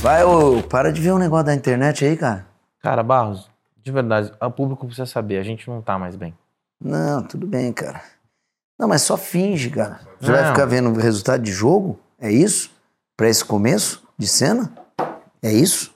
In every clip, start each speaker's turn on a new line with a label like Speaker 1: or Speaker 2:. Speaker 1: Vai, ô, para de ver um negócio da internet aí, cara.
Speaker 2: Cara, Barros, de verdade, o público precisa saber, a gente não tá mais bem.
Speaker 1: Não, tudo bem, cara. Não, mas só finge, cara. Você vai
Speaker 2: Não.
Speaker 1: ficar vendo o resultado de jogo? É isso? Pra esse começo de cena? É isso?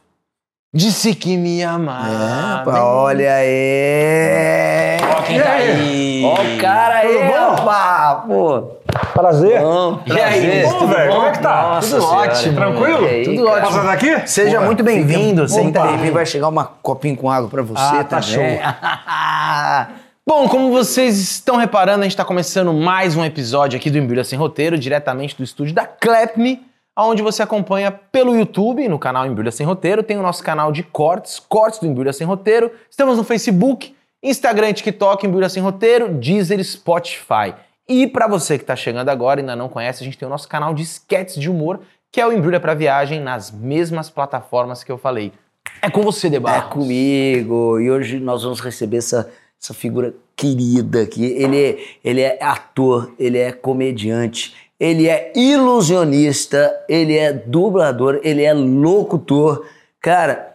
Speaker 2: Disse que me amava.
Speaker 1: é, pá, olha aí!
Speaker 2: Ó quem tá aí.
Speaker 1: Ó o cara aí,
Speaker 3: Tudo bom?
Speaker 1: rapá, pô!
Speaker 3: Prazer.
Speaker 1: Bom,
Speaker 2: E aí,
Speaker 1: prazer,
Speaker 2: tudo
Speaker 1: tudo
Speaker 3: bom, velho?
Speaker 1: bom?
Speaker 3: Como é que tá?
Speaker 1: Nossa
Speaker 2: Tudo
Speaker 1: Senhora.
Speaker 2: ótimo.
Speaker 3: Tranquilo?
Speaker 1: E aí,
Speaker 2: Tudo
Speaker 1: cara?
Speaker 2: ótimo.
Speaker 3: Passa daqui?
Speaker 1: Seja
Speaker 2: Boa.
Speaker 1: muito bem-vindo.
Speaker 2: Fica-
Speaker 1: Senta
Speaker 2: Opa.
Speaker 1: aí, que vai chegar uma copinha com água pra você
Speaker 3: Ah, tá
Speaker 1: também.
Speaker 2: Bom, como vocês estão reparando, a gente está começando mais um episódio aqui do Embrulha Sem Roteiro, diretamente do estúdio da Clap Me, onde você acompanha pelo YouTube, no canal Embrulha Sem Roteiro, tem o nosso canal de cortes, cortes do Embrulha Sem Roteiro, estamos no Facebook, Instagram, TikTok, Embrulha Sem Roteiro, Deezer, Spotify. E para você que está chegando agora e ainda não conhece, a gente tem o nosso canal de esquetes de humor, que é o Embrulha para Viagem, nas mesmas plataformas que eu falei. É com você,
Speaker 1: É
Speaker 2: Debar.
Speaker 1: comigo. E hoje nós vamos receber essa, essa figura querida aqui. Ele, ele é ator, ele é comediante, ele é ilusionista, ele é dublador, ele é locutor. Cara,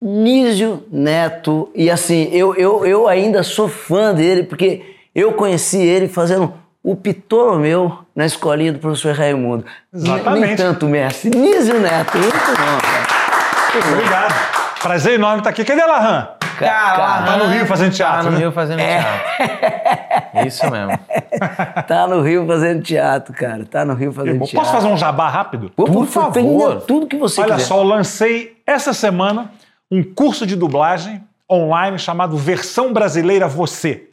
Speaker 1: Nísio Neto. E assim, eu, eu, eu ainda sou fã dele, porque eu conheci ele fazendo o Ptolomeu na escolinha do professor Raimundo.
Speaker 3: Exatamente.
Speaker 1: Nem tanto, mestre. Nísio Neto, muito bom, cara.
Speaker 3: Obrigado. Prazer enorme estar aqui. Cadê a Lahan?
Speaker 2: Cara,
Speaker 3: Tá no Rio fazendo
Speaker 2: Tá
Speaker 3: teatro,
Speaker 2: no
Speaker 3: né?
Speaker 2: Rio fazendo teatro. Isso mesmo.
Speaker 1: Tá no Rio fazendo teatro, cara. Tá no Rio fazendo teatro.
Speaker 3: Posso fazer um jabá rápido?
Speaker 1: Pô,
Speaker 2: Por
Speaker 1: favor?
Speaker 2: favor.
Speaker 1: tudo que você
Speaker 3: Olha
Speaker 1: quiser.
Speaker 3: só, eu lancei essa semana um curso de dublagem online chamado Versão Brasileira Você.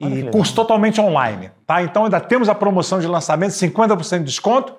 Speaker 2: Olha que
Speaker 3: E
Speaker 2: legal.
Speaker 3: curso totalmente online, tá? Então ainda temos a promoção de lançamento, 50% de desconto.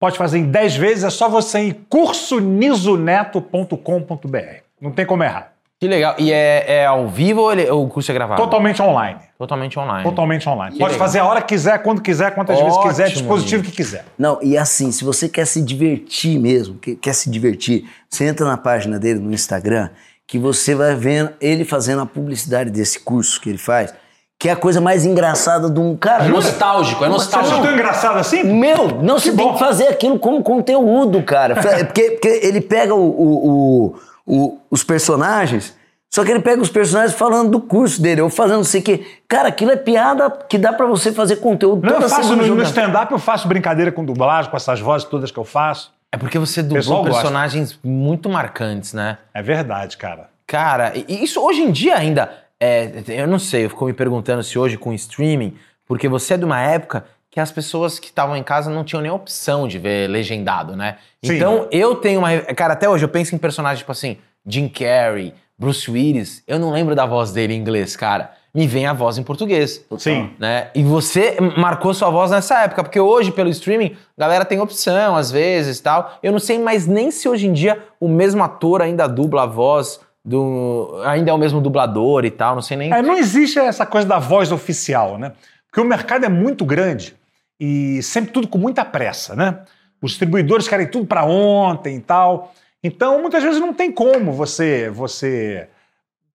Speaker 3: Pode fazer em 10 vezes, é só você ir em cursonisoneto.com.br. Não tem como errar.
Speaker 2: Que legal. E é, é ao vivo ou, ele- ou o curso é gravado?
Speaker 3: Totalmente online.
Speaker 2: Totalmente online.
Speaker 3: É. Totalmente online.
Speaker 2: Que
Speaker 3: Pode
Speaker 2: legal.
Speaker 3: fazer a hora que quiser, quando quiser, quantas
Speaker 2: Ótimo,
Speaker 3: vezes quiser, dispositivo
Speaker 2: amigo. Tá
Speaker 3: que quiser.
Speaker 1: Não, e assim, se você quer se divertir mesmo, que- quer se divertir, você entra na página dele no Instagram, que você vai vendo ele fazendo a publicidade desse curso que ele faz, que é a coisa mais engraçada do mundo. Cara,
Speaker 2: É
Speaker 1: você- tá
Speaker 2: nostálgico, é
Speaker 3: Você achou
Speaker 2: nostálgico.
Speaker 3: tão engraçado assim?
Speaker 1: Meu, não, você tem
Speaker 3: bom.
Speaker 1: que fazer aquilo como conteúdo, cara. Fa- Porque, porque ele pega o- o- o- o- os personagens, só que ele pega os personagens falando do curso dele, ou fazendo não sei o quê. Cara, aquilo é piada que dá pra você fazer conteúdo
Speaker 3: Não, é
Speaker 1: toda
Speaker 3: eu faço
Speaker 1: semana.
Speaker 3: no, no
Speaker 1: jogando.
Speaker 3: stand-up, eu faço brincadeira com dublagem, com essas vozes todas que eu faço.
Speaker 2: É porque você dublou
Speaker 3: Pessoal gosta.
Speaker 2: personagens muito marcantes, né?
Speaker 3: É verdade, cara.
Speaker 2: Cara, e- e isso hoje em dia ainda. é, eu não sei, eu fico me perguntando se hoje com streaming, porque você é de uma época que as pessoas que estavam em casa não tinham nem opção de ver legendado, né?
Speaker 3: Sim.
Speaker 2: Então eu tenho uma. Cara, até hoje eu penso em personagens tipo assim, Jim Carrey, Bruce Willis. Eu não lembro da voz dele em inglês, cara. Me vem a voz em português
Speaker 3: Sim.
Speaker 2: né? E você marcou sua voz nessa época, porque hoje, pelo streaming, a galera tem opção, às vezes tal. Eu não sei mais nem se hoje em dia o mesmo ator ainda dubla a voz do. ainda é o mesmo dublador e tal. Não sei nem.
Speaker 3: É, não existe essa coisa da voz oficial, né? Porque o mercado é muito grande e sempre tudo com muita pressa, né? Os distribuidores querem tudo para ontem e tal. Então, muitas vezes não tem como você você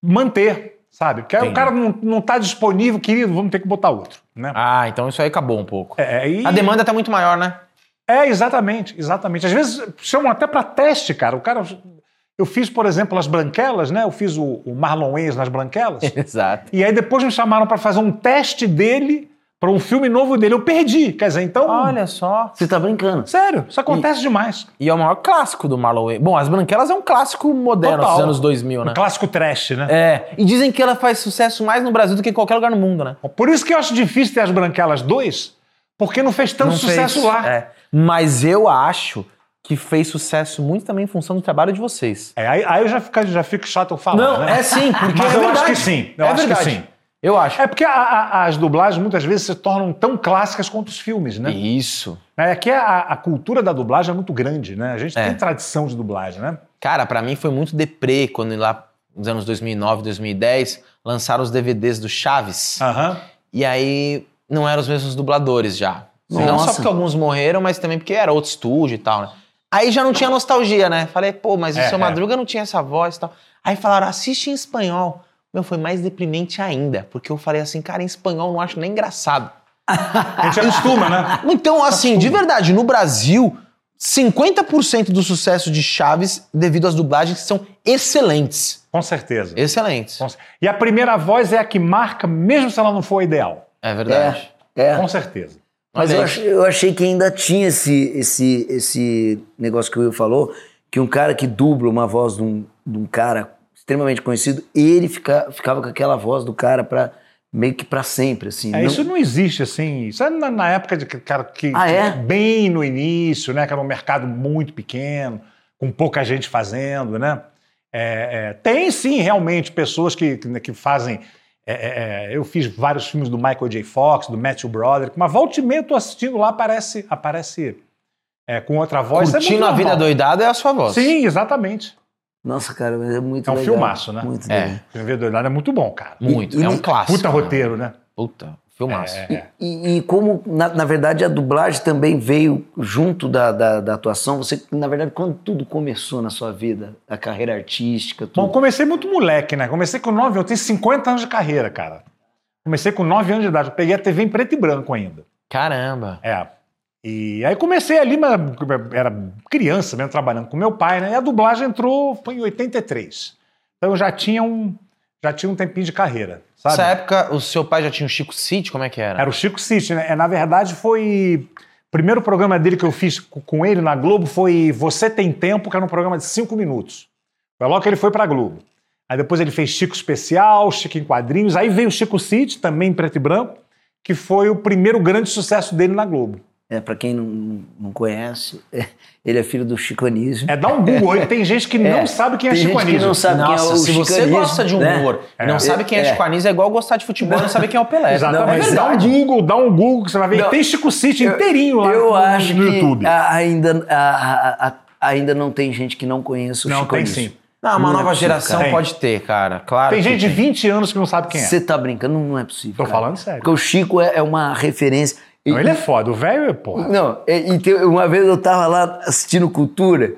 Speaker 3: manter, sabe? Porque aí o
Speaker 2: Entendi.
Speaker 3: cara não, não tá disponível, querido, vamos ter que botar outro, né?
Speaker 2: Ah, então isso aí acabou um pouco.
Speaker 3: É, e-
Speaker 2: A demanda tá muito maior, né?
Speaker 3: É, exatamente, exatamente. Às vezes chamam até para teste, cara. O cara. Eu fiz, por exemplo, as branquelas, né? Eu fiz o, o Marlon Wayans nas branquelas.
Speaker 2: Exato.
Speaker 3: e aí depois me chamaram para fazer um teste dele para um filme novo dele. Eu perdi. Quer dizer, então.
Speaker 2: Olha só.
Speaker 1: Você tá brincando.
Speaker 3: Sério, isso acontece demais.
Speaker 2: E é o maior clássico do Marlon Wayans. Bom, As Branquelas é um clássico moderno
Speaker 3: Total.
Speaker 2: dos anos 2000, né?
Speaker 3: Um clássico trash, né?
Speaker 2: É. E dizem que ela faz sucesso mais no Brasil do que em qualquer lugar no mundo, né?
Speaker 3: Por isso que eu acho difícil ter as branquelas 2, porque não fez tanto
Speaker 2: Não
Speaker 3: Então, sucesso
Speaker 2: fez,
Speaker 3: lá.
Speaker 2: é. Mas eu acho que fez sucesso muito também em função do trabalho de vocês.
Speaker 3: É, aí, aí eu já fico, já fico chato eu falar.
Speaker 2: Não,
Speaker 3: né?
Speaker 2: é sim, porque
Speaker 3: Mas
Speaker 2: é
Speaker 3: eu acho
Speaker 2: verdade.
Speaker 3: que sim. Eu
Speaker 2: é
Speaker 3: acho
Speaker 2: verdade.
Speaker 3: que sim.
Speaker 2: Eu acho.
Speaker 3: É porque a- a- as dublagens muitas vezes se tornam tão clássicas quanto os filmes, né?
Speaker 2: Isso.
Speaker 3: É que a, a cultura da dublagem é muito grande, né? A gente
Speaker 2: É.
Speaker 3: tem tradição de dublagem, né?
Speaker 2: Cara, pra mim foi muito deprê quando lá nos anos 2009, 2010 lançaram os DVDs do Chaves.
Speaker 3: Aham.
Speaker 2: E aí não eram os mesmos dubladores já. Não
Speaker 1: Nossa.
Speaker 2: só porque alguns morreram, mas também porque era outro estúdio e tal, né? Aí já não tinha nostalgia, né? Falei, pô, mas o
Speaker 3: É,
Speaker 2: Seu
Speaker 3: é.
Speaker 2: Madruga não tinha essa voz e tal. Aí falaram, assiste em espanhol. Meu, foi mais deprimente ainda, porque eu falei assim, cara, em espanhol eu não acho nem engraçado.
Speaker 3: A gente acostuma, né?
Speaker 2: Então, assim, de verdade, no Brasil, 50% do sucesso de Chaves devido às dublagens que são excelentes.
Speaker 3: Com certeza.
Speaker 2: Excelentes.
Speaker 3: Com cer- E a primeira voz é a que marca, mesmo se ela não for a ideal.
Speaker 2: É verdade.
Speaker 1: É.
Speaker 3: Com certeza.
Speaker 1: Mas eu
Speaker 2: Olha aí.
Speaker 1: achei, eu achei que ainda tinha esse, esse, esse negócio que o Will falou, que um cara que dubla uma voz de um, de um cara extremamente conhecido, ele fica, ficava com aquela voz do cara pra, meio que pra sempre, assim.
Speaker 3: É,
Speaker 1: Não-
Speaker 3: Isso não existe, assim. Isso é na, na época de que, cara, que,
Speaker 1: Ah, é?
Speaker 3: bem no início, né? Que era um mercado muito pequeno, com pouca gente fazendo, né? É, é, tem sim realmente pessoas que, que, que fazem. é, é, é, eu fiz vários filmes do Michael J. Fox, do Matthew Broderick, mas volta e meia eu tô assistindo lá, aparece, aparece é, com outra voz. é muito
Speaker 2: Curtindo a vida
Speaker 3: normal.
Speaker 2: doidada é a sua voz.
Speaker 3: Sim, exatamente.
Speaker 1: Nossa, cara, mas é muito
Speaker 3: É um
Speaker 1: legal.
Speaker 3: filmaço, né?
Speaker 1: Muito
Speaker 2: É.
Speaker 1: legal.
Speaker 3: A vida doidada é muito bom, cara.
Speaker 2: Muito.
Speaker 1: E-
Speaker 2: é
Speaker 1: e-
Speaker 2: um clássico.
Speaker 3: Puta
Speaker 2: né?
Speaker 3: roteiro, né?
Speaker 2: Puta, filmaço.
Speaker 3: É, é.
Speaker 1: E- E, e como, na, na verdade, a dublagem também veio junto da, da, da atuação, você, na verdade, quando tudo começou na sua vida, a carreira artística,
Speaker 3: Bom,
Speaker 1: tudo.
Speaker 3: comecei muito moleque, né? Comecei com 9 anos, eu tenho 50 anos de carreira, cara. Comecei com 9 anos de idade, eu peguei a TV em preto e branco ainda.
Speaker 2: Caramba.
Speaker 3: É. E aí comecei ali, mas era criança mesmo, trabalhando com meu pai, né? E a dublagem entrou foi em 83. Então eu já tinha um, já tinha um tempinho de carreira, sabe?
Speaker 2: Nessa época, o seu pai já tinha o Chico City? Como é que
Speaker 1: Tá.
Speaker 2: era?
Speaker 3: Era o Chico City, né? É, Na verdade, foi. O primeiro programa dele que eu fiz co- com ele na Globo foi Você Tem Tempo, que era um programa de cinco minutos. Foi logo que ele foi pra Globo. Aí depois ele fez Chico Especial, Chico em Quadrinhos. Aí veio o Chico City, também em preto e branco, que foi o primeiro grande sucesso dele na Globo.
Speaker 1: É, pra quem não, não conhece, ele é filho do Chico Anísio.
Speaker 3: É, dá um Google hoje, tem gente que não sabe quem é
Speaker 1: Tem
Speaker 3: Chico
Speaker 1: gente que
Speaker 3: Anísio.
Speaker 1: não sabe quem é
Speaker 2: Nossa,
Speaker 1: o
Speaker 2: se você
Speaker 1: chicanismo,
Speaker 2: gosta de
Speaker 1: né?
Speaker 2: humor e não
Speaker 1: É.
Speaker 2: sabe quem é,
Speaker 1: É.
Speaker 2: Chico Anísio, é igual gostar de futebol e não saber quem é o Pelé.
Speaker 1: Não,
Speaker 3: Exatamente.
Speaker 1: mas
Speaker 3: dá um
Speaker 1: verdade.
Speaker 3: Google, dá um Google que você vai ver.
Speaker 1: Não,
Speaker 3: tem Chico City inteirinho lá
Speaker 1: Eu
Speaker 3: no,
Speaker 1: acho
Speaker 3: no
Speaker 1: que
Speaker 3: um
Speaker 1: é
Speaker 3: YouTube.
Speaker 1: a- ainda, a- a- a- ainda não tem gente que não conhece o
Speaker 3: Não,
Speaker 1: Chico
Speaker 3: tem
Speaker 1: Anísio.
Speaker 3: sim.
Speaker 2: Não, uma
Speaker 1: Não é
Speaker 2: nova
Speaker 1: possível,
Speaker 2: geração
Speaker 3: cara.
Speaker 2: pode ter, cara. Claro.
Speaker 3: Tem
Speaker 2: que
Speaker 3: gente de 20 anos que não sabe quem é.
Speaker 1: Você tá brincando? Não, não é possível.
Speaker 3: Tô
Speaker 1: cara.
Speaker 3: falando sério.
Speaker 1: Porque o Chico é, é uma referência. E-
Speaker 3: Não, ele é foda, o velho é porra.
Speaker 1: Não, e, e tem- uma vez eu tava lá assistindo Cultura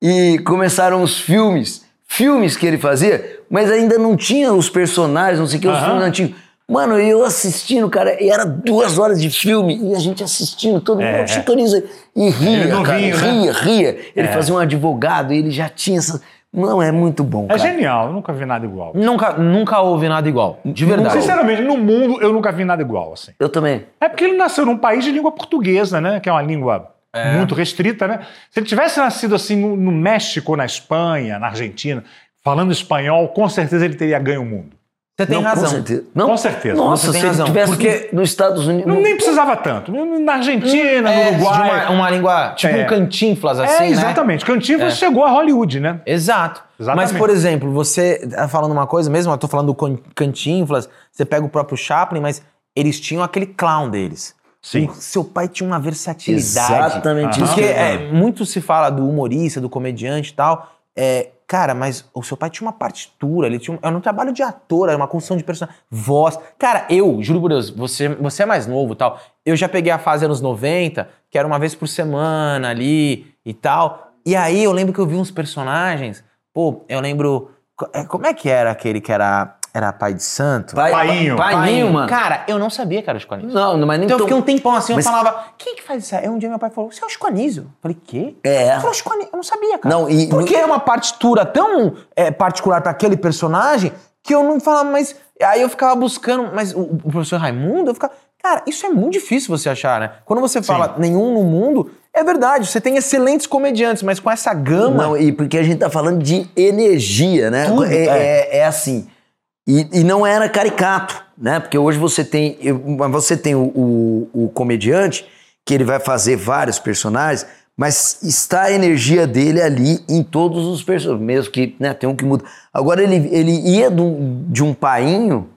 Speaker 1: e começaram os filmes, filmes que ele fazia, mas ainda não tinha os personagens, não sei o que, os
Speaker 3: Aham.
Speaker 1: filmes antigos. Mano, e eu assistindo, cara, e era duas horas de filme, e a gente assistindo, todo mundo
Speaker 3: É.
Speaker 1: chicaniza. E ria,
Speaker 3: Ele
Speaker 1: cara,
Speaker 3: novinho, né?
Speaker 1: ria, ria. Ele fazia um advogado, e ele já tinha essa... Não, é muito bom,
Speaker 3: É
Speaker 1: cara.
Speaker 3: genial, eu nunca vi nada igual.
Speaker 2: Nunca, nunca houve nada igual. De verdade.
Speaker 3: Sinceramente, no mundo eu nunca vi nada igual, assim.
Speaker 1: Eu também.
Speaker 3: É porque ele nasceu num país de língua portuguesa, né? Que é uma língua muito restrita, né? Se ele tivesse nascido assim no, no México, na Espanha, na Argentina, falando espanhol, com certeza ele teria ganho o mundo.
Speaker 2: Você tem
Speaker 1: não,
Speaker 2: razão.
Speaker 1: Com certeza. Não,
Speaker 3: Com certeza.
Speaker 1: Nossa,
Speaker 2: Você tem
Speaker 1: se ele
Speaker 2: razão,
Speaker 1: tivesse
Speaker 2: porque-
Speaker 1: nos Estados Unidos...
Speaker 3: Não,
Speaker 1: não-
Speaker 3: nem precisava tanto. Na Argentina,
Speaker 2: É,
Speaker 3: no
Speaker 2: de
Speaker 3: Uruguai.
Speaker 2: Uma, uma língua, tipo
Speaker 3: É.
Speaker 2: um cantinflas,
Speaker 3: É,
Speaker 2: assim, né?
Speaker 3: exatamente. Cantinflas chegou a Hollywood, né?
Speaker 2: Exato.
Speaker 3: Exatamente.
Speaker 2: Mas, por exemplo, você tá falando uma coisa mesmo, eu tô falando do Can- Cantinflas, assim, você pega o próprio Chaplin, mas eles tinham aquele clown deles.
Speaker 3: Sim.
Speaker 2: O seu pai tinha uma versatilidade.
Speaker 1: Exatamente
Speaker 3: Aham.
Speaker 1: isso. que
Speaker 2: Porque
Speaker 1: eu ia
Speaker 2: é,
Speaker 1: falar.
Speaker 2: muito se fala do humorista, do comediante e tal. É, cara, mas o seu pai tinha uma partitura, ele tinha um, era um trabalho de ator, era uma construção de personagem, voz. Cara, eu, juro por Deus, você, você é mais novo e tal. Eu já peguei a fase anos 90, que era uma vez por semana ali e tal. E aí eu lembro que eu vi uns personagens. Pô, eu lembro. co- é, Como é que era aquele que era, era pai de santo?
Speaker 1: Pai-
Speaker 3: Painho.
Speaker 1: Painho, mano.
Speaker 2: Cara, eu não sabia que era o Chico Anísio.
Speaker 1: Não, mas nem
Speaker 2: Então eu
Speaker 1: tão-
Speaker 2: fiquei um tempão assim,
Speaker 1: Mas-
Speaker 2: eu falava, quem que faz isso? Aí um dia meu pai falou, você é o Chico Anísio? Eu falei, quê?
Speaker 1: É.
Speaker 2: Ele falou, Chico Anísio, eu não sabia, cara.
Speaker 1: Não, e-
Speaker 2: Porque é uma partitura tão é, particular pra aquele personagem que eu não falava, mas... Aí eu ficava buscando, mas o, o professor Raimundo, eu ficava... Cara, isso é muito difícil você achar, né? Quando você fala nenhum no mundo, é verdade, você tem excelentes comediantes, mas com essa gama...
Speaker 1: Não, e porque a gente tá falando de energia, né?
Speaker 2: Tudo,
Speaker 1: é, é- é assim. E, e não era caricato, né? Porque hoje você tem. eu- mas Você tem o, o- o comediante, que ele vai fazer vários personagens, mas está a energia dele ali em todos os personagens. Mesmo que né, tem um que muda. Agora ele, ele ia de um, de um painho,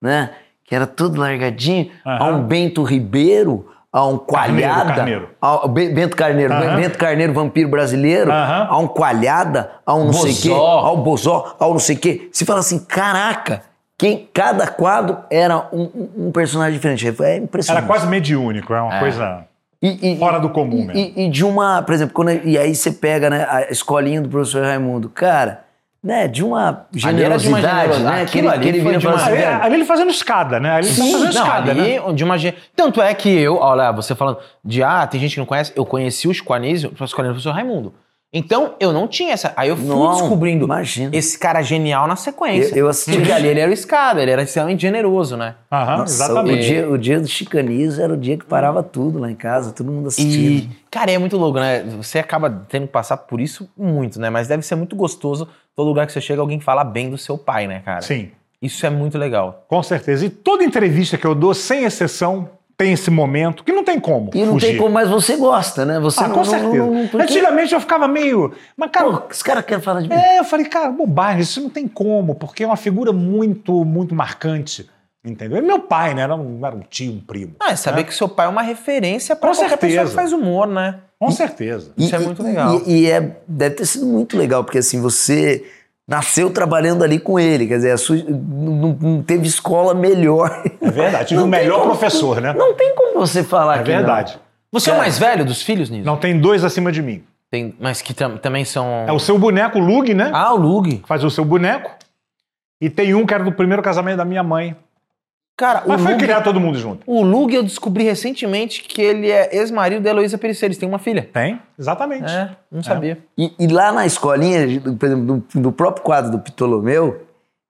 Speaker 1: né? Que era todo largadinho, a
Speaker 3: Aham.
Speaker 1: um Bento Ribeiro. A um
Speaker 3: Carneiro,
Speaker 1: Coalhada.
Speaker 3: Carneiro.
Speaker 1: ao Be- Bento Carneiro.
Speaker 3: Aham.
Speaker 1: Bento Carneiro, vampiro brasileiro.
Speaker 3: Aham.
Speaker 1: A um Coalhada, a um não sei o quê,
Speaker 2: Bozó.
Speaker 1: ao Bozó, ao não sei o quê. Você fala assim, caraca, quem, cada quadro era um, um- um personagem diferente. É
Speaker 3: Era
Speaker 1: impressionante.
Speaker 3: quase mediúnico, é uma coisa.
Speaker 1: E- e-
Speaker 3: fora do comum
Speaker 1: e,
Speaker 3: mesmo.
Speaker 1: e- e de uma, por exemplo, quando, e aí você pega né, a escolinha do professor Raimundo. Cara, né, de uma
Speaker 2: Ali era de uma
Speaker 1: generosidade,
Speaker 2: generosidade.
Speaker 1: né?
Speaker 2: Aquilo ali foi de uma-
Speaker 3: Ali,
Speaker 1: velho,
Speaker 3: ali ele fazendo escada, né? Ali ele tá
Speaker 2: Ah, é. Sim,
Speaker 3: fazendo
Speaker 2: não,
Speaker 3: escada, né?
Speaker 2: ali, é de uma gen- Tanto é que eu, olha, você falando de, ah, tem gente que não conhece, eu conheci os Quanísio, o Quanísio professor Raimundo. Então, eu não tinha essa. Aí eu fui
Speaker 1: Não,
Speaker 2: descobrindo
Speaker 1: imagina.
Speaker 2: esse cara genial na sequência.
Speaker 1: Eu- eu assisti.
Speaker 2: Porque ali ele era o escada, ele era extremamente generoso, né?
Speaker 3: Aham,
Speaker 1: Nossa, O
Speaker 3: exatamente.
Speaker 1: dia, o dia do chicanizo era o dia que parava tudo lá em casa, todo mundo assistindo.
Speaker 2: E, cara, é muito louco, né? Você acaba tendo que passar por isso muito, né? Mas deve ser muito gostoso todo lugar que você chega, alguém fala bem do seu pai, né, cara?
Speaker 3: Sim,
Speaker 2: Isso é muito legal.
Speaker 3: com certeza. E toda entrevista que eu dou, sem exceção, tem esse momento que não tem como
Speaker 1: E, não
Speaker 3: fugir.
Speaker 1: tem como, mas você gosta, né? Você
Speaker 3: Ah,
Speaker 1: não,
Speaker 3: com
Speaker 1: não-
Speaker 3: certeza.
Speaker 1: não- não- porque-
Speaker 3: Antigamente eu ficava meio. Mas, cara,
Speaker 1: Pô, os caras querem falar de mim.
Speaker 3: É, eu falei, cara, bobagem, isso não tem como, porque é uma figura muito, muito marcante, entendeu? E meu pai, né? Era um, era um tio, um primo.
Speaker 2: Ah, é saber que seu pai é uma referência pra
Speaker 3: Com
Speaker 2: qualquer pessoa que
Speaker 3: certeza.
Speaker 2: faz humor, né?
Speaker 3: Com certeza.
Speaker 1: E-
Speaker 2: Isso é
Speaker 1: e-
Speaker 2: muito legal.
Speaker 1: E, e é, deve ter sido muito legal, porque assim, você nasceu trabalhando ali com ele, quer dizer, a sua- não, não- não teve escola melhor.
Speaker 3: É verdade. Tive
Speaker 1: Não
Speaker 3: o
Speaker 1: tem
Speaker 3: melhor
Speaker 1: como-
Speaker 3: professor, né?
Speaker 1: Não tem como você falar
Speaker 3: é
Speaker 1: que não.
Speaker 3: verdade.
Speaker 2: Você é o mais velho dos filhos, Niso?
Speaker 3: Não tem dois acima de mim.
Speaker 2: Tem, mas que tam- também são.
Speaker 3: É o seu boneco, o Lug, né?
Speaker 2: Ah, o Lug.
Speaker 3: Faz o seu boneco. E tem um que era do primeiro casamento da minha mãe.
Speaker 2: Cara, o
Speaker 3: Mas foi
Speaker 2: Lug,
Speaker 3: criar todo mundo junto.
Speaker 2: o Lug eu descobri recentemente que ele é ex-marido da Heloísa Pereira. Eles têm uma filha.
Speaker 3: Tem? Exatamente.
Speaker 2: É, não sabia.
Speaker 1: E, e lá na escolinha, por exemplo, no, no próprio quadro do Ptolomeu,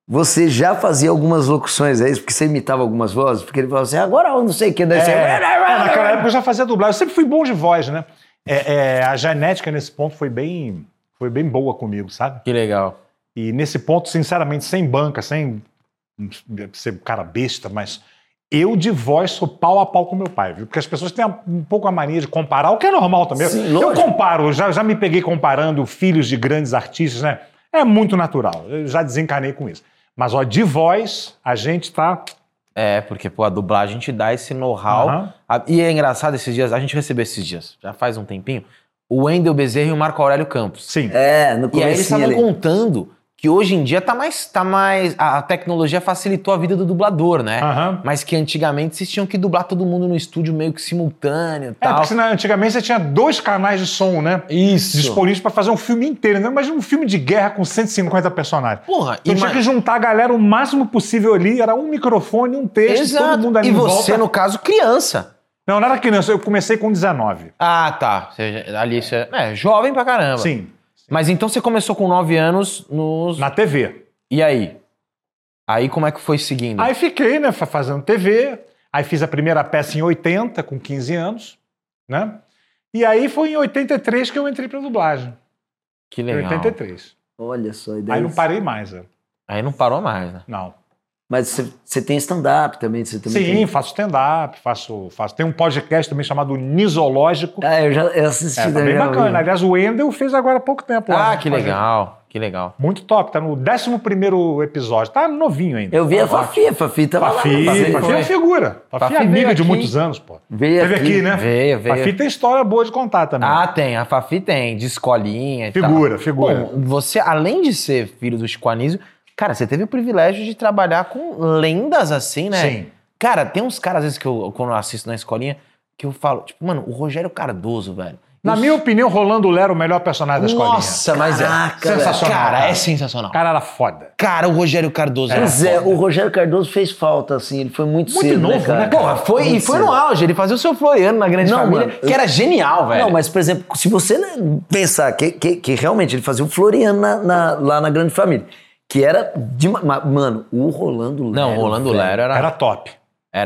Speaker 1: você já fazia algumas locuções, é isso? Porque você imitava algumas vozes, porque ele falava assim, agora eu não sei o que, daí
Speaker 3: É,
Speaker 1: você...
Speaker 3: é, naquela época eu já fazia dublagem. Eu sempre fui bom de voz, né? É, é, a genética nesse ponto foi bem, foi bem boa comigo, sabe?
Speaker 2: Que legal.
Speaker 3: E nesse ponto, sinceramente, sem banca, sem hum, ser cara besta, mas eu de voz sou pau a pau com meu pai, viu? Porque as pessoas têm um pouco a mania de comparar, o que é normal também.
Speaker 1: Sim,
Speaker 3: eu
Speaker 1: lógico.
Speaker 3: comparo, já, já me peguei comparando filhos de grandes artistas, né? É muito natural, eu já desencanei com isso. Mas, ó, de voz, a gente tá...
Speaker 2: É, porque, pô, a dublagem te dá esse know-how.
Speaker 3: Aham.
Speaker 2: A- E é engraçado esses dias, a gente recebeu esses dias, já faz um tempinho, o Wendel Bezerra e o Marco Aurélio Campos.
Speaker 3: Sim.
Speaker 1: É, no
Speaker 2: E aí eles
Speaker 1: começo
Speaker 2: estavam
Speaker 1: ali.
Speaker 2: contando que hoje em dia tá mais. Tá mais a a tecnologia facilitou a vida do dublador, né?
Speaker 3: Aham.
Speaker 2: Mas que antigamente vocês tinham que dublar todo mundo no estúdio meio que simultâneo e
Speaker 3: É,
Speaker 2: tal.
Speaker 3: porque senão, antigamente você tinha dois canais de som, né?
Speaker 2: Isso.
Speaker 3: Disponíveis pra fazer um filme inteiro, né? Imagina um filme de guerra com 150 personagens.
Speaker 2: Porra,
Speaker 3: Então tinha
Speaker 2: ima-
Speaker 3: que juntar a galera o máximo possível ali, era um microfone, um texto, todo mundo ali
Speaker 2: E
Speaker 3: em
Speaker 2: você,
Speaker 3: volta.
Speaker 2: no caso, criança.
Speaker 3: Não, não era criança, eu comecei com 19.
Speaker 2: Ah, tá. Você, ali você é jovem pra caramba.
Speaker 3: Sim,
Speaker 2: Mas então você começou com 9 anos nos.
Speaker 3: na TV.
Speaker 2: E aí? Aí como é que foi seguindo?
Speaker 3: Aí fiquei, né, fa- fazendo TV, aí fiz a primeira peça em 80, com 15 anos, né? E aí foi em 83 que eu entrei pra dublagem.
Speaker 2: que
Speaker 3: Em
Speaker 2: legal.
Speaker 3: 83.
Speaker 1: Olha só, e daí
Speaker 3: Aí não parei mais, né?
Speaker 2: Aí não parou mais, né?
Speaker 3: não.
Speaker 1: Mas você- você tem stand-up também, você também
Speaker 3: Sim,
Speaker 1: tem...
Speaker 3: faço stand-up, faço, faço. Tem um podcast também chamado Nisológico.
Speaker 1: Ah, eu já eu assisti.
Speaker 3: É, tá
Speaker 1: né,
Speaker 3: bem
Speaker 1: já
Speaker 3: bacana.
Speaker 1: ouvi.
Speaker 3: Aliás, o Wendel fez agora há pouco tempo. lá,
Speaker 2: Ah,
Speaker 3: né,
Speaker 2: que
Speaker 3: com a gente.
Speaker 2: legal. Que legal.
Speaker 3: Muito top, tá no 11 episódio. Tá novinho ainda.
Speaker 1: Eu vi a
Speaker 3: Tá ótimo.
Speaker 1: Fafi, a Fafi tava
Speaker 3: Fafi,
Speaker 1: lá.
Speaker 2: Fafi
Speaker 3: Fafi, é
Speaker 2: foi.
Speaker 3: figura. Fafi,
Speaker 2: Fafi
Speaker 3: é
Speaker 2: veio
Speaker 3: amiga de
Speaker 2: aqui.
Speaker 3: muitos anos, pô.
Speaker 1: Veio
Speaker 3: Teve
Speaker 1: aqui.
Speaker 3: aqui, né?
Speaker 2: Veio, veio.
Speaker 3: Fafi tem história boa de contar também.
Speaker 2: Ah, tem. A Fafi tem. De escolinha e
Speaker 3: figura,
Speaker 2: tal.
Speaker 3: figura.
Speaker 2: Bom, você, além de ser filho do Chico Anísio, cara, você teve o privilégio de trabalhar com lendas assim, né?
Speaker 3: Sim.
Speaker 2: Cara, tem uns caras, às vezes, que eu, quando eu assisto na escolinha, que eu falo, tipo, mano, o Rogério Cardoso, velho.
Speaker 3: Na
Speaker 2: Eu-
Speaker 3: minha opinião, Rolando Lero é o melhor personagem da escolinha.
Speaker 2: Nossa, mas
Speaker 1: Caraca,
Speaker 2: é.
Speaker 1: velho.
Speaker 2: Sensacional. Cara,
Speaker 3: cara.
Speaker 2: é sensacional.
Speaker 3: O cara era foda.
Speaker 2: Cara, o Rogério Cardoso era
Speaker 1: Pois é,
Speaker 2: foda.
Speaker 1: o Rogério Cardoso fez falta, assim, ele foi muito,
Speaker 3: Muito
Speaker 1: cedo,
Speaker 3: novo,
Speaker 1: né, cara?
Speaker 3: né,
Speaker 2: Porra, foi, e
Speaker 1: Muito
Speaker 2: foi
Speaker 1: cedo.
Speaker 2: no auge. Ele fazia o seu Floriano na Grande
Speaker 1: Não,
Speaker 2: Família,
Speaker 1: mano,
Speaker 2: que
Speaker 1: eu-
Speaker 2: era genial, velho.
Speaker 1: Não, mas, por exemplo, se você né, pensar que, que, que realmente ele fazia o Floriano na- na- lá na Grande Família, que era de... ma- ma- Mano, o Rolando Lero...
Speaker 2: Não, o Rolando
Speaker 1: é, velho.
Speaker 2: Lero era,
Speaker 3: Era
Speaker 2: era,
Speaker 3: top.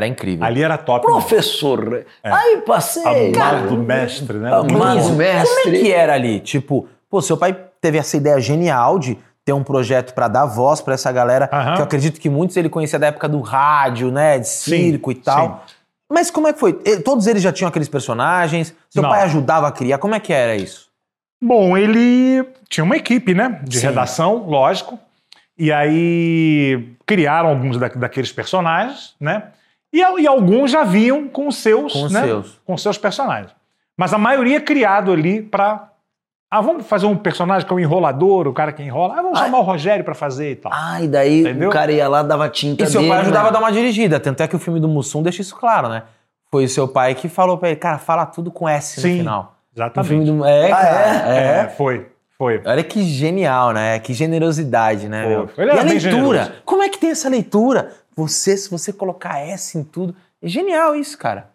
Speaker 2: incrível.
Speaker 3: Ali era top.
Speaker 1: Professor. Aí passei...
Speaker 3: Amado
Speaker 1: cara,
Speaker 3: do mestre, né?
Speaker 1: Amado
Speaker 2: Mas
Speaker 1: mestre.
Speaker 2: Como é que era ali? Tipo, pô, seu pai teve essa ideia genial de ter um projeto pra dar voz pra essa galera,
Speaker 3: Aham.
Speaker 2: que eu acredito que muitos ele conhecia da época do rádio, né, de circo e tal. Mas como é que foi? Ele- Todos eles já tinham aqueles personagens? Seu
Speaker 3: Não.
Speaker 2: pai ajudava a criar? Como é que era isso?
Speaker 3: Bom, ele tinha uma equipe, né? De
Speaker 2: Sim.
Speaker 3: redação, lógico. E aí criaram alguns da- daqueles personagens, né? E, al- e alguns já vinham com os seus,
Speaker 2: Com os
Speaker 3: né?
Speaker 2: seus.
Speaker 3: Com os seus personagens. Mas a maioria é criado ali pra. Ah, vamos fazer um personagem que é o enrolador, o cara que enrola. Ah, vamos
Speaker 1: Ah.
Speaker 3: chamar o Rogério pra fazer e tal.
Speaker 2: Ah,
Speaker 1: Ai, daí
Speaker 3: Entendeu?
Speaker 1: o cara ia lá, dava tinta
Speaker 2: E seu
Speaker 1: dele,
Speaker 2: pai ajudava a
Speaker 1: né?
Speaker 2: dar uma dirigida, tanto é que o filme do Mussum deixa isso claro, né? Foi o seu pai que falou pra ele, cara, fala tudo com S no
Speaker 3: Sim,
Speaker 2: final. No
Speaker 3: Exatamente.
Speaker 2: filme do... É,
Speaker 1: Ah,
Speaker 2: cara,
Speaker 3: É,
Speaker 2: é.
Speaker 3: foi. Foi.
Speaker 2: Olha que genial, né? Que generosidade, né?
Speaker 3: Pô,
Speaker 2: meu?
Speaker 3: ele era
Speaker 2: e a
Speaker 3: bem
Speaker 2: leitura.
Speaker 3: generoso.
Speaker 2: Como é que tem essa leitura? Você, se você colocar S em tudo. É genial isso, cara.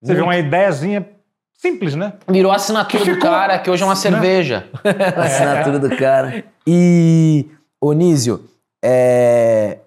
Speaker 3: Você vê uma ideiazinha simples, né?
Speaker 2: Virou a assinatura
Speaker 3: Que
Speaker 2: do
Speaker 3: ficou- né?
Speaker 2: cara, que hoje é uma cerveja.
Speaker 1: A assinatura do cara.
Speaker 2: E, Onísio, é...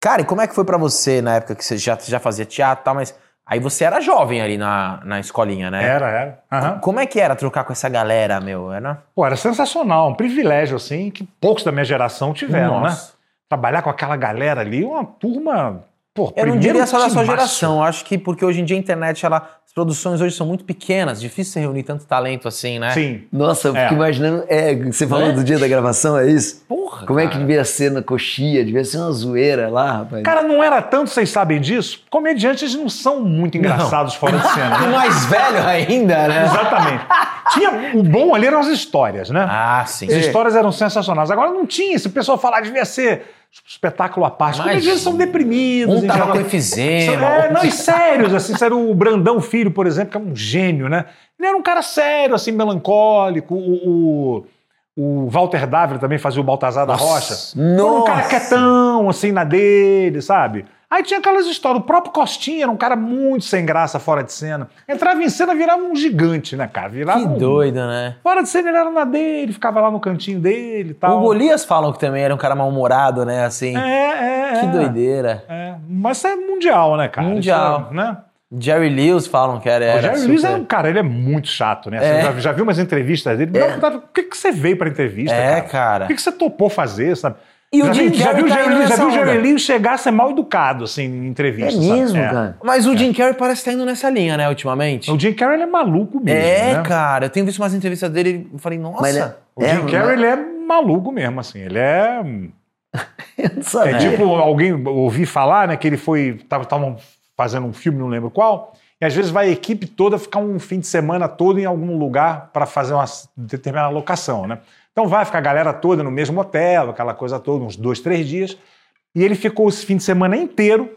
Speaker 2: cara, e como é que foi pra você na época que você já, já fazia teatro e tal, mas aí você era jovem ali na, na escolinha, né?
Speaker 3: Era, era. Aham.
Speaker 2: Como é que era trocar com essa galera, meu? Era...
Speaker 3: Pô, era sensacional, um privilégio, assim, que poucos da minha geração tiveram, né?
Speaker 2: Nossa.
Speaker 3: Trabalhar com aquela galera ali, uma turma. Pô,
Speaker 2: Eu não
Speaker 3: primeiro
Speaker 2: diria só da sua
Speaker 3: timaço.
Speaker 2: geração. eu Acho que porque hoje em dia a internet, ela, as produções hoje são muito pequenas, difícil você reunir tanto talento assim, né?
Speaker 3: Sim.
Speaker 1: Nossa, eu
Speaker 3: É.
Speaker 1: fico imaginando. é, você falou
Speaker 2: é?
Speaker 1: do dia da gravação, é isso?
Speaker 2: Porra.
Speaker 1: Como é que
Speaker 2: cara.
Speaker 1: devia ser na coxia? Devia ser uma zoeira lá, rapaz.
Speaker 3: Cara, não era tanto, vocês sabem disso? Comediantes não são muito engraçados fora de cena.
Speaker 2: E
Speaker 3: né?
Speaker 2: mais velho ainda, né?
Speaker 3: Exatamente. Tinha, o bom ali eram as histórias, né?
Speaker 2: Ah, sim.
Speaker 1: É.
Speaker 3: As histórias eram sensacionais. Agora não tinha. Se o pessoal falar, devia ser espetáculo à parte.
Speaker 2: Imagina.
Speaker 3: Mas eles são deprimidos.
Speaker 2: Um
Speaker 3: em
Speaker 2: tava
Speaker 3: geral.
Speaker 2: com efizema.
Speaker 3: É,
Speaker 2: outro-
Speaker 3: não, e sérios, assim, sério, o Brandão Filho, por exemplo, que é um gênio, né? Ele era um cara sério, assim, melancólico. O, o, o Walter Dávila também fazia o Baltazar da
Speaker 2: Nossa.
Speaker 3: Rocha. Era um
Speaker 1: Nossa!
Speaker 3: cara quietão, assim, na dele, sabe? Aí tinha aquelas histórias. O próprio Costinha era um cara muito sem graça fora de cena. Entrava em cena, virava um gigante, né, cara? Virava
Speaker 2: Que
Speaker 3: um-
Speaker 2: doido, né?
Speaker 3: Fora de cena, ele era na dele, ficava lá no cantinho dele e tal.
Speaker 2: O Golias falam que também era um cara mal-humorado, né? Assim,
Speaker 3: É, é, é.
Speaker 2: que doideira.
Speaker 3: É, Mas isso é mundial, né, cara?
Speaker 2: Mundial.
Speaker 3: Isso é, né?
Speaker 2: Jerry Lewis falam que era.
Speaker 3: O
Speaker 2: era
Speaker 3: Jerry Lewis
Speaker 2: super-
Speaker 3: é um cara, ele é muito chato, né? Assim,
Speaker 2: É.
Speaker 3: Já, já vi umas entrevistas dele.
Speaker 1: É.
Speaker 3: Não, tá, O que, que você veio pra entrevista,
Speaker 2: É,
Speaker 3: um cara?
Speaker 2: cara.
Speaker 3: O que, que você topou fazer, sabe?
Speaker 2: E o
Speaker 3: já
Speaker 2: Jim
Speaker 3: vi, já
Speaker 2: Carrey
Speaker 3: vi o
Speaker 2: tá
Speaker 3: Jerry
Speaker 2: indo
Speaker 3: Lewis, já vi o
Speaker 2: nessa
Speaker 3: Jerry
Speaker 2: onda.
Speaker 3: Lewis chegar a ser mal educado, assim, em
Speaker 1: é
Speaker 3: entrevista. sabe?
Speaker 1: mesmo,
Speaker 3: É.
Speaker 1: cara.
Speaker 2: Mas o Jim Carrey parece que tá indo nessa linha, né, ultimamente?
Speaker 3: O Jim Carrey, ele é maluco mesmo,
Speaker 2: É,
Speaker 3: né?
Speaker 2: cara. Eu tenho visto umas entrevistas dele e falei, nossa.
Speaker 1: Mas ele
Speaker 3: O
Speaker 1: é,
Speaker 3: Jim
Speaker 2: né?
Speaker 3: Carrey, ele é maluco mesmo, assim. Ele é...
Speaker 1: eu não
Speaker 3: É
Speaker 1: sabia.
Speaker 3: tipo, alguém ouvi falar, né, que ele foi. Estavam fazendo um filme, não lembro qual, e às vezes vai a equipe toda ficar um fim de semana todo em algum lugar para fazer uma s- determinada locação, né? Então vai ficar a galera toda no mesmo hotel, aquela coisa toda, uns dois, três dias. E ele ficou esse fim de semana inteiro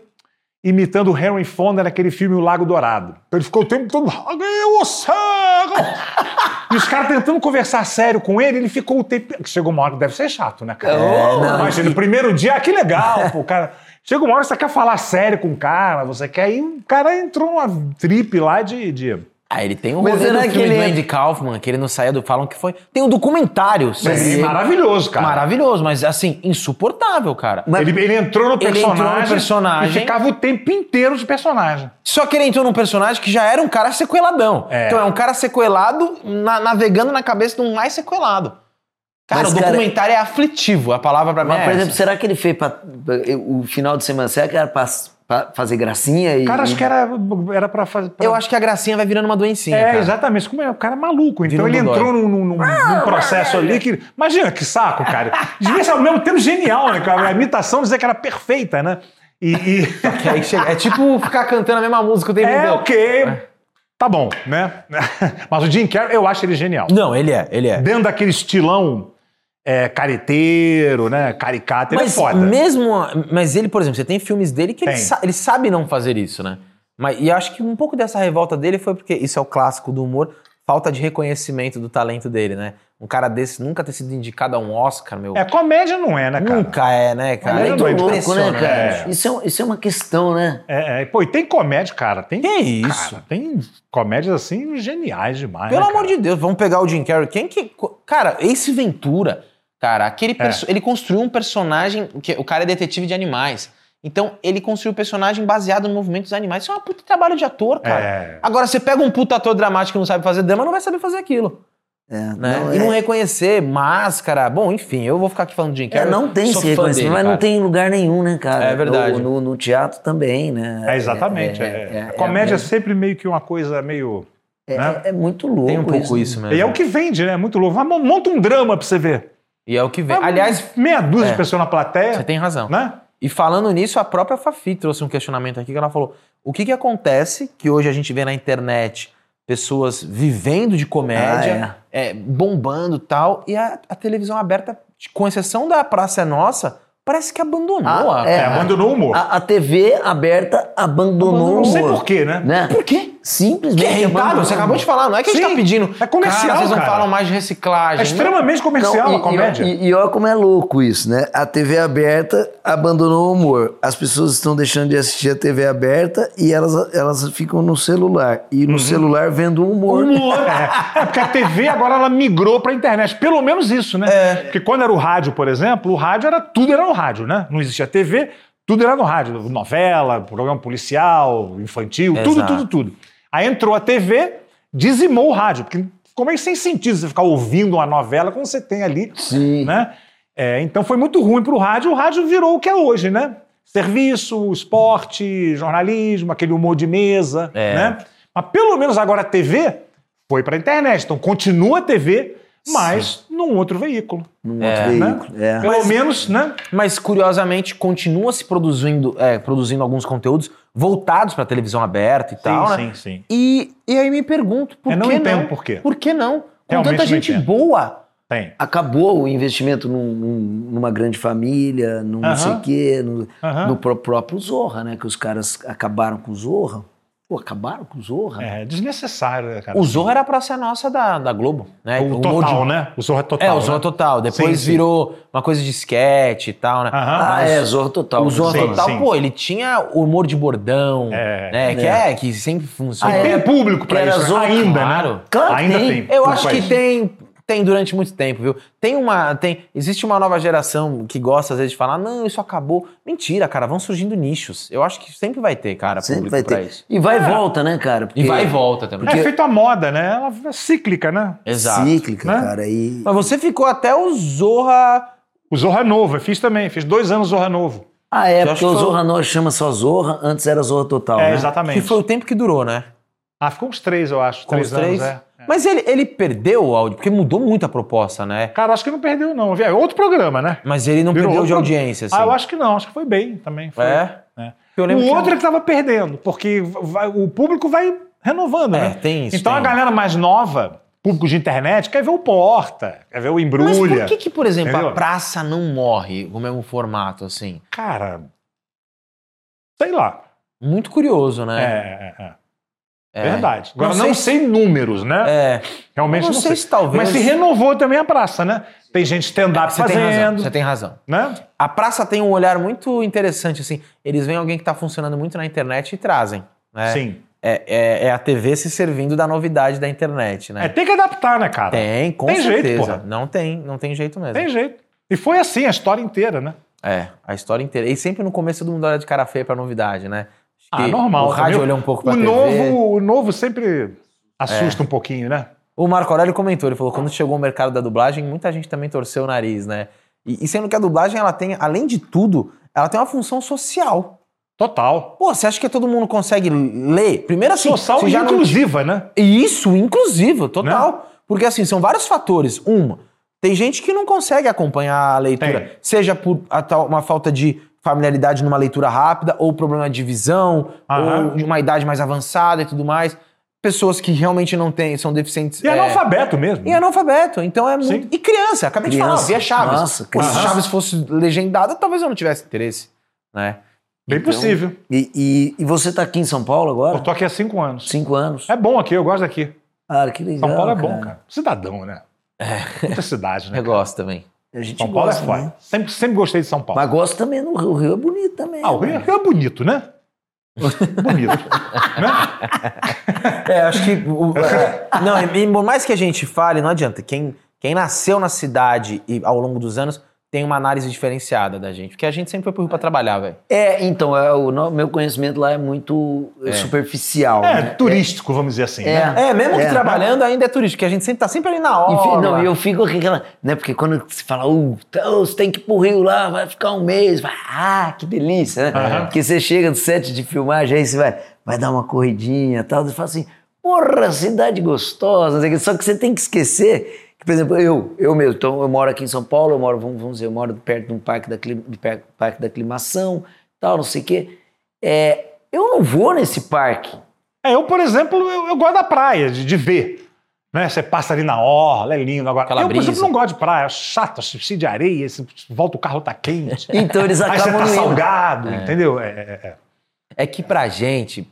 Speaker 3: imitando o Henry Fonda naquele filme O Lago Dourado. Então, Ele ficou o tempo todo. "Ah, "Eu sei". E os caras tentando conversar sério com ele, ele ficou o tempo. Chegou uma hora que deve ser chato, né, cara?
Speaker 1: É, não,
Speaker 3: Imagina, o primeiro dia, ah, que legal, pô, cara. Chega uma hora que você quer falar sério com o cara, você quer. E o cara entrou numa trip lá de. de-
Speaker 2: Ah, ele tem um
Speaker 1: Mas
Speaker 2: rolê do
Speaker 1: será que
Speaker 2: filme
Speaker 1: ele
Speaker 2: do
Speaker 1: é-
Speaker 2: Andy Kaufman, que ele não saía do... Falam que foi... Tem um documentário sobre
Speaker 3: É
Speaker 2: ele.
Speaker 3: maravilhoso, cara.
Speaker 2: Maravilhoso, mas assim, insuportável, cara.
Speaker 1: Mas-
Speaker 3: Ele, ele entrou no
Speaker 2: Ele entrou no
Speaker 3: personagem.
Speaker 2: personagem.
Speaker 3: E ficava o tempo inteiro de personagem.
Speaker 2: Só que ele entrou num personagem que já era um cara sequeladão.
Speaker 3: É.
Speaker 2: Então é um cara sequelado na- navegando na cabeça de um mais sequelado. Cara,
Speaker 1: Mas,
Speaker 2: o
Speaker 1: cara-
Speaker 2: documentário é aflitivo. A palavra pra mim
Speaker 1: Mas,
Speaker 2: é
Speaker 1: por exemplo,
Speaker 2: essa.
Speaker 1: será que ele fez pra, pra- o final de semana? Será que era pra, pra fazer gracinha? E,
Speaker 3: O cara acho que era, era pra fazer. pra-
Speaker 2: Eu acho que a gracinha vai virando uma doencinha,
Speaker 3: É,
Speaker 2: cara.
Speaker 3: exatamente. Como é, o cara é maluco.
Speaker 2: Virou
Speaker 3: Então ele
Speaker 2: Dodói.
Speaker 3: entrou num, num- num- num processo ali que. Imagina, que saco, cara. Devia ser ao mesmo tempo genial, né? cara? A imitação dizer que era perfeita, né? E. e-
Speaker 2: Que aí chega- É tipo ficar cantando a mesma música o tempo
Speaker 3: é,
Speaker 2: inteiro.
Speaker 3: ok. Tá bom, né? Mas o Jim Carrey, eu acho ele genial.
Speaker 2: Não, ele é, ele é.
Speaker 3: Dentro daquele estilão é, careteiro, né? Caricato, ele
Speaker 2: Mas
Speaker 3: é foda.
Speaker 2: mesmo. a- Mas ele, por exemplo, você tem filmes dele que ele,
Speaker 3: Tem.
Speaker 2: sa- ele sabe não fazer isso, né? Mas, e eu acho que um pouco dessa revolta dele foi porque isso é o clássico do humor, falta de reconhecimento do talento dele, né? Um cara desse nunca ter sido indicado a um Oscar, meu.
Speaker 3: É, comédia não é, né, cara?
Speaker 2: Nunca é, né, cara?
Speaker 1: Ele é
Speaker 3: Mas
Speaker 1: muito
Speaker 3: não é
Speaker 1: louco, né, cara?
Speaker 3: É.
Speaker 1: Isso, é, um- isso é uma questão, né?
Speaker 3: É, é. Pô, e tem comédia, cara. Tem,
Speaker 2: Que é isso?
Speaker 3: Cara, tem comédias assim geniais demais.
Speaker 2: Pelo
Speaker 3: né,
Speaker 2: amor
Speaker 3: cara?
Speaker 2: de Deus, vamos pegar o Jim Carrey. Quem que. co- Cara, Ace Ventura, cara,
Speaker 3: É.
Speaker 2: aquele perso- ele construiu um personagem. que O cara é detetive de animais. Então, ele construiu um personagem baseado no movimento dos animais. Isso é um puta trabalho de ator, cara.
Speaker 3: É.
Speaker 2: Agora, você pega um puta ator dramático que não sabe fazer drama, não vai saber fazer aquilo.
Speaker 1: É,
Speaker 2: Né?
Speaker 1: não,
Speaker 2: e
Speaker 1: é-
Speaker 2: não reconhecer, máscara. Bbom, enfim, eu vou ficar aqui falando de Jim
Speaker 1: é,
Speaker 2: Carrey.
Speaker 1: não tem
Speaker 2: sou
Speaker 1: esse
Speaker 2: fã
Speaker 1: reconhecimento,
Speaker 2: dele,
Speaker 1: mas não
Speaker 2: cara.
Speaker 1: tem em lugar nenhum, né, cara?
Speaker 2: É verdade.
Speaker 1: No, no- no teatro também, né?
Speaker 3: É, exatamente. É,
Speaker 1: é- é-
Speaker 3: a comédia é,
Speaker 1: é-
Speaker 3: sempre meio que uma coisa meio.
Speaker 1: É,
Speaker 3: né?
Speaker 1: é muito louco. né?
Speaker 2: Tem um pouco isso, mesmo.
Speaker 3: E é o que vende, né? Muito louco. Mas mon- monta um drama pra você ver.
Speaker 2: E é o que vem. Aliás,
Speaker 3: meia dúzia
Speaker 2: é.
Speaker 3: de pessoas na
Speaker 2: você
Speaker 3: plateia,
Speaker 2: tem razão.
Speaker 3: né?
Speaker 2: E falando nisso, a própria Fafi trouxe um questionamento aqui que ela falou: o que, que acontece que hoje a gente vê na internet pessoas vivendo de comédia, é, bombando e tal, e a, a televisão aberta, com exceção da Praça é Nossa, parece que abandonou
Speaker 1: Ah,
Speaker 2: a.
Speaker 3: É,
Speaker 1: É.
Speaker 3: abandonou o humor.
Speaker 1: A, a TV aberta abandonou o
Speaker 3: Não sei
Speaker 1: humor,
Speaker 3: porquê, né?
Speaker 1: né?
Speaker 2: Por quê?
Speaker 1: Simplesmente.
Speaker 2: É rentável, você acabou de falar, não é que a gente
Speaker 3: Sim,
Speaker 2: tá pedindo.
Speaker 3: é comercial,
Speaker 2: Cara, vocês não
Speaker 3: cara.
Speaker 2: falam mais de reciclagem. né?
Speaker 3: É extremamente
Speaker 1: Não,
Speaker 3: comercial
Speaker 1: e-
Speaker 3: a comédia.
Speaker 1: E, e olha como é louco isso, né? A TV aberta abandonou o humor. As pessoas estão deixando de assistir a TV aberta e elas, elas ficam no celular. E no celular vendo o humor.
Speaker 3: É, é, porque a TV agora ela migrou pra internet. Pelo menos isso, né? Porque quando era o rádio, por exemplo, o rádio era tudo era no rádio, né? Não existia TV, tudo era no rádio. Novela, programa policial, infantil, tudo,
Speaker 2: Exato.
Speaker 3: tudo, tudo. Aí entrou a TV, dizimou o rádio, porque ficou meio sem sentido você ficar ouvindo uma novela quando você tem ali,
Speaker 1: Sim.
Speaker 3: né? É, então foi muito ruim pro rádio, o rádio virou o que é hoje, né? Serviço, esporte, jornalismo, aquele humor de mesa,
Speaker 2: É.
Speaker 3: né? Mas pelo menos agora a TV foi pra internet. Então continua a TV, mas num outro veículo.
Speaker 1: Num
Speaker 2: É,
Speaker 1: um outro
Speaker 3: né?
Speaker 1: veículo. É.
Speaker 3: Pelo menos, né?
Speaker 2: Mas, curiosamente, continua se produzindo, é, produzindo alguns conteúdos voltados pra televisão aberta e tal, né?
Speaker 3: sim, sim.
Speaker 2: E, e aí me pergunto, por
Speaker 3: Eu É, não É.
Speaker 2: que
Speaker 3: entendo
Speaker 2: não?
Speaker 3: por quê.
Speaker 2: Por que não? Com
Speaker 3: Realmente
Speaker 2: tanta
Speaker 3: não
Speaker 2: gente
Speaker 3: entendo.
Speaker 2: boa.
Speaker 3: Tem.
Speaker 1: Acabou o investimento num- num- numa grande família, num não
Speaker 3: Aham.
Speaker 1: sei o quê, no,
Speaker 3: Aham.
Speaker 1: no pró- próprio Zorra, né? Que os caras acabaram com o Zorra. Pô, acabaram com o Zorra?
Speaker 3: É desnecessário, né, cara.
Speaker 2: O Zorro era pra ser a nossa da, da Globo, né?
Speaker 3: O
Speaker 2: humor
Speaker 3: total,
Speaker 2: de-
Speaker 3: né? O Zorro é total.
Speaker 2: É, o
Speaker 3: né?
Speaker 2: Zorro Total. Depois
Speaker 3: Sim, sim.
Speaker 2: virou uma coisa de esquete e tal, né?
Speaker 3: Aham.
Speaker 1: Ah,
Speaker 2: Mas
Speaker 1: é, Zorra Total.
Speaker 2: O Zorro
Speaker 3: Sim,
Speaker 2: Total,
Speaker 3: sim.
Speaker 2: pô, ele tinha humor de bordão,
Speaker 3: É.
Speaker 2: né? Que é, que sempre funciona.
Speaker 1: Ah, é?
Speaker 3: Tem público pra
Speaker 1: Era
Speaker 3: isso, né?
Speaker 1: Zorro,
Speaker 3: ainda,
Speaker 2: claro.
Speaker 3: né?
Speaker 1: Claro que
Speaker 3: ainda
Speaker 1: tem.
Speaker 3: tem.
Speaker 2: Eu
Speaker 3: Tudo
Speaker 2: acho
Speaker 3: faz.
Speaker 2: que tem, tem durante muito tempo, viu? Tem uma, tem, existe uma nova geração que gosta às vezes de falar, não, isso acabou. Mentira, cara, vão surgindo nichos. Eu acho que sempre vai ter, cara,
Speaker 1: Sempre
Speaker 2: público
Speaker 1: vai
Speaker 2: pra
Speaker 1: ter.
Speaker 2: isso.
Speaker 1: E vai e
Speaker 3: É.
Speaker 1: volta, né, cara?
Speaker 2: E
Speaker 1: Porque
Speaker 2: vai e volta também.
Speaker 1: Porque-
Speaker 3: É feito a moda, né? Ela é cíclica, né?
Speaker 2: Exato.
Speaker 1: Cíclica,
Speaker 3: né?
Speaker 1: cara. E...
Speaker 2: Mas você ficou até o Zorra.
Speaker 3: O Zorra é novo, eu fiz também. Fiz dois anos Zorra novo.
Speaker 1: Ah, é,
Speaker 2: Eu acho
Speaker 1: porque
Speaker 2: que
Speaker 1: o
Speaker 2: foi-
Speaker 1: Zorra não chama só Zorra, antes era Zorra Total,
Speaker 3: É,
Speaker 1: né?
Speaker 3: exatamente.
Speaker 2: Ah, Que foi o tempo que durou, né?
Speaker 3: Ah, ficou uns três, eu acho.
Speaker 2: Com
Speaker 3: três,
Speaker 2: os três.
Speaker 3: anos, é.
Speaker 2: Mas ele, ele perdeu o áudio, porque mudou muito a proposta, né?
Speaker 3: Cara, acho que não perdeu, não. É outro programa, né?
Speaker 2: Mas ele não
Speaker 3: Virou
Speaker 2: perdeu de
Speaker 3: outro-
Speaker 2: audiência, assim.
Speaker 3: Ah, eu acho que não. Acho que foi bem também. Foi.
Speaker 2: É.
Speaker 3: É.
Speaker 2: Eu lembro
Speaker 3: O
Speaker 2: que-
Speaker 3: outro é que tava perdendo, porque vai- o público vai renovando,
Speaker 2: É,
Speaker 3: né?
Speaker 2: tem isso,
Speaker 3: Então
Speaker 2: tem.
Speaker 3: a galera mais nova, público de internet, quer ver o Porta, quer ver o
Speaker 2: Mas
Speaker 3: Embrulha.
Speaker 2: por que, que por exemplo, a
Speaker 3: Entendeu?
Speaker 2: praça não morre com o mesmo formato, assim?
Speaker 3: Cara, sei lá.
Speaker 2: Muito curioso,
Speaker 3: É,
Speaker 2: né?
Speaker 3: é, é.
Speaker 2: É,
Speaker 3: verdade. Agora,
Speaker 2: Não
Speaker 3: não
Speaker 2: sei
Speaker 3: sei, números, né?
Speaker 2: É.
Speaker 3: Realmente
Speaker 2: Não
Speaker 3: não,
Speaker 2: sei
Speaker 3: sei.
Speaker 2: se talvez-
Speaker 3: Mas se renovou também a praça, né? Tem gente stand-up
Speaker 2: Você tem razão.
Speaker 3: fazendo,
Speaker 2: Você tem razão.
Speaker 3: né?
Speaker 2: A praça tem um olhar muito interessante, assim. Eles veem alguém que tá funcionando muito na internet e trazem. Né?
Speaker 3: Sim.
Speaker 2: É, é- é a TV se servindo da novidade da internet,
Speaker 3: É,
Speaker 2: né?
Speaker 3: tem que adaptar, né, cara?
Speaker 2: Tem, com
Speaker 3: Tem jeito,
Speaker 2: certeza.
Speaker 3: porra.
Speaker 2: Não tem, não tem jeito mesmo.
Speaker 3: Tem jeito. E foi assim a história inteira, né?
Speaker 2: É, a história inteira. E sempre no começo todo mundo olha de cara feia pra novidade, né? Acho
Speaker 3: Ah,
Speaker 2: que
Speaker 3: normal.
Speaker 2: O rádio
Speaker 3: entendeu?
Speaker 2: olhou um pouco pra
Speaker 3: o
Speaker 2: TV.
Speaker 3: novo, O novo sempre assusta
Speaker 2: É.
Speaker 3: um pouquinho, né?
Speaker 2: O Marco Aurélio comentou, ele falou, quando chegou o mercado da dublagem, muita gente também torceu o nariz, né? E, e sendo que a dublagem, ela tem, além de tudo, ela tem uma função social.
Speaker 3: Total.
Speaker 2: Pô, você acha que todo mundo consegue ler? Primeiro assim,
Speaker 3: Social Né?
Speaker 2: você
Speaker 3: e
Speaker 2: já não
Speaker 3: inclusiva, né?
Speaker 2: E Isso, inclusive, total. Porque assim, são vários fatores. Uma, tem gente que não consegue acompanhar a leitura,
Speaker 3: Tem.
Speaker 2: seja por a tal- uma falta de familiaridade numa leitura rápida, ou problema de visão,
Speaker 3: Aham.
Speaker 2: ou de uma idade mais avançada e tudo mais. Pessoas que realmente não têm, são deficientes.
Speaker 3: E
Speaker 2: é,
Speaker 3: analfabeto mesmo. né?
Speaker 2: e analfabeto, então é
Speaker 3: Sim.
Speaker 2: muito. E criança, acabei de falar,
Speaker 1: Criança.
Speaker 2: eu via Chaves.
Speaker 1: Nossa,
Speaker 2: Pô, se
Speaker 1: criança.
Speaker 2: Chaves fosse legendada, talvez eu não tivesse interesse, né?
Speaker 3: Bem
Speaker 1: Então-
Speaker 3: possível.
Speaker 1: E, e- e você tá aqui em São Paulo agora?
Speaker 3: Eu tô aqui há cinco anos.
Speaker 1: Cinco anos.
Speaker 3: É bom aqui, eu gosto daqui.
Speaker 1: Cara, que legal.
Speaker 3: São Paulo é bom, cara. Cidadão, né?
Speaker 2: É.
Speaker 3: Muita cidade,
Speaker 1: É.
Speaker 3: né?
Speaker 2: Eu gosto também.
Speaker 1: A gente
Speaker 3: São Paulo é
Speaker 1: gosta,
Speaker 3: foda.
Speaker 1: né?
Speaker 3: Sempre, sempre gostei de São Paulo.
Speaker 1: Mas gosta também no Rio. O Rio é bonito também.
Speaker 3: Ah, o Rio,
Speaker 1: né?
Speaker 3: Rio é bonito, né? bonito. né?
Speaker 2: É, acho que. o- é, não, e, e por mais que a gente fale, não adianta. Quem, quem nasceu na cidade e ao longo dos anos tem uma análise diferenciada da gente. Porque a gente sempre foi pro Rio pra trabalhar, velho.
Speaker 1: É, então, é, o no- meu conhecimento lá é muito é, superficial.
Speaker 3: É,
Speaker 1: né?
Speaker 3: turístico, vamos dizer assim.
Speaker 1: É.
Speaker 3: Né?
Speaker 2: É, mesmo que
Speaker 1: É.
Speaker 2: trabalhando ainda é turístico, porque a gente sempre tá sempre ali na
Speaker 1: E fi-
Speaker 2: hora.
Speaker 1: não, e eu fico com aquela. Né, porque quando se fala, "Uh, tá, ô, você tem que ir pro Rio lá, vai ficar um mês. vai, ah, que delícia, né?
Speaker 3: Aham.
Speaker 1: Porque você chega do set de filmagem, aí você vai, vai dar uma corridinha e tal. Você fala assim, porra, cidade gostosa. não sei o quê. Só que você tem que esquecer que, por exemplo, eu, eu mesmo, então, eu moro aqui em São Paulo, eu moro, vamos, vamos dizer, eu moro perto de um parque da, clim- de per- parque da aclimação, tal, não sei o quê. É, eu não vou nesse parque.
Speaker 3: É, eu, por exemplo, eu, eu gosto da praia, de, de ver. Né? Você passa ali na orla, é lindo. Agora,
Speaker 2: Aquela
Speaker 3: eu, por
Speaker 2: brisa.
Speaker 3: exemplo, não gosto de praia. É chato, é cheio de areia, você volta o carro, tá quente.
Speaker 1: Então eles
Speaker 3: Aí você
Speaker 1: acabam
Speaker 3: tá
Speaker 1: não indo.
Speaker 3: salgado, entendeu? É, é, é.
Speaker 2: É que pra gente,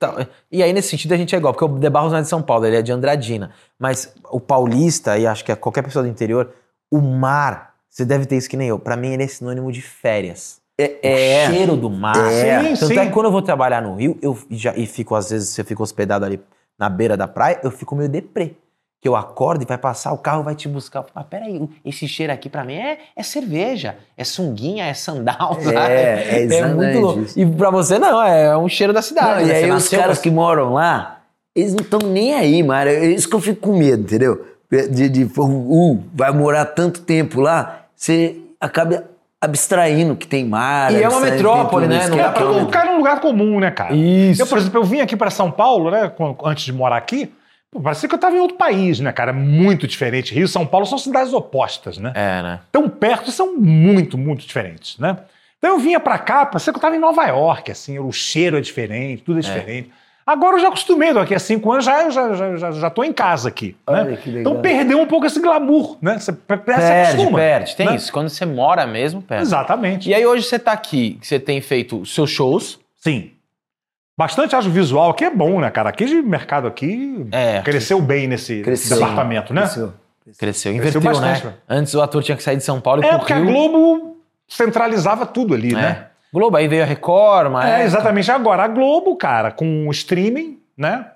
Speaker 2: Então, e aí, nesse sentido, a gente é igual, porque o De Barros não é de São Paulo, ele é de Andradina. Mas o paulista, e acho que é qualquer pessoa do interior, o mar, você deve ter isso que nem eu, pra mim ele é sinônimo de férias.
Speaker 1: É,
Speaker 2: O cheiro do mar.
Speaker 3: É. Sim,
Speaker 2: Tanto
Speaker 3: sim.
Speaker 2: é que quando eu vou trabalhar no Rio, eu já, e fico, às vezes, se eu fico hospedado ali na beira da praia, eu fico meio deprê. Que eu acordo e vai passar, o carro vai te buscar. Mas peraí, um, esse cheiro aqui pra mim é, é cerveja, é sunguinha, é sandal. sabe?
Speaker 1: é exatamente
Speaker 2: muito louco.
Speaker 1: isso.
Speaker 2: E pra você não, é um cheiro da cidade.
Speaker 1: Não, e
Speaker 2: né? Você
Speaker 1: aí os
Speaker 2: nasceu
Speaker 1: caras
Speaker 2: com-
Speaker 1: que moram lá, eles não estão nem aí, Mário. É isso que eu fico com medo, entendeu? É, De, de uh, vai morar tanto tempo lá, você acaba abstraindo que tem mar.
Speaker 2: E é uma
Speaker 1: abstraindo que tem
Speaker 2: metrópole,
Speaker 1: tudo
Speaker 2: né?
Speaker 1: isso,
Speaker 2: Não
Speaker 1: que
Speaker 2: dá
Speaker 3: É,
Speaker 1: é
Speaker 2: pra
Speaker 1: tudo-
Speaker 3: todo lugar é um lugar comum, né, cara?
Speaker 2: Isso.
Speaker 3: Eu, por exemplo, eu vim aqui pra São Paulo, né, com- antes de morar aqui, pô, parecia que eu tava em outro país, né, cara? Muito diferente. Rio e São Paulo são cidades opostas, né?
Speaker 2: É, né?
Speaker 3: Tão perto e são muito, muito diferentes, né? Então eu vinha pra cá, parecia que eu tava em Nova York, assim, o cheiro é diferente, tudo é diferente. Agora eu já acostumei, daqui a cinco anos já, eu já, já, já, já tô em casa aqui,
Speaker 1: Olha
Speaker 3: né?
Speaker 1: que legal.
Speaker 3: Então perdeu um pouco esse glamour, né? Você per- per- se
Speaker 2: Perde,
Speaker 3: acostuma.
Speaker 2: perde. Tem
Speaker 3: né?
Speaker 2: isso. Quando você mora mesmo, perde.
Speaker 3: Exatamente.
Speaker 2: E aí hoje você tá aqui, que você tem feito seus shows.
Speaker 3: Sim. Bastante acho visual aqui é bom, né, cara? Aqui de mercado aqui
Speaker 2: É,
Speaker 3: cresceu bem nesse,
Speaker 1: Cresceu.
Speaker 3: nesse departamento, né?
Speaker 1: Cresceu.
Speaker 2: cresceu,
Speaker 3: Cresceu
Speaker 2: inverteu,
Speaker 3: bastante,
Speaker 2: né?
Speaker 3: velho.
Speaker 2: Antes o ator tinha que sair de São Paulo e
Speaker 3: É,
Speaker 2: pro
Speaker 3: porque a
Speaker 2: Rio.
Speaker 3: Globo centralizava tudo ali,
Speaker 2: É.
Speaker 3: né?
Speaker 2: Globo, aí veio a Record, mas
Speaker 3: É, exatamente. Agora, a Globo, cara, com o streaming, né?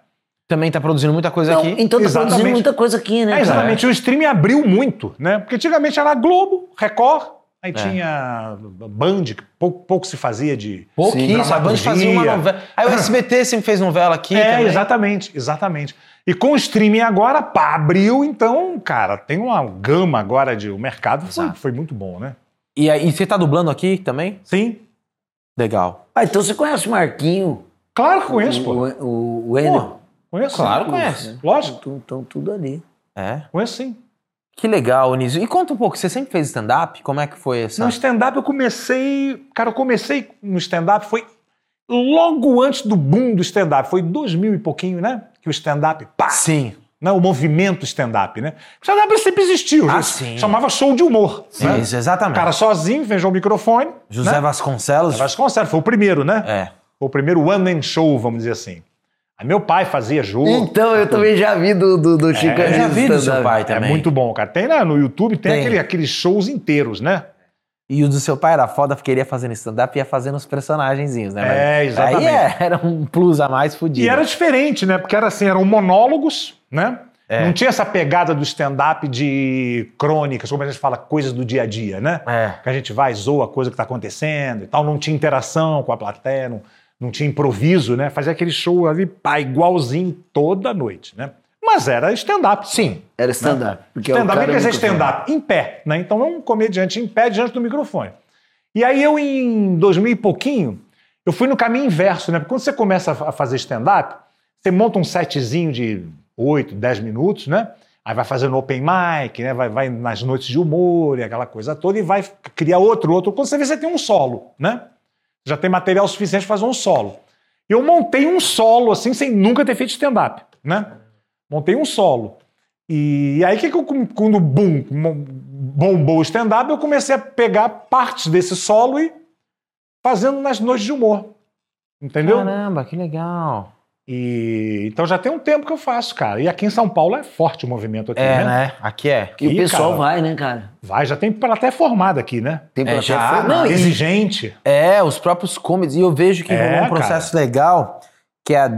Speaker 2: também tá produzindo muita coisa
Speaker 1: Não,
Speaker 2: aqui.
Speaker 1: então tá produzindo
Speaker 3: Exatamente.
Speaker 1: muita coisa aqui, né?
Speaker 3: É,
Speaker 1: cara?
Speaker 3: exatamente. O streaming abriu muito, né? Porque antigamente era a Globo, Record, aí
Speaker 2: É.
Speaker 3: tinha Band, que pouco, pouco se fazia de.
Speaker 2: Pouquíssimo, a Band fazia uma
Speaker 3: dramaturgia.
Speaker 2: novela. Aí o SBT sempre fez novela aqui
Speaker 3: é,
Speaker 2: também.
Speaker 3: exatamente, exatamente. E com o streaming agora, pá, abriu, então, cara, tem uma gama agora de. O mercado foi,
Speaker 2: Exato.
Speaker 3: foi muito bom, né?
Speaker 2: E aí e você tá dublando aqui também?
Speaker 3: Sim.
Speaker 2: Legal.
Speaker 1: Ah, então você conhece o Marquinho?
Speaker 3: Claro que conheço, pô.
Speaker 1: O, o, o Enel?
Speaker 3: Pô, Conheço.
Speaker 2: Claro,
Speaker 3: conheço.
Speaker 2: conhece.
Speaker 3: Lógico,
Speaker 1: Estão tudo ali.
Speaker 2: É.
Speaker 3: conheço sim.
Speaker 2: Que legal, Niso. E conta um pouco, você sempre fez stand-up? Como é que foi essa?
Speaker 3: No stand-up eu comecei. Cara, eu comecei no stand-up, foi logo antes do boom do stand-up. Foi 2000 e pouquinho, né? Que o stand-up, pá!
Speaker 2: Sim.
Speaker 3: Né? O movimento stand-up, né? O stand-up sempre existiu.
Speaker 2: Ah,
Speaker 3: né?
Speaker 2: sim.
Speaker 3: Chamava show de humor. né?
Speaker 2: Isso,
Speaker 3: O
Speaker 2: exatamente.
Speaker 3: cara sozinho, fechou o microfone.
Speaker 2: José
Speaker 3: né?
Speaker 2: Vasconcelos.
Speaker 3: Vasconcelos, foi o primeiro, né?
Speaker 2: É.
Speaker 3: Foi o primeiro one-man show, vamos dizer assim. Aí meu pai fazia jogo.
Speaker 1: Então, eu também já vi do, do, do Chico
Speaker 2: Eu já
Speaker 1: Anísio
Speaker 2: vi do seu
Speaker 1: stand-up.
Speaker 2: pai
Speaker 3: É
Speaker 2: também.
Speaker 3: muito bom, cara. Tem né, no YouTube, tem,
Speaker 2: Tem.
Speaker 3: aquele- aqueles shows inteiros, né?
Speaker 2: E o do seu pai era foda, porque ele ia fazendo stand-up e ia fazendo os personagenzinhos, né?
Speaker 3: É,
Speaker 2: Mas
Speaker 3: exatamente.
Speaker 2: Aí é, era um plus a mais fudido.
Speaker 3: E era diferente, né? Porque era assim, eram monólogos, né?
Speaker 2: É.
Speaker 3: Não tinha essa pegada do stand-up de crônicas, como a gente fala, coisas do dia a dia, né?
Speaker 2: É.
Speaker 3: Que a gente vai, zoa a coisa que tá acontecendo e tal. Não tinha interação com a plateia, não, não tinha improviso, né? Fazia aquele show ali, pá, igualzinho toda noite, né? Mas era stand-up. Sim.
Speaker 1: Era stand-up. porque é o
Speaker 3: Stand-up, o
Speaker 1: cara
Speaker 3: que quer dizer
Speaker 1: muito-
Speaker 3: stand-up? Em pé, né? Então é um comediante em pé diante do microfone. E aí eu, em 2000 e pouquinho, eu fui no caminho inverso, né? Porque quando você começa a fa- a fazer stand-up, você monta um setzinho de 8, 10 minutos, né? Aí vai fazendo open mic, né? Vai, vai nas noites de humor e aquela coisa toda e vai f- criar outro, outro. Quando você vê, você tem um solo, né? Já tem material suficiente para fazer um solo. Eu montei um solo, assim, sem nunca ter feito stand-up, né? Montei um solo. E aí, que que eu, com- quando boom, mo- bombou o stand-up, eu comecei a pegar partes desse solo e fazendo nas noites de humor. Entendeu?
Speaker 2: Caramba, que legal.
Speaker 3: E então já tem um tempo que eu faço, cara. E aqui em São Paulo é forte o movimento aqui,
Speaker 2: É,
Speaker 3: né?
Speaker 2: né? Aqui é.
Speaker 1: E o
Speaker 3: Ih,
Speaker 1: pessoal
Speaker 3: cara.
Speaker 1: vai, né, cara?
Speaker 3: Vai, já tem até formada aqui, né?
Speaker 1: Tem
Speaker 2: É,
Speaker 1: plateia
Speaker 2: já,
Speaker 1: formada.
Speaker 2: não, e-
Speaker 3: Exigente.
Speaker 2: É, os próprios comedies. E eu vejo que
Speaker 3: É,
Speaker 2: rolou um processo legal, que é a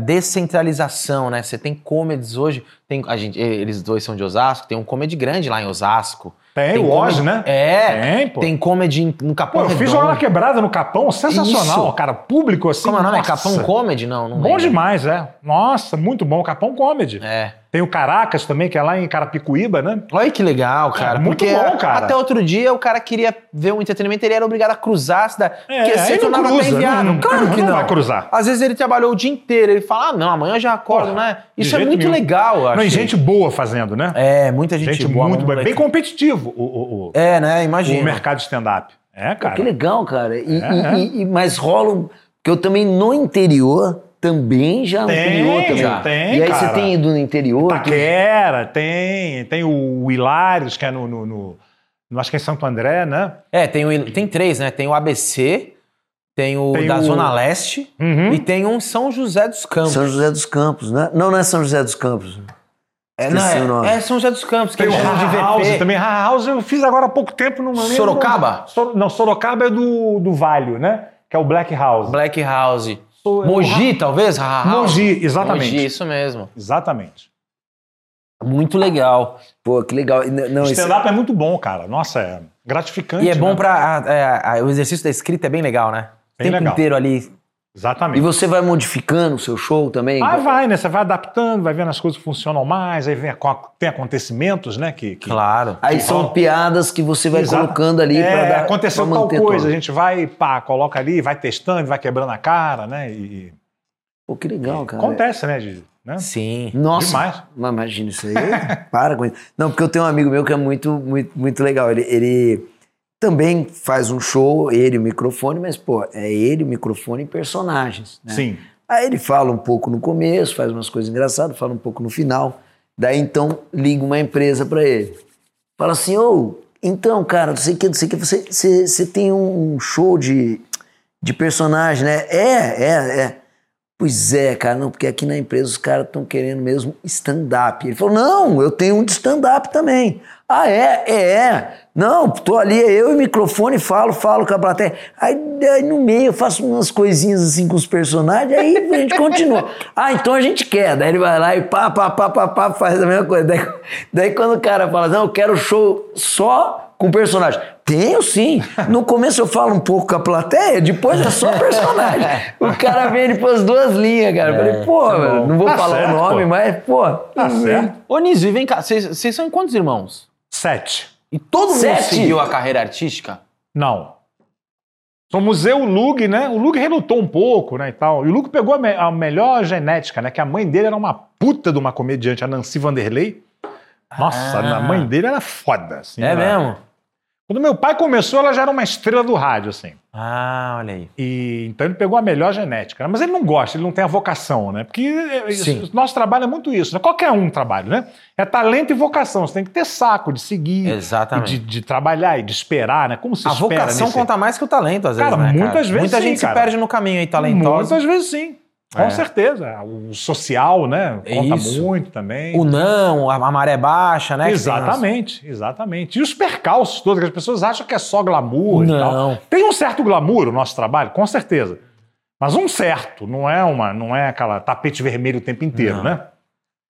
Speaker 2: descentralização, né? Você tem comedies hoje, tem, a gente, eles dois são de Osasco, tem um comedy grande lá em Osasco.
Speaker 3: Tem,
Speaker 2: Tem
Speaker 3: o
Speaker 2: como-
Speaker 3: Oz, né?
Speaker 2: É,
Speaker 3: Tem, pô.
Speaker 2: tem comedy em- no
Speaker 3: Pô,
Speaker 2: Capão
Speaker 3: eu fiz
Speaker 2: Redondo.
Speaker 3: uma hora quebrada no Capão, sensacional,
Speaker 2: Isso.
Speaker 3: cara. Público assim.
Speaker 2: Como é o nome? É
Speaker 3: nossa.
Speaker 2: Capão Comedy? Não, não
Speaker 3: Bom
Speaker 2: lembro.
Speaker 3: demais, é. Nossa, muito bom. Capão Comedy.
Speaker 2: É.
Speaker 3: Tem o Caracas também, que é lá em Carapicuíba, né?
Speaker 2: Olha que legal, cara.
Speaker 3: É, muito
Speaker 2: porque
Speaker 3: bom, cara.
Speaker 2: Até outro dia o cara queria ver um entretenimento, ele era obrigado a cruzar a cidade. porque
Speaker 3: É, aí né?
Speaker 2: se tornava até inviável.
Speaker 3: não-
Speaker 2: claro que não.
Speaker 3: vai cruzar.
Speaker 2: Às vezes ele trabalhou o dia inteiro, ele fala, ah, não, amanhã eu já acordo,
Speaker 3: Porra,
Speaker 2: né?
Speaker 3: de
Speaker 2: Isso é
Speaker 3: jeito
Speaker 2: muito
Speaker 3: nenhum.
Speaker 2: legal, eu acho.
Speaker 3: Não, e gente boa fazendo, né?
Speaker 2: É, muita gente,
Speaker 3: gente
Speaker 2: boa.
Speaker 3: muito
Speaker 2: vamos
Speaker 3: boa. Bem
Speaker 2: moleque.
Speaker 3: competitivo o, o, o,
Speaker 2: É, né?
Speaker 3: o
Speaker 2: Imagina.
Speaker 3: mercado de stand-up. É, cara.
Speaker 1: Que legal, cara. E,
Speaker 3: É.
Speaker 1: e- e- e- mas rola. um- Porque eu também no interior também já. no
Speaker 3: Tem,
Speaker 1: interior também.
Speaker 3: já tem,
Speaker 1: E aí
Speaker 3: cara.
Speaker 1: você tem ido no interior. tem-
Speaker 3: Taquera, tem. Tem o Hilários, que é no. no, no- no- acho que é em Santo André, né?
Speaker 2: É, tem, o- tem três, né? Tem o ABC, tem o
Speaker 3: Tem
Speaker 2: da
Speaker 3: o-
Speaker 2: Zona Leste
Speaker 3: Uhum.
Speaker 2: e tem um em São José dos Campos.
Speaker 1: São José dos Campos, né? Não, não é São José dos Campos.
Speaker 2: é,
Speaker 1: esqueci o
Speaker 2: não,
Speaker 1: nome.
Speaker 2: é, é São José dos Campos, que
Speaker 3: Tem
Speaker 2: eles
Speaker 3: o
Speaker 2: chamam de
Speaker 3: Haha House
Speaker 2: VP.
Speaker 3: também. Haha House eu fiz agora há pouco tempo numa. mesma-
Speaker 2: Sorocaba?
Speaker 3: Sor- Não, Sorocaba é do, do Vale, né? Que é o Black House.
Speaker 2: Black House.
Speaker 3: Sou-
Speaker 2: Mogi, talvez? Haha House.
Speaker 3: Mogi, exatamente.
Speaker 2: Mogi, isso mesmo.
Speaker 3: Exatamente.
Speaker 2: Muito legal.
Speaker 1: Pô, que legal. E n- Não, isso-
Speaker 3: é Stand-up é muito bom, cara. Nossa, é gratificante.
Speaker 2: E é bom
Speaker 3: né?
Speaker 2: pra. a- é, a- o exercício da escrita é bem legal, né? O
Speaker 3: Bem
Speaker 2: tempo
Speaker 3: legal.
Speaker 2: inteiro ali.
Speaker 1: E
Speaker 3: Exatamente.
Speaker 1: você então? vai modificando o seu show também?
Speaker 3: Ah, é vai, né? Você vai adaptando, vai vendo as coisas que funcionam mais, aí vem a- tem acontecimentos, né? Que, que-
Speaker 2: Claro.
Speaker 1: Aí são piadas que você vai
Speaker 3: Exato.
Speaker 1: colocando ali
Speaker 3: é,
Speaker 1: pra dar.
Speaker 3: aconteceu
Speaker 1: pra
Speaker 3: tal
Speaker 1: manter
Speaker 3: coisa, a
Speaker 1: todo.
Speaker 3: gente vai, pá, coloca ali, vai testando, vai quebrando a cara, né? E, e-
Speaker 1: Pô, que legal, cara.
Speaker 3: acontece, né? de- né?
Speaker 2: Sim.
Speaker 1: Nossa,
Speaker 3: Demais.
Speaker 1: mas imagina isso aí. Para com isso. Não, porque eu tenho um amigo meu que é muito, muito, muito legal. Ele, ele também faz um show, ele e o microfone, mas, pô, é ele, o microfone e personagens. Né?
Speaker 3: Sim.
Speaker 1: Aí ele fala um pouco no começo, faz umas coisas engraçadas, fala um pouco no final. Daí então liga uma empresa pra ele. Fala assim, ô, então, cara, não sei o que, não sei o que, você, você, você tem um show de, de personagem, né? É, é, é. Pois é, cara, não, porque aqui na empresa os caras estão querendo mesmo stand-up. Ele falou: não, eu tenho um de stand-up também. Ah, é, é, é. Não, tô ali, é eu e o microfone falo, falo com a plateia. Aí, aí no meio eu faço umas coisinhas assim com os personagens, aí a gente continua. Ah, então a gente quer. Daí ele vai lá e pá, pá, pá, pá, pá, faz a mesma coisa. Daí, daí quando o cara fala, não, eu quero show só com personagem. Tenho sim. No começo eu falo um pouco com a plateia, depois é só personagem. O cara vem ele pôs duas linhas, cara. Eu falei, pô, velho, não vou
Speaker 3: É, Tá
Speaker 1: falar
Speaker 3: certo,
Speaker 1: o nome,
Speaker 3: pô.
Speaker 1: mas, pô. Uhum.
Speaker 3: Tá certo.
Speaker 2: Ô, Niso, e vem cá. Vocês vocês são quantos irmãos?
Speaker 3: Sete.
Speaker 2: E todo mundo
Speaker 1: Sete?
Speaker 2: seguiu a carreira artística?
Speaker 3: Não. Somos eu, o Lug, né? O Lug relutou um pouco, né, e tal. E o Lug pegou a, me- a melhor genética, né? Que a mãe dele era uma puta de uma comediante, a Nancy Vanderlei. Nossa,
Speaker 2: Ah.
Speaker 3: a mãe dele era foda, assim.
Speaker 2: é
Speaker 3: era-
Speaker 2: mesmo?
Speaker 3: Quando meu pai começou, ela já era uma estrela do rádio, assim.
Speaker 2: Ah, olha aí.
Speaker 3: E, então ele pegou a melhor genética. né? Mas ele não gosta, ele não tem a vocação, né? Porque é, isso-
Speaker 2: Sim.
Speaker 3: o nosso trabalho é muito isso, né? Qualquer um trabalho, né? É talento e vocação. Você tem que ter saco de seguir,
Speaker 2: Exatamente.
Speaker 3: e de, de trabalhar e de esperar, né? Como se
Speaker 2: A
Speaker 3: espera
Speaker 2: vocação
Speaker 3: nesse-
Speaker 2: conta mais que o talento, às vezes, né,
Speaker 3: Cara, muitas vezes
Speaker 2: Muita
Speaker 3: sim,
Speaker 2: gente se
Speaker 3: cara.
Speaker 2: perde no caminho aí, talentosa.
Speaker 3: Muitas vezes sim. Com
Speaker 2: É.
Speaker 3: certeza. O social, né?
Speaker 2: É
Speaker 3: Conta
Speaker 2: isso.
Speaker 3: muito também.
Speaker 2: O não, a a maré baixa, né? que tem as-
Speaker 3: Exatamente, exatamente. E os percalços todos, que as pessoas acham que é só glamour e tal.
Speaker 2: Não.
Speaker 3: Tem um certo glamour o nosso trabalho, com certeza. Mas um certo, não é uma, não é aquela tapete vermelho o tempo inteiro,
Speaker 2: Não.
Speaker 3: né?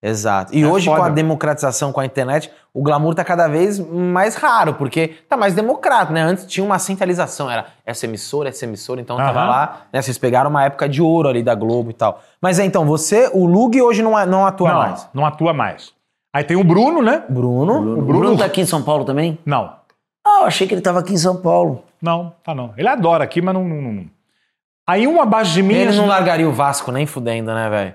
Speaker 2: Exato. E
Speaker 3: É
Speaker 2: hoje, com a
Speaker 3: foda.
Speaker 2: democratização com a internet, o glamour tá cada vez mais raro, porque tá mais democrata, né? Antes tinha uma centralização, era essa emissora, essa emissora, então tava
Speaker 3: Aham.
Speaker 2: lá, né? Vocês pegaram uma época de ouro ali da Globo e tal. Mas é então, você, o Lug hoje não, é- não atua
Speaker 3: não,
Speaker 2: mais.
Speaker 3: não atua mais. Aí tem o Bruno, né?
Speaker 2: Bruno,
Speaker 1: O
Speaker 3: Bruno-
Speaker 1: Bruno tá aqui em São Paulo também?
Speaker 3: Não,
Speaker 1: Ah, eu achei que ele tava aqui em São Paulo.
Speaker 3: não, tá não. Ele adora aqui, mas não. não- não- Aí um abaixo de mim.
Speaker 2: ele não largaria o Vasco nem fudendo, né, velho?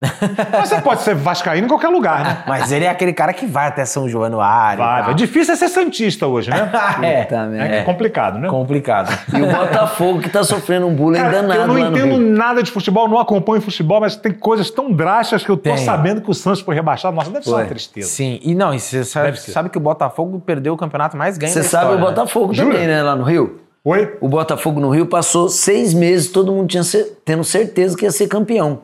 Speaker 3: Mas você pode ser vascaíno em qualquer lugar, né?
Speaker 2: Mas ele é aquele cara que vai até São João no ar.
Speaker 3: Vai, vai. Difícil é ser santista hoje, né?
Speaker 2: é,
Speaker 1: Puta merda.
Speaker 3: É, complicado, né?
Speaker 2: complicado.
Speaker 1: E o Botafogo que tá sofrendo um bullying
Speaker 3: Cara,
Speaker 1: danado
Speaker 3: eu não
Speaker 1: lá no
Speaker 3: entendo
Speaker 1: Rio.
Speaker 3: nada de futebol, não acompanho futebol, mas tem coisas tão drásticas que eu tô
Speaker 2: Tem.
Speaker 3: sabendo que o Santos foi rebaixado. Nossa, deve ser uma
Speaker 1: Foi.
Speaker 3: tristeza.
Speaker 2: Sim, e não, e você sabe,
Speaker 3: Deve ser.
Speaker 2: sabe que o Botafogo perdeu o campeonato mais ganho
Speaker 1: Você
Speaker 2: da
Speaker 1: sabe
Speaker 2: história,
Speaker 1: o
Speaker 2: né?
Speaker 1: Botafogo
Speaker 3: Jura?
Speaker 1: também, né? Lá no Rio.
Speaker 3: Oi?
Speaker 1: O Botafogo no Rio passou seis meses, todo mundo tinha cer- tendo certeza que ia ser campeão.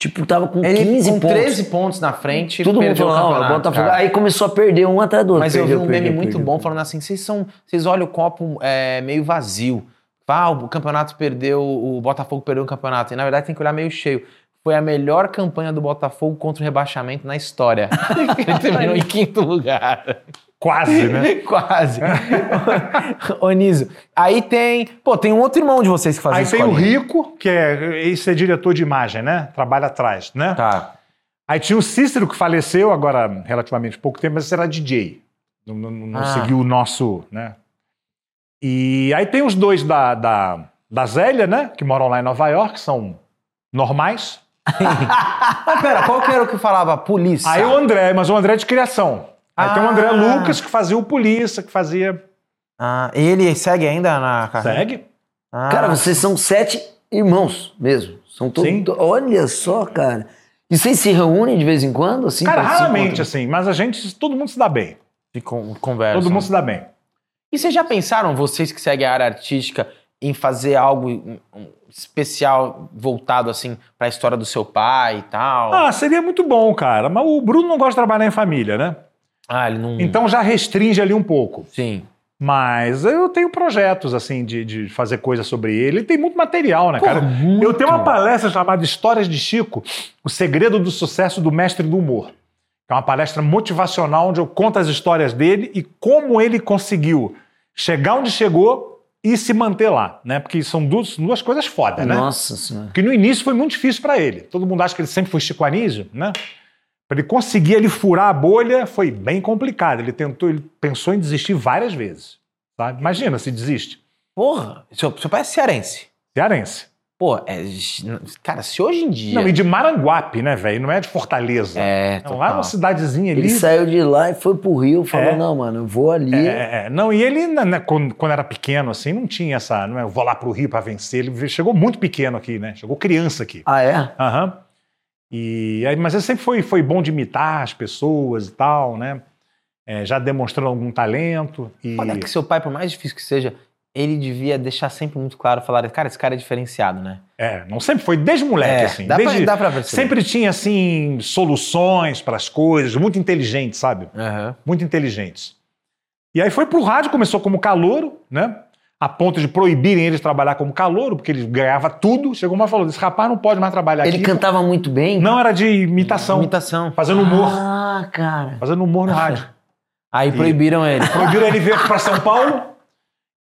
Speaker 1: Tipo, tava com
Speaker 2: Ele
Speaker 1: 15
Speaker 2: com
Speaker 1: pontos.
Speaker 2: 13 pontos na frente,
Speaker 1: Todo mundo
Speaker 2: perdeu
Speaker 1: falou,
Speaker 2: o
Speaker 1: não, o
Speaker 2: campeonato.
Speaker 1: Botafogo.
Speaker 2: cara.
Speaker 1: Aí começou a perder um atrás do outro.
Speaker 2: "Ah, Mas eu vi
Speaker 1: Perdeu,
Speaker 2: um meme
Speaker 1: perdeu,
Speaker 2: muito
Speaker 1: perdeu,
Speaker 2: bom
Speaker 1: perdeu.
Speaker 2: falando assim: vocês são. Vocês olham o copo é, meio vazio. Ah, o campeonato perdeu, o Botafogo perdeu o campeonato. E na verdade tem que olhar meio cheio. Foi a melhor campanha do Botafogo contra o rebaixamento na história. Ele terminou em quinto lugar.
Speaker 3: Quase, né?
Speaker 2: Quase. Ô, Niso, aí tem. Pô, tem um outro irmão de vocês que faz
Speaker 3: Aí
Speaker 2: isso.
Speaker 3: tem o Rico, que é esse é diretor de imagem, né? Trabalha atrás, né?
Speaker 2: Tá.
Speaker 3: Aí tinha o Cícero, que faleceu agora relativamente pouco tempo, mas esse era DJ. Não, não- não- não
Speaker 2: Ah.
Speaker 3: seguiu o nosso, né? E aí tem os dois da, da, da Zélia, né? Que moram lá em Nova York, são normais.
Speaker 2: Mas pera, qual que era o que falava? Polícia.
Speaker 3: Aí o André, mas o André é de criação. Aí tem o André
Speaker 2: Ah.
Speaker 3: Lucas, que fazia o Polícia, que fazia.
Speaker 2: Ah, ele segue ainda na carreira?
Speaker 3: Segue?
Speaker 2: Ah,
Speaker 1: Cara, vocês são sete irmãos mesmo. São
Speaker 3: Sim.
Speaker 1: todos. to- Olha só, cara. E vocês se reúnem de vez em quando? Assim,
Speaker 3: Cara,
Speaker 1: pra se
Speaker 3: raramente,
Speaker 1: encontrar?
Speaker 3: assim, mas a gente, todo mundo se dá bem.
Speaker 2: de con- conversa.
Speaker 3: Todo mundo se dá bem.
Speaker 2: E vocês já pensaram, vocês que seguem a área artística, em fazer algo um, um, especial voltado assim para a história do seu pai e tal? Ah,
Speaker 3: Ah, seria muito bom, cara. Mas o Bruno não gosta de trabalhar em família, né?
Speaker 2: Ah, ele não.
Speaker 3: Então já restringe ali um pouco.
Speaker 2: Sim.
Speaker 3: Mas eu tenho projetos, assim, de, de fazer coisa sobre ele. Ele tem muito material, né, cara?
Speaker 2: Pô, muito.
Speaker 3: Eu tenho uma palestra chamada Histórias de Chico, O Segredo do Sucesso do Mestre do Humor. É uma palestra motivacional onde eu conto as histórias dele e como ele conseguiu chegar onde chegou e se manter lá, né? Porque são duas, duas coisas foda, né?
Speaker 1: Nossa senhora.
Speaker 3: Porque no início foi muito difícil para ele. Todo mundo acha que ele sempre foi Chico Anísio, né? Para ele conseguir ele furar a bolha foi bem complicado. Ele tentou, ele pensou em desistir várias vezes. Sabe? Imagina se desiste.
Speaker 2: Porra, seu, seu pai é cearense.
Speaker 3: Cearense.
Speaker 2: Pô, é, cara, se hoje em dia.
Speaker 3: Não, e de Maranguape, né, velho? Não é de Fortaleza.
Speaker 2: É,
Speaker 3: Não, lá é
Speaker 2: total.
Speaker 3: uma cidadezinha ali.
Speaker 1: Ele saiu de lá e foi pro Rio, falou: não, mano, eu vou ali.
Speaker 3: É, é, não, e ele, na- na- quando, quando era pequeno, assim, não tinha essa. Não é, eu vou lá pro Rio para vencer. Ele chegou muito pequeno aqui, né? Chegou criança aqui.
Speaker 1: Ah, é?
Speaker 3: Aham. E aí, mas ele sempre foi, foi bom de imitar as pessoas e tal, né? É, já demonstrando algum talento. E...
Speaker 2: Olha que seu pai, por mais difícil que seja, ele devia deixar sempre muito claro, falar, cara, esse cara é diferenciado, né?
Speaker 3: É, não sempre foi desde moleque,
Speaker 2: é,
Speaker 3: assim.
Speaker 2: dá,
Speaker 3: desde-
Speaker 2: pra, dá pra perceber.
Speaker 3: Sempre tinha, assim, soluções para as coisas, muito inteligente, sabe?
Speaker 2: Aham.
Speaker 3: Muito inteligentes. E aí foi pro rádio, começou como calouro, né? A ponto de proibirem ele de trabalhar como calouro, porque ele ganhava tudo. Chegou uma e falou: esse rapaz não pode mais trabalhar
Speaker 1: Ele
Speaker 3: aqui.
Speaker 1: cantava muito bem?
Speaker 3: Não era de imitação,
Speaker 2: Imitação.
Speaker 3: fazendo humor.
Speaker 1: Ah, cara.
Speaker 3: Fazendo humor no rádio.
Speaker 2: Aí proibiram ele.
Speaker 3: Proibiram ele vir para São Paulo,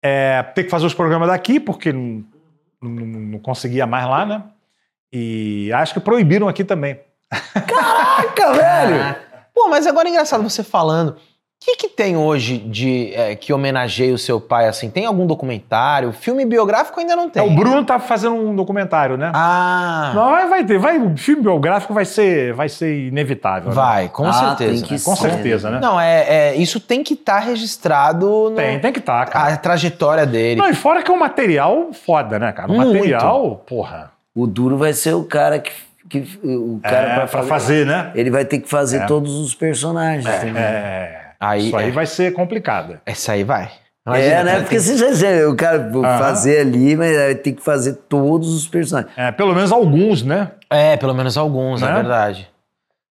Speaker 3: é, ter que fazer os programas daqui, porque não, não- não- não conseguia mais lá, né? E acho que proibiram aqui também.
Speaker 1: Caraca, velho!
Speaker 2: Caraca. Pô, mas agora é engraçado você falando. O que, que tem hoje de é, que homenageia o seu pai, assim? Tem algum documentário? Filme biográfico ainda não tem.
Speaker 3: É, o Bruno tá fazendo um documentário, né?
Speaker 2: Ah,
Speaker 3: Não, vai, vai ter, vai, o filme biográfico vai ser, vai ser inevitável. né?
Speaker 2: vai, com
Speaker 1: Ah,
Speaker 2: certeza.
Speaker 1: tem que
Speaker 2: né?
Speaker 3: Com
Speaker 1: ser,
Speaker 3: certeza, né?
Speaker 2: Não, é, é, isso tem que estar registrado no,
Speaker 3: Tem, tem que estar, tá, cara.
Speaker 2: a trajetória dele.
Speaker 3: Não, e fora que é um material foda, né, cara? Um
Speaker 2: Muito.
Speaker 3: material, porra.
Speaker 1: O duro vai ser o cara que. que o cara
Speaker 3: é,
Speaker 1: vai
Speaker 3: pra
Speaker 1: fazer,
Speaker 3: fazer, né?
Speaker 1: Ele vai ter que fazer
Speaker 3: É.
Speaker 1: todos os personagens. né?
Speaker 3: É.
Speaker 2: Aí,
Speaker 3: isso aí
Speaker 2: é.
Speaker 3: vai ser complicado.
Speaker 2: Essa aí vai.
Speaker 1: É,
Speaker 2: Imagina,
Speaker 1: né?
Speaker 2: cara,
Speaker 1: Porque
Speaker 2: tem-
Speaker 1: se já sei, o cara vou
Speaker 3: Aham.
Speaker 1: fazer ali, mas aí tem que fazer todos os personagens.
Speaker 3: É, pelo menos alguns, né?
Speaker 2: É, pelo menos alguns, é
Speaker 3: Né?
Speaker 2: verdade.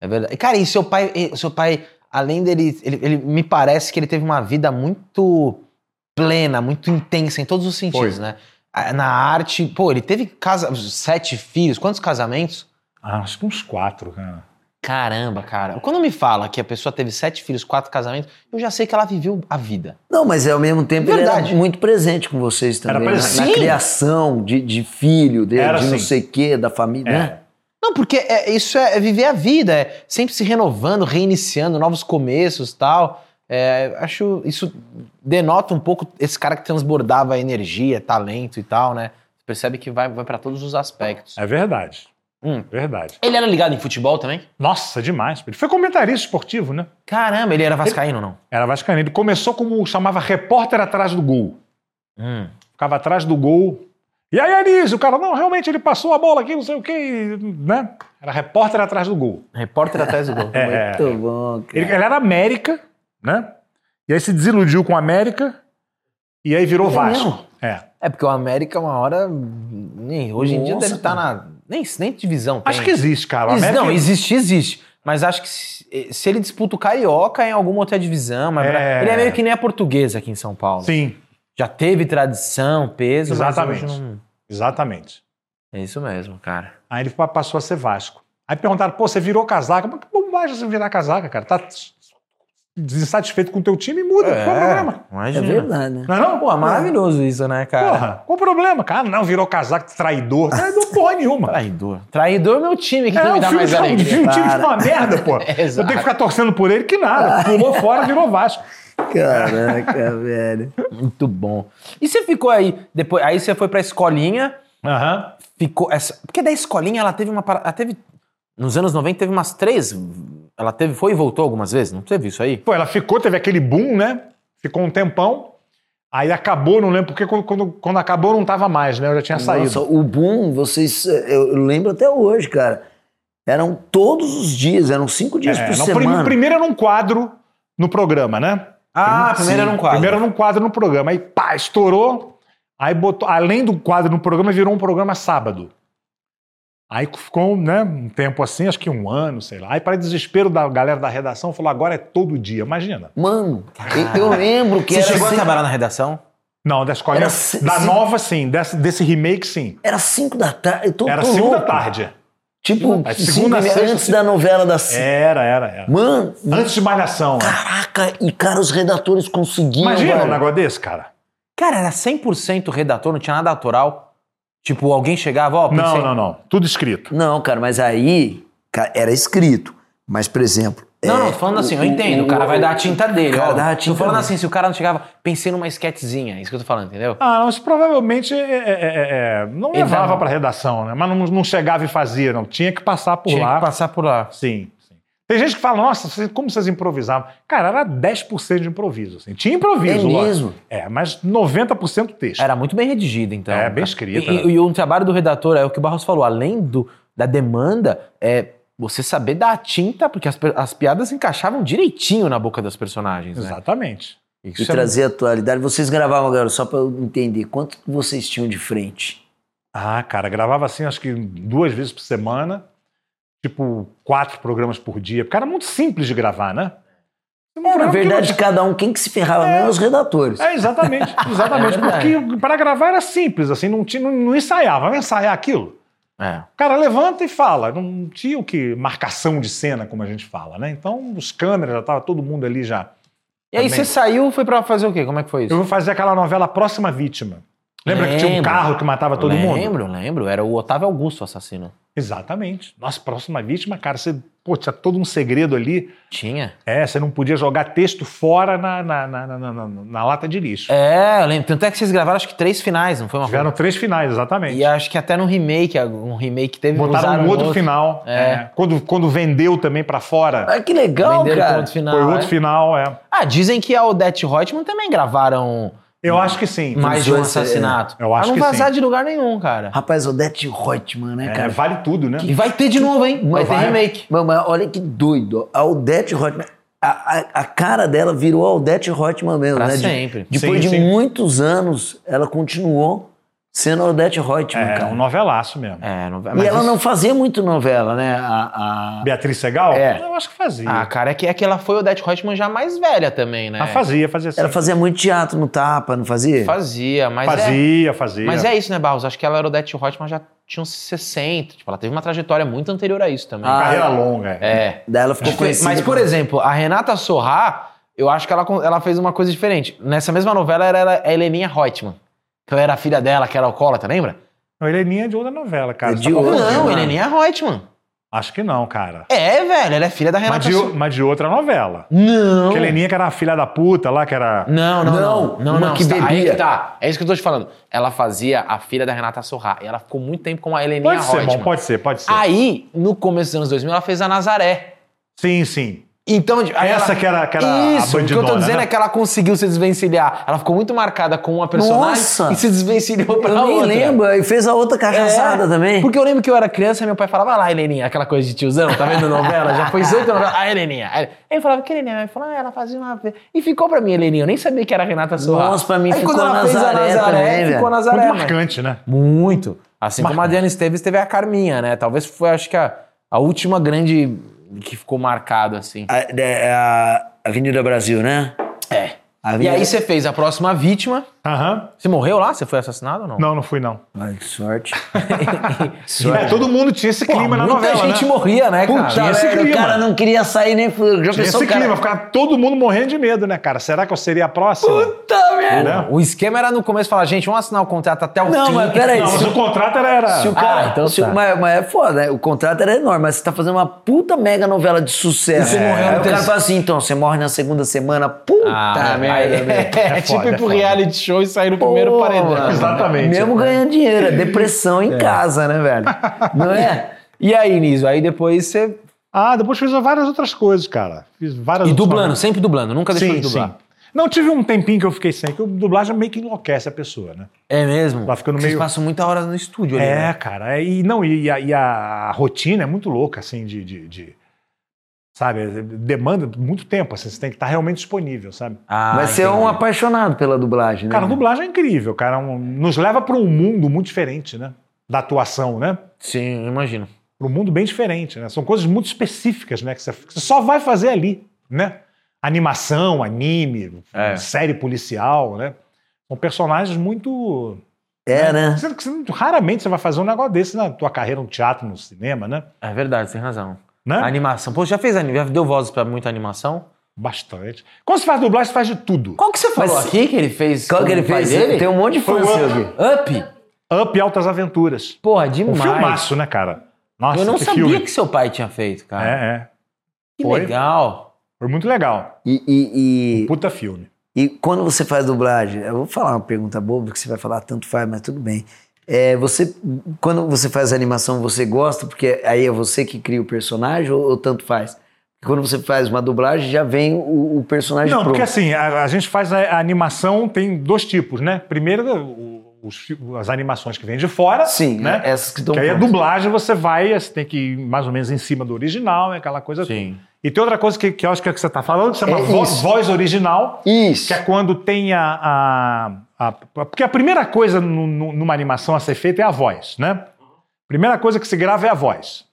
Speaker 2: É verdade. E, Cara, e seu pai, e seu pai, além dele, ele, ele- me parece que ele teve uma vida muito plena, muito intensa em todos os sentidos, né? Ah, Na arte, pô, ele teve casa, sete filhos, quantos casamentos?
Speaker 3: Ah, acho que uns quatro, cara.
Speaker 2: Caramba, cara. Quando me fala que a pessoa teve sete filhos, quatro casamentos, eu já sei que ela viveu a vida.
Speaker 1: Não, mas ao mesmo tempo ele era
Speaker 2: Verdade.
Speaker 1: muito presente com vocês também.
Speaker 3: Era
Speaker 1: né?
Speaker 3: presente.
Speaker 1: na,
Speaker 2: Sim.
Speaker 1: criação de, de filho, de,
Speaker 3: Era
Speaker 1: de não
Speaker 3: sim.
Speaker 1: sei o quê, da família,
Speaker 3: É.
Speaker 1: né?
Speaker 2: Não, porque é- isso é viver a vida, é sempre se renovando, reiniciando, novos começos tal. É, acho isso denota um pouco esse cara que transbordava energia, talento e tal, né? Você percebe que vai, vai para todos os aspectos.
Speaker 3: É verdade.
Speaker 2: Hum.
Speaker 3: Verdade.
Speaker 2: Ele era ligado em futebol também?
Speaker 3: Nossa, demais. Ele foi comentarista esportivo, né?
Speaker 2: Caramba, ele era vascaíno, não?
Speaker 3: Era vascaíno. Ele começou como chamava repórter atrás do gol.
Speaker 2: Hum.
Speaker 3: Ficava atrás do gol. E aí, Anísio, o cara, não, realmente, ele passou a bola aqui, não sei o quê, e, né? Era repórter atrás do gol.
Speaker 2: Repórter atrás do gol.
Speaker 3: É.
Speaker 1: né? Muito bom, cara.
Speaker 3: Ele, ele era América, né? E aí se desiludiu com a América, e aí virou
Speaker 1: É
Speaker 3: Vasco.
Speaker 1: mesmo?
Speaker 3: É.
Speaker 2: É porque o América, uma hora. Nem, hoje em dia
Speaker 1: Nossa,
Speaker 2: deve estar na. Nem, nem divisão.
Speaker 3: Acho
Speaker 2: tem.
Speaker 3: que existe, cara. O
Speaker 2: Ex-
Speaker 3: América,
Speaker 2: Não, existe, existe. Mas acho que se, se ele disputa o Carioca em alguma outra divisão, mas
Speaker 3: É.
Speaker 2: ele é meio que nem a portuguesa aqui em São Paulo.
Speaker 3: Sim,
Speaker 2: Já teve tradição, peso,
Speaker 3: Exatamente.
Speaker 2: mas hoje não...
Speaker 3: exatamente.
Speaker 2: É isso mesmo, cara.
Speaker 3: Aí ele pa- passou a ser Vasco. Aí perguntaram, pô, você virou casaca. Mas que bobagem você virar casaca, cara. Tá desinsatisfeito com o teu time, muda. Qual o problema?
Speaker 1: É
Speaker 2: imagina.
Speaker 1: verdade, né?
Speaker 3: Não é não?
Speaker 2: Pô, maravilhoso isso, né, cara?
Speaker 3: Porra, qual o problema? Cara, não, virou casaco, traidor. Traidor porra nenhuma.
Speaker 2: Traidor. Traidor, meu time, que,
Speaker 3: É,
Speaker 2: que me
Speaker 3: o
Speaker 2: dá
Speaker 3: filme
Speaker 2: mais
Speaker 3: tá um
Speaker 2: alegria.
Speaker 3: filme time
Speaker 1: para.
Speaker 3: foi uma merda, pô. Eu
Speaker 2: Exato.
Speaker 3: tenho que ficar torcendo por ele, que nada. Pulou fora, virou Vasco.
Speaker 1: Caraca, velho.
Speaker 2: Muito bom. E você ficou aí, depois, aí você foi pra escolinha,
Speaker 3: Aham.
Speaker 2: ficou essa, porque da escolinha ela teve uma para- ela teve nos anos 90 teve umas três, ela teve foi e voltou algumas vezes, não teve isso aí?
Speaker 3: Pô, ela ficou, teve aquele boom, né? Ficou um tempão. Aí acabou, não lembro, porque quando, quando, quando acabou não tava mais, né? Eu já tinha
Speaker 1: Nossa,
Speaker 3: saído.
Speaker 1: o boom, vocês. eh, Eu eu lembro até hoje, cara. Eram todos os dias, eram cinco dias
Speaker 3: É,
Speaker 1: por
Speaker 3: não,
Speaker 1: semana.
Speaker 3: prim- primeiro era um quadro no programa, né?
Speaker 2: Ah,
Speaker 1: Sim.
Speaker 2: primeiro era um quadro.
Speaker 3: Primeiro era um quadro no programa. Aí, pá, estourou. Aí botou, além do quadro no programa, virou um programa sábado. Aí ficou né, um tempo assim, acho que um ano, sei lá. Aí, para desespero da galera da redação, falou: agora é todo dia, imagina.
Speaker 1: Mano, eu, eu lembro que
Speaker 2: Você
Speaker 1: era.
Speaker 2: chegou a
Speaker 1: assim-
Speaker 2: trabalhar na redação?
Speaker 3: Não, da escolinha.
Speaker 1: Era se-
Speaker 3: Da
Speaker 1: se-
Speaker 3: nova, sim. Desse, desse remake, sim.
Speaker 1: Era 5 da tarde. eu Tô,
Speaker 3: Era
Speaker 1: tô
Speaker 3: cinco da
Speaker 1: louco.
Speaker 3: tarde.
Speaker 1: Tipo,
Speaker 3: Mas
Speaker 1: cinco
Speaker 3: segunda,
Speaker 1: e meia,
Speaker 3: sexta, é.
Speaker 1: antes
Speaker 3: segunda-
Speaker 1: da novela da cinco.
Speaker 3: Era, era, era.
Speaker 1: Mano,
Speaker 3: Antes de Malhação. né?
Speaker 1: caraca, e cara, os redatores conseguiam.
Speaker 3: Imagina um
Speaker 1: velho.
Speaker 3: negócio desse, cara.
Speaker 2: Cara, era 100% redator, não tinha nada autoral. Tipo, alguém chegava, ó,
Speaker 3: Não, não, não. Tudo escrito.
Speaker 1: Não, cara, mas aí cara, era escrito. Mas, por exemplo.
Speaker 2: Não,
Speaker 1: é,
Speaker 2: não, tô falando assim, eu
Speaker 1: o-
Speaker 2: entendo, o cara vai dar a tinta dele,
Speaker 1: o cara
Speaker 2: ó.
Speaker 1: dá a tinta
Speaker 2: tô falando
Speaker 1: dele.
Speaker 2: assim, se o cara não chegava, pensei numa esquetezinha, é isso que eu tô falando, entendeu?
Speaker 3: Ah, mas provavelmente é, é, é, é, não
Speaker 2: Ele
Speaker 3: levava
Speaker 2: dava-
Speaker 3: para redação, né? Mas não, não chegava e fazia, não. Tinha que passar por
Speaker 2: Tinha
Speaker 3: lá.
Speaker 2: que passar por lá.
Speaker 3: Sim, sim. Tem gente que fala, nossa, vocês- como vocês improvisavam? Cara, era 10% de improviso. Assim. Tinha improviso,
Speaker 1: É
Speaker 3: lógico.
Speaker 1: mesmo?
Speaker 3: É, mas 90% texto.
Speaker 2: Era muito bem redigido, então.
Speaker 3: É, bem escrito,
Speaker 2: E,
Speaker 3: né?
Speaker 2: e, e o trabalho do redator, é o que o Barros falou, além do, da demanda, é você saber dar a tinta, porque as, pe- as piadas encaixavam direitinho na boca dos personagens, né?
Speaker 3: Exatamente.
Speaker 1: E
Speaker 2: é-
Speaker 1: trazer a atualidade. Vocês gravavam, agora, só pra eu entender, quanto que vocês tinham de frente?
Speaker 3: Ah, cara, gravava assim, acho que duas vezes por semana, tipo, quatro programas por dia. Porque era muito simples de gravar, né?
Speaker 2: É,
Speaker 3: Um
Speaker 1: Na
Speaker 3: programa que não
Speaker 1: verdade, cada um, quem que se ferrava mesmo eram os redatores.
Speaker 3: É, exatamente, exatamente.
Speaker 2: É verdade.
Speaker 3: porque para gravar era simples, assim, não, tinha, não, não ensaiava, não ensaiar aquilo.
Speaker 2: É.
Speaker 3: O cara levanta e fala, não tinha o que marcação de cena, como a gente fala, né? Então, os câmeras, já tava todo mundo ali já.
Speaker 2: E aí você
Speaker 3: Também.
Speaker 2: saiu, foi pra fazer o quê? Como é que foi isso?
Speaker 3: Eu vou fazer aquela novela Próxima Vítima. Lembra que tinha um
Speaker 2: Lembro.
Speaker 3: carro que matava todo
Speaker 2: lembro,
Speaker 3: mundo?
Speaker 2: Lembro, lembro. Era o Otávio Augusto o assassino.
Speaker 3: Exatamente. Nossa, Próxima Vítima, cara, você, pô, tinha todo um segredo ali.
Speaker 2: Tinha?
Speaker 3: É, você não podia jogar texto fora na, na, na, na, na- na- na lata de lixo.
Speaker 2: É, eu lembro. Tanto é que vocês gravaram acho que três finais, não foi uma
Speaker 3: Tiveram três finais, exatamente.
Speaker 2: E acho que até no remake, um remake teve
Speaker 3: Botaram
Speaker 2: usaram
Speaker 3: um outro, final.
Speaker 2: É.
Speaker 3: é. Quando, quando vendeu também pra fora,
Speaker 1: Ah, que legal,
Speaker 2: Venderam
Speaker 1: cara.
Speaker 2: com outro final.
Speaker 3: foi outro
Speaker 2: é.
Speaker 3: final, é.
Speaker 2: Ah, dizem que a Odette Reutemann também gravaram
Speaker 3: Eu acho que sim.
Speaker 2: mais de um
Speaker 1: dois,
Speaker 2: assassinato.
Speaker 3: é. Eu acho
Speaker 2: pra não
Speaker 3: que
Speaker 2: vazar
Speaker 3: sim.
Speaker 2: de lugar nenhum, cara.
Speaker 1: Rapaz, Odete Reutemann, né,
Speaker 3: É,
Speaker 1: cara?
Speaker 3: vale tudo, né?
Speaker 2: E vai ter de novo, hein? Vai
Speaker 1: Mas
Speaker 2: ter
Speaker 1: vai.
Speaker 2: remake.
Speaker 1: Mas, mas olha que doido. ó. A Odete Reutemann. A, a, a cara dela virou a Odete Reutemann mesmo,
Speaker 2: Pra
Speaker 1: né? De-
Speaker 2: sempre.
Speaker 1: depois
Speaker 3: Sim,
Speaker 1: de
Speaker 3: sim.
Speaker 1: muitos anos, ela continuou sendo a Odete Reutemann,
Speaker 3: É
Speaker 1: cara.
Speaker 3: um novelaço mesmo.
Speaker 2: É, não vai.
Speaker 1: E
Speaker 2: mas
Speaker 1: ela
Speaker 2: isso-
Speaker 1: não fazia muito novela, né? A, a-
Speaker 3: Beatriz Segal?
Speaker 1: É.
Speaker 3: Eu acho que fazia.
Speaker 2: Ah, cara, é que, é que ela foi Odette Reutemann já mais velha também, né?
Speaker 3: Ah, fazia, fazia sim.
Speaker 1: Ela fazia muito teatro no Tapa, não fazia?
Speaker 2: Fazia, mas é-
Speaker 3: Fazia, fazia.
Speaker 2: Mas é isso, né, Barros? Acho que ela era Odete Reutemann já tinha uns 60. Tipo, ela teve uma trajetória muito anterior a isso também.
Speaker 1: Ah,
Speaker 3: Carreira longa. é.
Speaker 2: é.
Speaker 1: Daí ela ficou
Speaker 2: Difer-
Speaker 1: conhecida.
Speaker 2: Mas, por
Speaker 1: como-
Speaker 2: exemplo, a Renata Sorrá, eu acho que ela, con- ela fez uma coisa diferente. Nessa mesma novela era ela- a Heleninha Reutemann. Então era a filha dela, que era alcoólatra, lembra?
Speaker 3: Não, Heleninha é de outra novela, cara.
Speaker 1: É
Speaker 3: Você
Speaker 1: de outra.
Speaker 3: confundindo.
Speaker 2: Não,
Speaker 1: Reutemann.
Speaker 2: Heleninha Reutemann.
Speaker 3: Acho que não, cara.
Speaker 2: É, velho, ela é filha da
Speaker 3: Mas
Speaker 2: Renata
Speaker 3: de,
Speaker 2: Sorrá.
Speaker 3: mas de outra novela.
Speaker 2: Não.
Speaker 3: Que Heleninha que era a filha da puta lá, que era...
Speaker 2: Não, não, não.
Speaker 1: Não,
Speaker 2: Não,
Speaker 1: uma
Speaker 2: não.
Speaker 1: que
Speaker 2: tá- Aí
Speaker 1: bebia.
Speaker 2: que tá. É isso que eu tô te falando. Ela fazia a filha da Renata Sorrá. E ela ficou muito tempo com a Heleninha
Speaker 3: Pode ser,
Speaker 2: Reutemann.
Speaker 3: bom, pode ser, pode ser.
Speaker 2: Aí, no começo dos anos 2000, ela fez a Nazaré.
Speaker 3: Sim, sim.
Speaker 2: Então, de- aí
Speaker 3: Essa
Speaker 2: ela...
Speaker 3: que era, que era
Speaker 2: Isso,
Speaker 3: a
Speaker 2: o que eu
Speaker 3: bandidona,
Speaker 2: tô dizendo
Speaker 3: né?
Speaker 2: é que ela conseguiu se desvencilhar. Ela ficou muito marcada com uma personagem
Speaker 1: Nossa!
Speaker 2: e se desvencilhou pra
Speaker 1: Eu nem
Speaker 2: outra.
Speaker 1: lembro. E fez a outra cachaçada
Speaker 2: É,
Speaker 1: também.
Speaker 2: Porque eu lembro que eu era criança e meu pai falava, "Ah lá, Heleninha, aquela coisa de tiozão, tá vendo novela? Já foi oito novelas. Ah, Heleninha. Aí eu falava, que Heleninha? Aí eu falava, ah, ela fazia uma vez. E ficou pra mim, Heleninha. Eu nem sabia que era a Renata Sorra.
Speaker 1: Nossa, pra mim
Speaker 2: Aí
Speaker 1: ficou
Speaker 2: quando ela fez a
Speaker 1: Nazaré
Speaker 2: Nazaré,
Speaker 1: também,
Speaker 2: ficou
Speaker 1: velho.
Speaker 2: a Nazaré.
Speaker 3: Muito
Speaker 2: né?
Speaker 3: marcante, né?
Speaker 2: Muito. Assim como a Diana Esteves teve a Carminha, né? Talvez foi, acho que a, a última grande que ficou marcado, assim.
Speaker 1: A, é, a Avenida Brasil, né?
Speaker 2: É.
Speaker 1: A
Speaker 2: E
Speaker 1: Avenida-
Speaker 2: aí você fez a próxima vítima.
Speaker 3: Aham.
Speaker 2: Você morreu lá? Você foi assassinado ou não?
Speaker 3: Não, não fui, não.
Speaker 1: Ai, que sorte. Então,
Speaker 3: É, todo mundo tinha esse
Speaker 2: Pô,
Speaker 3: clima na
Speaker 2: muita
Speaker 3: novela,
Speaker 2: gente
Speaker 3: né?
Speaker 2: morria, né, cara?
Speaker 1: Puta,
Speaker 3: Tinha esse
Speaker 1: merda, é, o
Speaker 3: clima.
Speaker 1: cara não queria sair nem. Já
Speaker 3: Tinha
Speaker 1: pensou
Speaker 3: esse
Speaker 1: o cara.
Speaker 3: clima, ficava todo mundo morrendo de medo, né, cara? Será que eu seria a próxima?
Speaker 1: Puta merda!
Speaker 3: né?
Speaker 2: O esquema era no começo falar, gente, vamos assinar o contrato até o
Speaker 1: Não,
Speaker 2: fim.
Speaker 1: mas peraí,
Speaker 3: Não, mas
Speaker 1: se-
Speaker 3: o contrato era... era-
Speaker 1: Se o cara,
Speaker 2: então
Speaker 1: se-
Speaker 2: tá.
Speaker 1: mas, mas é foda, né? O contrato era enorme, mas você tá fazendo uma puta mega novela de sucesso.
Speaker 2: E você morreu
Speaker 1: Aí
Speaker 2: no
Speaker 1: o cara
Speaker 2: terceiro.
Speaker 1: fala assim, então, você morre na segunda semana, puta
Speaker 2: Ah,
Speaker 1: merda,
Speaker 2: é,
Speaker 1: velho.
Speaker 2: é,
Speaker 3: É
Speaker 2: tipo
Speaker 3: foda,
Speaker 2: ir
Speaker 3: é
Speaker 2: pro
Speaker 3: foda.
Speaker 2: reality show e sair no primeiro
Speaker 1: Pô,
Speaker 2: paredão.
Speaker 1: mano.
Speaker 3: Exatamente.
Speaker 1: Mesmo ganhando dinheiro, é depressão em casa, né, velho? Não é?
Speaker 2: E aí, Niso, aí depois você.
Speaker 3: Ah, depois fiz várias outras coisas, cara. Fiz várias
Speaker 2: E
Speaker 3: outras
Speaker 2: dublando, sempre dublando, nunca deixou
Speaker 3: Sim,
Speaker 2: de dublar.
Speaker 3: sim. Não, tive um tempinho que eu fiquei sem, que o dublagem meio que enlouquece a pessoa, né?
Speaker 2: É mesmo?
Speaker 3: Vai ficando
Speaker 2: Vocês
Speaker 3: meio-
Speaker 2: passam muita hora no estúdio ali. né?
Speaker 3: É, cara. é- e não, e, a, e a rotina é muito louca, assim, de. de, de- sabe? Demanda muito tempo, assim, você tem que estar realmente disponível, sabe?
Speaker 2: Ah,
Speaker 1: Vai ser
Speaker 2: entendi.
Speaker 1: um apaixonado pela dublagem, né?
Speaker 3: Cara, a
Speaker 2: Uhum.
Speaker 3: dublagem é incrível, cara. Um- nos leva para um mundo muito diferente, né? Da atuação, né?
Speaker 2: Sim, eu imagino.
Speaker 3: Para um mundo bem diferente, né? São coisas muito específicas, né? Que você, que você só vai fazer ali, né? Animação, anime,
Speaker 2: É.
Speaker 3: série policial, né? São personagens muito.
Speaker 1: É, né?
Speaker 3: Você- você- raramente você vai fazer um negócio desse na tua carreira no teatro, no cinema, né?
Speaker 2: É verdade, tem razão.
Speaker 3: Né?
Speaker 2: Animação. Pô, já fez anime, já deu vozes pra muita animação.
Speaker 3: Bastante. Quando você faz dublagem, você faz de tudo.
Speaker 2: Qual que você falou
Speaker 1: Mas-
Speaker 2: aqui que ele fez?
Speaker 1: Qual que
Speaker 2: com
Speaker 1: ele
Speaker 2: o pai
Speaker 1: fez?
Speaker 2: Dele?
Speaker 1: Tem um monte de fã
Speaker 3: Foi o
Speaker 1: seu
Speaker 3: outro.
Speaker 1: aqui.
Speaker 2: Up?
Speaker 3: Up e Altas Aventuras.
Speaker 2: Porra,
Speaker 3: Um
Speaker 2: demais.
Speaker 3: filmaço, né, cara? Nossa,
Speaker 2: eu não
Speaker 3: que
Speaker 2: sabia
Speaker 3: filme.
Speaker 2: que seu pai tinha feito, cara.
Speaker 3: É, é.
Speaker 2: que
Speaker 3: foi.
Speaker 2: legal.
Speaker 3: Foi muito legal.
Speaker 1: E, e, e-
Speaker 3: Puta filme.
Speaker 1: e quando você faz dublagem, eu vou falar uma pergunta boba que você vai falar tanto faz, mas tudo bem. É, você, quando você faz animação, você gosta, porque aí é você que cria o personagem ou, ou tanto faz? Quando você faz uma dublagem, já vem o, o personagem
Speaker 3: Não,
Speaker 1: pronto.
Speaker 3: porque assim, a, a gente faz a, a animação, tem dois tipos, né? Primeiro, o- os fi- as animações que vêm de fora.
Speaker 1: Sim, é,
Speaker 3: né?
Speaker 1: essas que estão
Speaker 3: que aí a
Speaker 1: prontas.
Speaker 3: dublagem você vai, você tem que ir mais ou menos em cima do original, né? aquela coisa.
Speaker 2: Sim.
Speaker 3: E tem outra coisa que, que eu acho que é o que você está falando, que chama
Speaker 1: É
Speaker 3: vo-
Speaker 1: isso.
Speaker 3: voz original.
Speaker 1: Isso.
Speaker 3: Que é quando tem a. a- a- porque a primeira coisa nu- nu- numa animação a ser feita é a voz, né? Primeira coisa que se grava é a voz.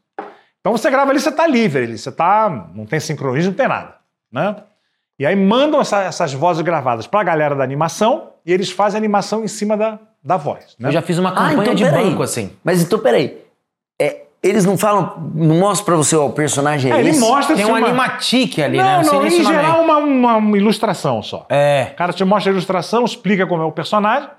Speaker 3: Então você grava ali, você tá livre, ali, você tá. Não tem sincronismo, não tem nada, né? E aí mandam essa- essas vozes gravadas pra galera da animação e eles fazem a animação em cima da, da voz, né?
Speaker 2: Eu já fiz uma
Speaker 1: Ah,
Speaker 2: campanha
Speaker 1: então
Speaker 2: de
Speaker 1: peraí.
Speaker 2: banco, assim.
Speaker 1: Mas então, peraí. É, eles não falam, não mostram pra você, ó, o personagem é,
Speaker 3: É, ele
Speaker 1: esse?
Speaker 3: mostra
Speaker 2: Tem
Speaker 3: assim,
Speaker 2: um
Speaker 3: uma-
Speaker 2: animatic ali, né?
Speaker 3: Não,
Speaker 2: sei
Speaker 3: não,
Speaker 2: nem
Speaker 3: em
Speaker 2: se o nome
Speaker 3: geral
Speaker 2: é.
Speaker 3: uma, uma- uma ilustração só.
Speaker 2: É.
Speaker 3: O cara te mostra a ilustração, explica como é o personagem.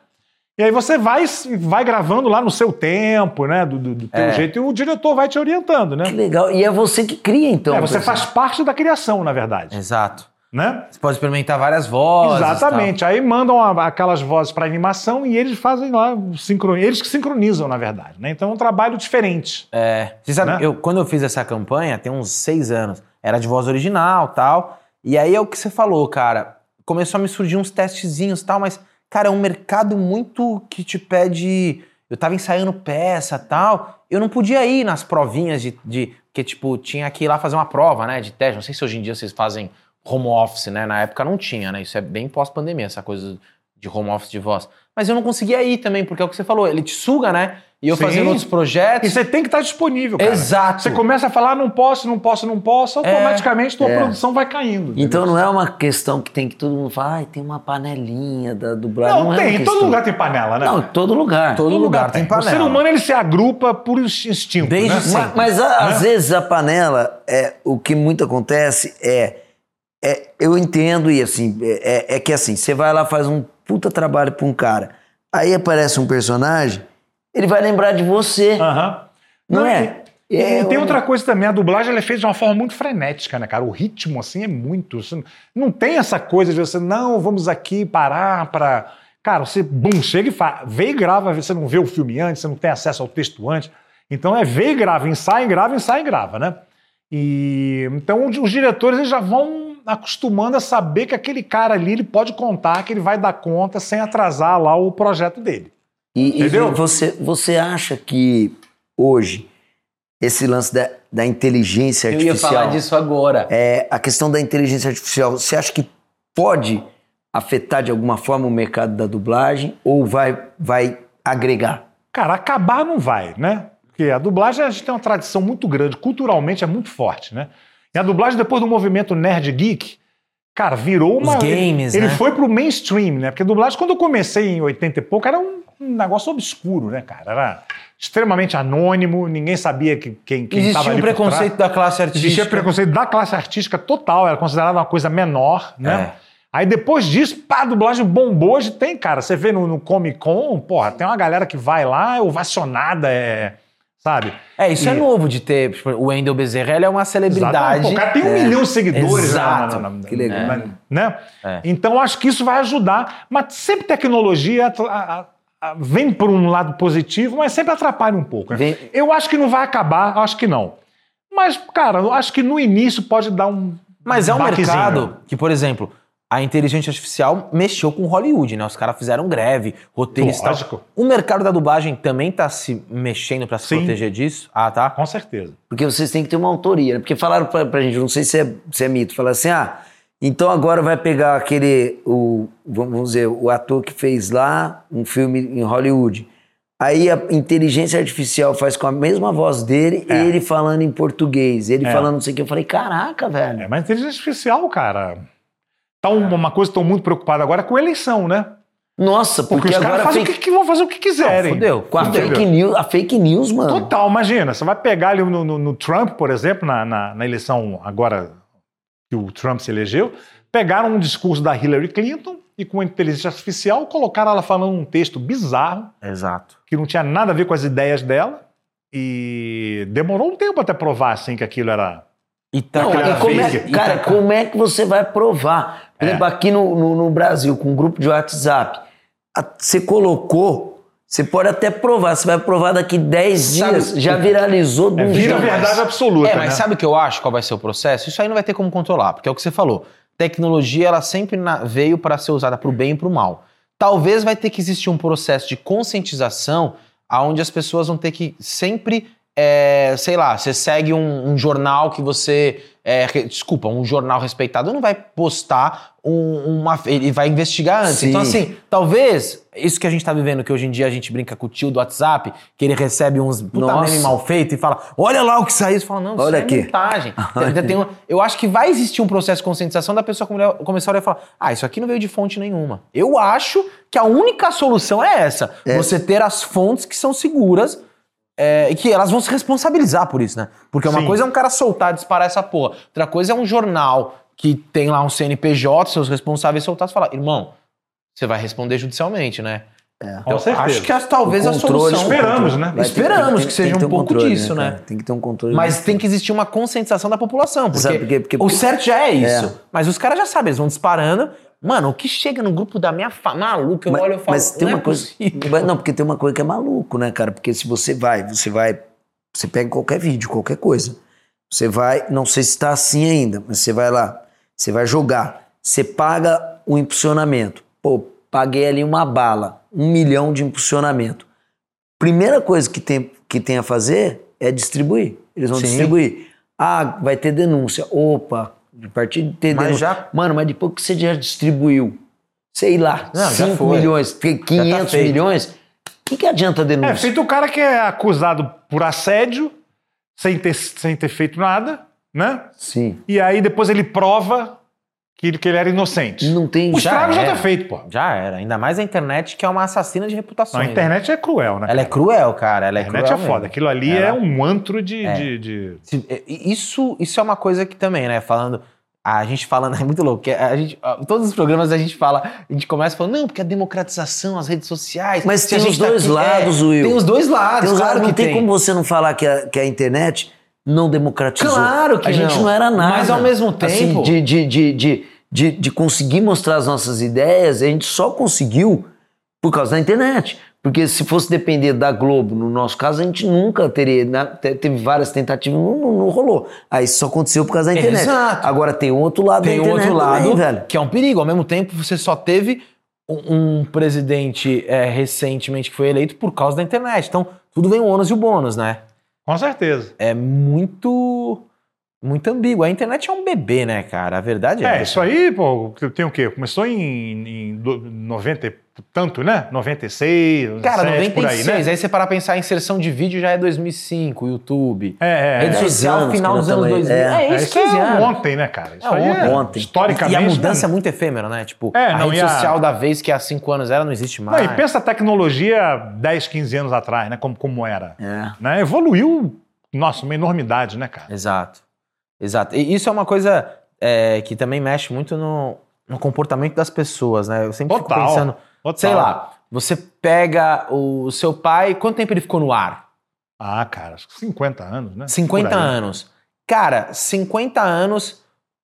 Speaker 3: E aí você vai, vai gravando lá no seu tempo, né? Do, do, do teu
Speaker 1: É.
Speaker 3: jeito, e o diretor vai te orientando, né?
Speaker 1: Que legal. E é você que cria, então.
Speaker 3: É,
Speaker 1: o
Speaker 3: você faz
Speaker 1: personagem.
Speaker 3: parte da criação, na
Speaker 1: É.
Speaker 3: verdade.
Speaker 2: Exato.
Speaker 3: Né?
Speaker 2: Você pode experimentar várias vozes. e tal.
Speaker 3: Exatamente. Aí mandam a- aquelas vozes para animação e eles fazem lá, o sincro... eles que sincronizam, na verdade. Né? Então é um trabalho diferente.
Speaker 2: É. Você sabe,
Speaker 3: Né?
Speaker 2: eu, quando eu fiz essa campanha, tem uns seis anos, era de voz original tal. E aí é o que você falou, cara. Começou a me surgir uns testezinhos tal, mas, cara, é um mercado muito que te pede. Eu tava ensaiando peça tal. Eu não podia ir nas provinhas de. de que, tipo, tinha que ir lá fazer uma prova, né? De teste. Não sei se hoje em dia vocês fazem home office, né? Na época não tinha, né? Isso é bem pós-pandemia, essa coisa de home office de voz. Mas eu não conseguia ir também, porque é o que você falou, ele te suga, né? E eu
Speaker 3: Sim.
Speaker 2: fazendo outros projetos.
Speaker 3: E você tem que estar disponível, cara.
Speaker 2: Exato.
Speaker 3: Você começa a falar, não posso, não posso, não posso, automaticamente tua
Speaker 1: É.
Speaker 3: produção vai caindo.
Speaker 1: Então não é uma questão que tem que todo mundo falar, ai, tem uma panelinha da dublagem.
Speaker 3: Não,
Speaker 1: Não, é uma
Speaker 3: tem, em todo
Speaker 1: questão.
Speaker 3: lugar tem panela, né?
Speaker 1: Não, em todo lugar.
Speaker 2: Todo um lugar tem
Speaker 3: O ser
Speaker 2: panela.
Speaker 3: humano ele se agrupa por instinto.
Speaker 2: Desde
Speaker 3: né?
Speaker 2: sempre.
Speaker 1: Ma- Mas, a- às vezes a panela, é, o que muito acontece é, é- Eu entendo, e assim, é, é- é que assim, você vai lá, faz um puta trabalho pra um cara, aí aparece um personagem, ele vai lembrar de você,
Speaker 3: Aham.
Speaker 1: não,
Speaker 3: Ah, Não, assim.
Speaker 1: é?
Speaker 3: E,
Speaker 1: É,
Speaker 3: e tem
Speaker 1: eu-
Speaker 3: outra coisa também, a dublagem ela é feita de uma forma muito frenética, né, cara? O ritmo, assim, é muito. você não- não tem essa coisa de você, não, vamos aqui parar pra. Cara, você, bum, chega e fa... vê e grava, você não vê o filme antes, você não tem acesso ao texto antes. Então é vê e grava, ensaia, e grava, ensaia, e grava, né? E então os os diretores eles já vão acostumando a saber que aquele cara ali ele pode contar, que ele vai dar conta sem atrasar lá o projeto dele.
Speaker 1: E, e
Speaker 3: Entendeu?
Speaker 1: você, você acha que hoje esse lance da, da
Speaker 3: É
Speaker 1: inteligência
Speaker 2: Eu ia
Speaker 1: artificial.
Speaker 2: falar disso agora.
Speaker 1: É, a questão da inteligência artificial, você acha que pode afetar de alguma forma o mercado da dublagem ou vai, vai agregar?
Speaker 3: Cara, acabar não vai, né? Porque a dublagem a gente tem uma tradição muito grande, culturalmente é muito forte, né? E a dublagem, depois do movimento Nerd Geek, cara, virou uma.
Speaker 2: Os games,
Speaker 3: ele,
Speaker 2: né?
Speaker 3: ele foi pro mainstream, né? Porque a dublagem, quando eu comecei em 80 e pouco, era um, um negócio obscuro, né, cara? Era extremamente anônimo, ninguém sabia que, quem, quem
Speaker 2: Existia
Speaker 3: tava ali
Speaker 2: um
Speaker 3: por trás.
Speaker 2: preconceito da classe artística.
Speaker 3: Existia preconceito da classe artística total, era considerada uma coisa menor, né? Aí depois disso, pá, a dublagem bombou. Hoje tem, cara. Você vê no, no Comic Con, porra, tem uma galera que vai lá, é ovacionada, é. Sabe?
Speaker 2: É, isso é
Speaker 3: E-
Speaker 2: novo de ter. tipo, o Wendel Bezerra ele é uma celebridade. É.
Speaker 3: Exato. Pô, o cara tem um milhão de seguidores. né,
Speaker 2: Exato.
Speaker 3: na- na- na-
Speaker 1: Que legal.
Speaker 3: na- né?
Speaker 2: É.
Speaker 3: Então acho que isso vai ajudar. Mas sempre tecnologia atra- a- a- a- vem por um lado positivo, mas sempre atrapalha um pouco. né?
Speaker 1: Vem-
Speaker 3: Eu acho que não vai acabar, acho que não. Mas, cara, eu acho que no início pode dar um.
Speaker 2: Mas é um
Speaker 3: baquezinho.
Speaker 2: mercado que, por exemplo, a inteligência artificial mexeu com Hollywood, né? Os caras fizeram greve, roteirista.
Speaker 3: Lógico.
Speaker 2: O mercado da dublagem também tá se mexendo pra se
Speaker 3: Sim.
Speaker 2: proteger disso? Ah, tá.
Speaker 3: Com certeza.
Speaker 1: Porque vocês têm que ter uma autoria. né? Porque falaram pra, pra gente, não sei se é, se é mito, falaram assim: ah, então agora vai pegar aquele, o, vamos dizer, o ator que fez lá um filme em Hollywood. Aí a inteligência artificial faz com a mesma voz dele,
Speaker 3: É.
Speaker 1: ele falando em português, ele
Speaker 3: É.
Speaker 1: falando não sei o que. Eu falei: caraca, velho.
Speaker 3: É, mas inteligência artificial, cara. Tá um- uma coisa que estão muito preocupada agora é com a eleição, né?
Speaker 1: Nossa, porque,
Speaker 3: Porque, os caras
Speaker 1: agora
Speaker 3: fazem
Speaker 1: fake-
Speaker 3: o que, que vão fazer o que quiserem.
Speaker 2: Fudeu.
Speaker 1: com a
Speaker 3: Entendeu?
Speaker 1: fake news, a fake news,
Speaker 2: Ah.
Speaker 1: mano.
Speaker 3: Total, imagina. Você vai pegar ali no, no- no Trump, por exemplo, na, na- na eleição agora que o Trump se elegeu, pegaram um discurso da Hillary Clinton e com inteligência artificial colocaram ela falando um texto bizarro
Speaker 2: Exato.
Speaker 3: que não tinha nada a ver com as ideias dela e demorou um tempo até provar assim que aquilo era
Speaker 2: E tá
Speaker 1: Não,
Speaker 3: Aquela
Speaker 1: e como é,
Speaker 3: fake.
Speaker 1: cara, como é que você vai provar? Por
Speaker 3: É.
Speaker 1: exemplo, aqui no, no, no Brasil, com um grupo de WhatsApp, a- você colocou, você pode até provar, você vai provar daqui 10
Speaker 2: Sabe
Speaker 1: dias,
Speaker 2: o-
Speaker 1: já viralizou de
Speaker 3: é,
Speaker 1: um
Speaker 3: vira
Speaker 1: jeito.
Speaker 3: verdade absoluta,
Speaker 2: É, mas
Speaker 3: né?
Speaker 2: sabe o que eu acho? Qual vai ser o processo? Isso aí não vai ter como controlar, porque é o que você falou. Tecnologia, ela sempre na- veio para ser usada para o bem e para o mal. Talvez vai ter que existir um processo de conscientização onde as pessoas vão ter que sempre, é, sei lá, você segue um, um jornal que você... é, re- desculpa, um jornal respeitado não vai postar um- uma... Ele vai investigar antes.
Speaker 1: Sim.
Speaker 2: Então, assim, talvez isso que a gente tá vivendo, que hoje em dia a gente brinca com o tio do WhatsApp, que ele recebe uns puta
Speaker 1: Nossa.
Speaker 2: meme mal feito e fala, olha lá o que saiu. Você fala, não,
Speaker 1: Olha
Speaker 2: isso
Speaker 1: aqui.
Speaker 2: é montagem. Tem- tem uma- eu acho que vai existir um processo de conscientização da pessoa come- começar a olhar e falar, ah, isso aqui não veio de fonte nenhuma. Eu acho que a única solução é essa. Você ter as fontes que são seguras é, e que elas vão se responsabilizar por isso, né? Porque uma
Speaker 3: Sim.
Speaker 2: coisa é um cara soltar, disparar essa porra. Outra coisa é um jornal que tem lá um CNPJ, seus responsáveis soltar e falar, irmão, você vai responder judicialmente, né?
Speaker 3: Com certeza.
Speaker 2: acho que é as- talvez a
Speaker 1: É. Controle-
Speaker 2: solução...
Speaker 3: Esperamos, né?
Speaker 1: Vai ter-
Speaker 2: Esperamos que seja
Speaker 1: ter
Speaker 2: um pouco
Speaker 1: controle,
Speaker 2: disso, né?
Speaker 1: cara? Tem que ter um controle.
Speaker 2: Mas tem que existir uma conscientização da população. Porque,
Speaker 1: Sabe por quê? Porque-
Speaker 2: o certo já é isso.
Speaker 1: É.
Speaker 2: Mas os caras já sabem, eles vão disparando. Mano, o que chega no grupo da minha fa... maluco, eu
Speaker 1: mas,
Speaker 2: olho e falo.
Speaker 1: mas tem
Speaker 2: não
Speaker 1: uma
Speaker 2: é
Speaker 1: coisa.
Speaker 2: possível.
Speaker 1: mas não, porque tem uma coisa que é maluco, né, cara? Porque se você vai, você vai. Você pega qualquer vídeo, qualquer coisa. Você vai, não sei se tá assim ainda, mas você vai lá, você vai jogar, você paga o impulsionamento. Pô, paguei ali uma bala, um milhão de impulsionamento. Primeira coisa que tem, que tem a fazer é distribuir. Eles vão
Speaker 2: Sim.
Speaker 1: distribuir. Ah, vai ter denúncia. Opa, a partir de ter
Speaker 2: Mas
Speaker 1: denúncia.
Speaker 2: já-
Speaker 1: Mano, mas depois que você já distribuiu, sei lá,
Speaker 2: Não, já
Speaker 1: 5
Speaker 2: foi.
Speaker 1: milhões, que- 500
Speaker 2: feito.
Speaker 1: milhões, o que, que adianta a
Speaker 2: um
Speaker 3: É,
Speaker 1: denúncia?
Speaker 3: feito o cara que é acusado por assédio, sem ter, sem ter feito nada, né?
Speaker 1: Sim.
Speaker 3: E aí depois ele prova que ele, que ele era inocente.
Speaker 1: Não tem
Speaker 3: o
Speaker 2: já
Speaker 3: estrago já
Speaker 2: era.
Speaker 3: tá feito, pô.
Speaker 2: Já era. Ainda mais a internet, que é uma assassina de
Speaker 3: Não, a
Speaker 2: reputações.
Speaker 3: internet é cruel, né?
Speaker 2: Ela é cruel, cara. Ela é
Speaker 3: a internet é
Speaker 2: cruel
Speaker 3: foda.
Speaker 2: mesmo.
Speaker 3: Aquilo ali é,
Speaker 2: Ela-
Speaker 3: um antro de. de- de-
Speaker 2: Se- é, e- Isso, isso é uma coisa que também, né? Falando. A gente falando, é muito louco. que A gente, a- todos os programas a gente fala, a gente começa falando, não, porque a democratização, as redes sociais.
Speaker 1: Mas
Speaker 2: se
Speaker 1: tem
Speaker 2: a gente tá é,
Speaker 1: os dois lados, Will.
Speaker 2: Tem os dois lados,
Speaker 1: Tem uns-
Speaker 2: claro
Speaker 1: não
Speaker 2: que
Speaker 1: tem, como você não falar que a, que a internet não democratizou.
Speaker 2: Claro que
Speaker 1: A gente
Speaker 2: não.
Speaker 1: não era nada.
Speaker 2: Mas ao mesmo
Speaker 1: Assim,
Speaker 2: tempo-
Speaker 1: de, de, de, de, de, de conseguir mostrar as nossas ideias, a gente só conseguiu por causa da internet. Porque se fosse depender da Globo, no nosso caso, a gente nunca teria. né, te- teve várias tentativas, não, não, não rolou. Aí isso só aconteceu por causa da internet.
Speaker 2: Exato.
Speaker 1: Agora tem um outro lado
Speaker 2: tem
Speaker 1: da
Speaker 2: o
Speaker 1: internet
Speaker 2: outro lado,
Speaker 1: também, velho.
Speaker 2: que é um perigo. Ao mesmo tempo, você só teve um, um presidente é, recentemente que foi eleito por causa da internet. Então, tudo vem o ônus e o bônus, né?
Speaker 3: Com certeza.
Speaker 2: É muito. Muito ambíguo. A internet é um bebê, né, cara? A verdade é.
Speaker 3: É,
Speaker 2: essa.
Speaker 3: isso aí, pô, tem o quê? Começou em, em do- 90 e tanto, né? 96,
Speaker 2: Cara,
Speaker 3: 97,
Speaker 2: 96.
Speaker 3: por aí, né?
Speaker 2: Aí você parar pra pensar, a inserção de vídeo já é 2005, YouTube.
Speaker 3: É, é.
Speaker 1: 10
Speaker 2: Rede social,
Speaker 1: anos,
Speaker 2: final
Speaker 1: que
Speaker 2: dos
Speaker 1: nós
Speaker 2: anos
Speaker 1: estamos
Speaker 2: 2000.
Speaker 1: aí.
Speaker 2: É,
Speaker 3: É,
Speaker 2: isso,
Speaker 3: isso
Speaker 2: 15
Speaker 3: é
Speaker 2: anos.
Speaker 3: ontem, né, cara? Isso
Speaker 2: É,
Speaker 3: aí é
Speaker 1: ontem.
Speaker 3: Historicamente.
Speaker 2: E a mudança é
Speaker 3: né?
Speaker 2: muito efêmera, né? Tipo,
Speaker 3: É,
Speaker 2: a
Speaker 3: não,
Speaker 2: rede
Speaker 3: e a-
Speaker 2: social da vez que é há 5 anos era não existe mais.
Speaker 3: Não, e pensa a tecnologia 10, 15 anos atrás, né? Como, como era.
Speaker 1: É.
Speaker 3: Né? Evoluiu, nossa, uma enormidade, né, cara?
Speaker 2: Exato. Exato. E isso é uma coisa é, que também mexe muito no, no comportamento das pessoas, né? Eu sempre
Speaker 3: Total.
Speaker 2: fico pensando,
Speaker 3: Total.
Speaker 2: sei lá, você pega o seu pai, quanto tempo ele ficou no ar?
Speaker 3: Ah, cara, acho que 50 anos, né?
Speaker 2: 50
Speaker 3: Por aí.
Speaker 2: anos. Cara, 50 anos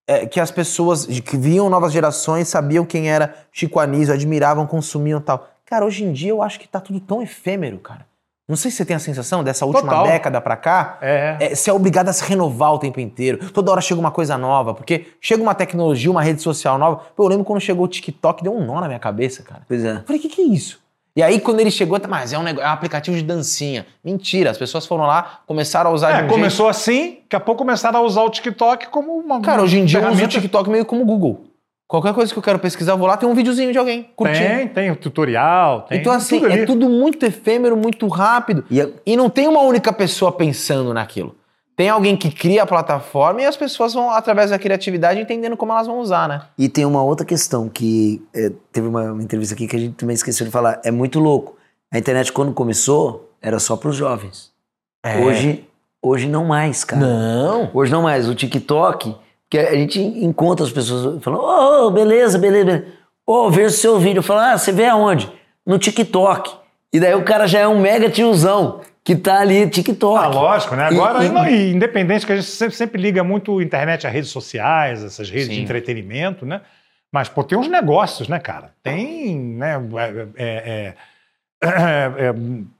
Speaker 2: é, que as pessoas que viam novas gerações sabiam quem era Chico Anísio, admiravam, consumiam e tal. Cara, hoje em dia eu acho que tá tudo tão efêmero, cara. Não sei se você tem a sensação dessa última
Speaker 3: Total.
Speaker 2: década pra cá,
Speaker 3: É.
Speaker 2: é, você é obrigado a se renovar o tempo inteiro. Toda hora chega uma coisa nova, porque chega uma tecnologia, uma rede social nova. Pô, eu lembro quando chegou o TikTok, deu um nó na minha cabeça, cara.
Speaker 1: Pois é.
Speaker 2: Eu falei, o que, que é isso? E aí, quando ele chegou, tá, mas é um, nego- é um aplicativo de dancinha. Mentira, as pessoas foram lá, começaram a usar de um
Speaker 3: É,
Speaker 2: jeito-
Speaker 3: começou assim, daqui a pouco começaram a usar o TikTok como uma.
Speaker 2: Cara, hoje em dia eu uso o
Speaker 3: ferramenta-
Speaker 2: TikTok meio como o Google. Qualquer coisa que eu quero pesquisar, eu vou lá, tem um videozinho de alguém curtindo.
Speaker 3: Tem, tem o tutorial, tem.
Speaker 2: então, assim,
Speaker 3: tudo
Speaker 2: é
Speaker 3: ali.
Speaker 2: tudo muito efêmero, muito rápido.
Speaker 1: E eu-
Speaker 2: E não tem uma única pessoa pensando naquilo. Tem alguém que cria a plataforma e as pessoas vão, através da criatividade, entendendo como elas vão usar, né?
Speaker 1: E tem uma outra questão que é, teve uma, uma entrevista aqui que a gente também esqueceu de falar. É muito louco. A internet, quando começou, era só para os jovens.
Speaker 3: É.
Speaker 2: É.
Speaker 1: Hoje, hoje não mais, cara.
Speaker 2: Não.
Speaker 1: Hoje não mais. O TikTok, que a gente encontra as pessoas falando, ô, beleza, beleza, beleza. Ô, vejo seu vídeo. Eu falo, ah, você vê aonde? No TikTok. E daí o cara já é um mega tiozão que tá ali, TikTok.
Speaker 3: Ah, lógico, né? Agora,
Speaker 1: E- e-
Speaker 3: não, e independente, que a gente sempre, sempre liga muito internet a redes sociais, essas redes
Speaker 2: Sim.
Speaker 3: de entretenimento, né? Mas, pô, tem uns negócios, né, cara? Tem, né? é, é, é, é, é,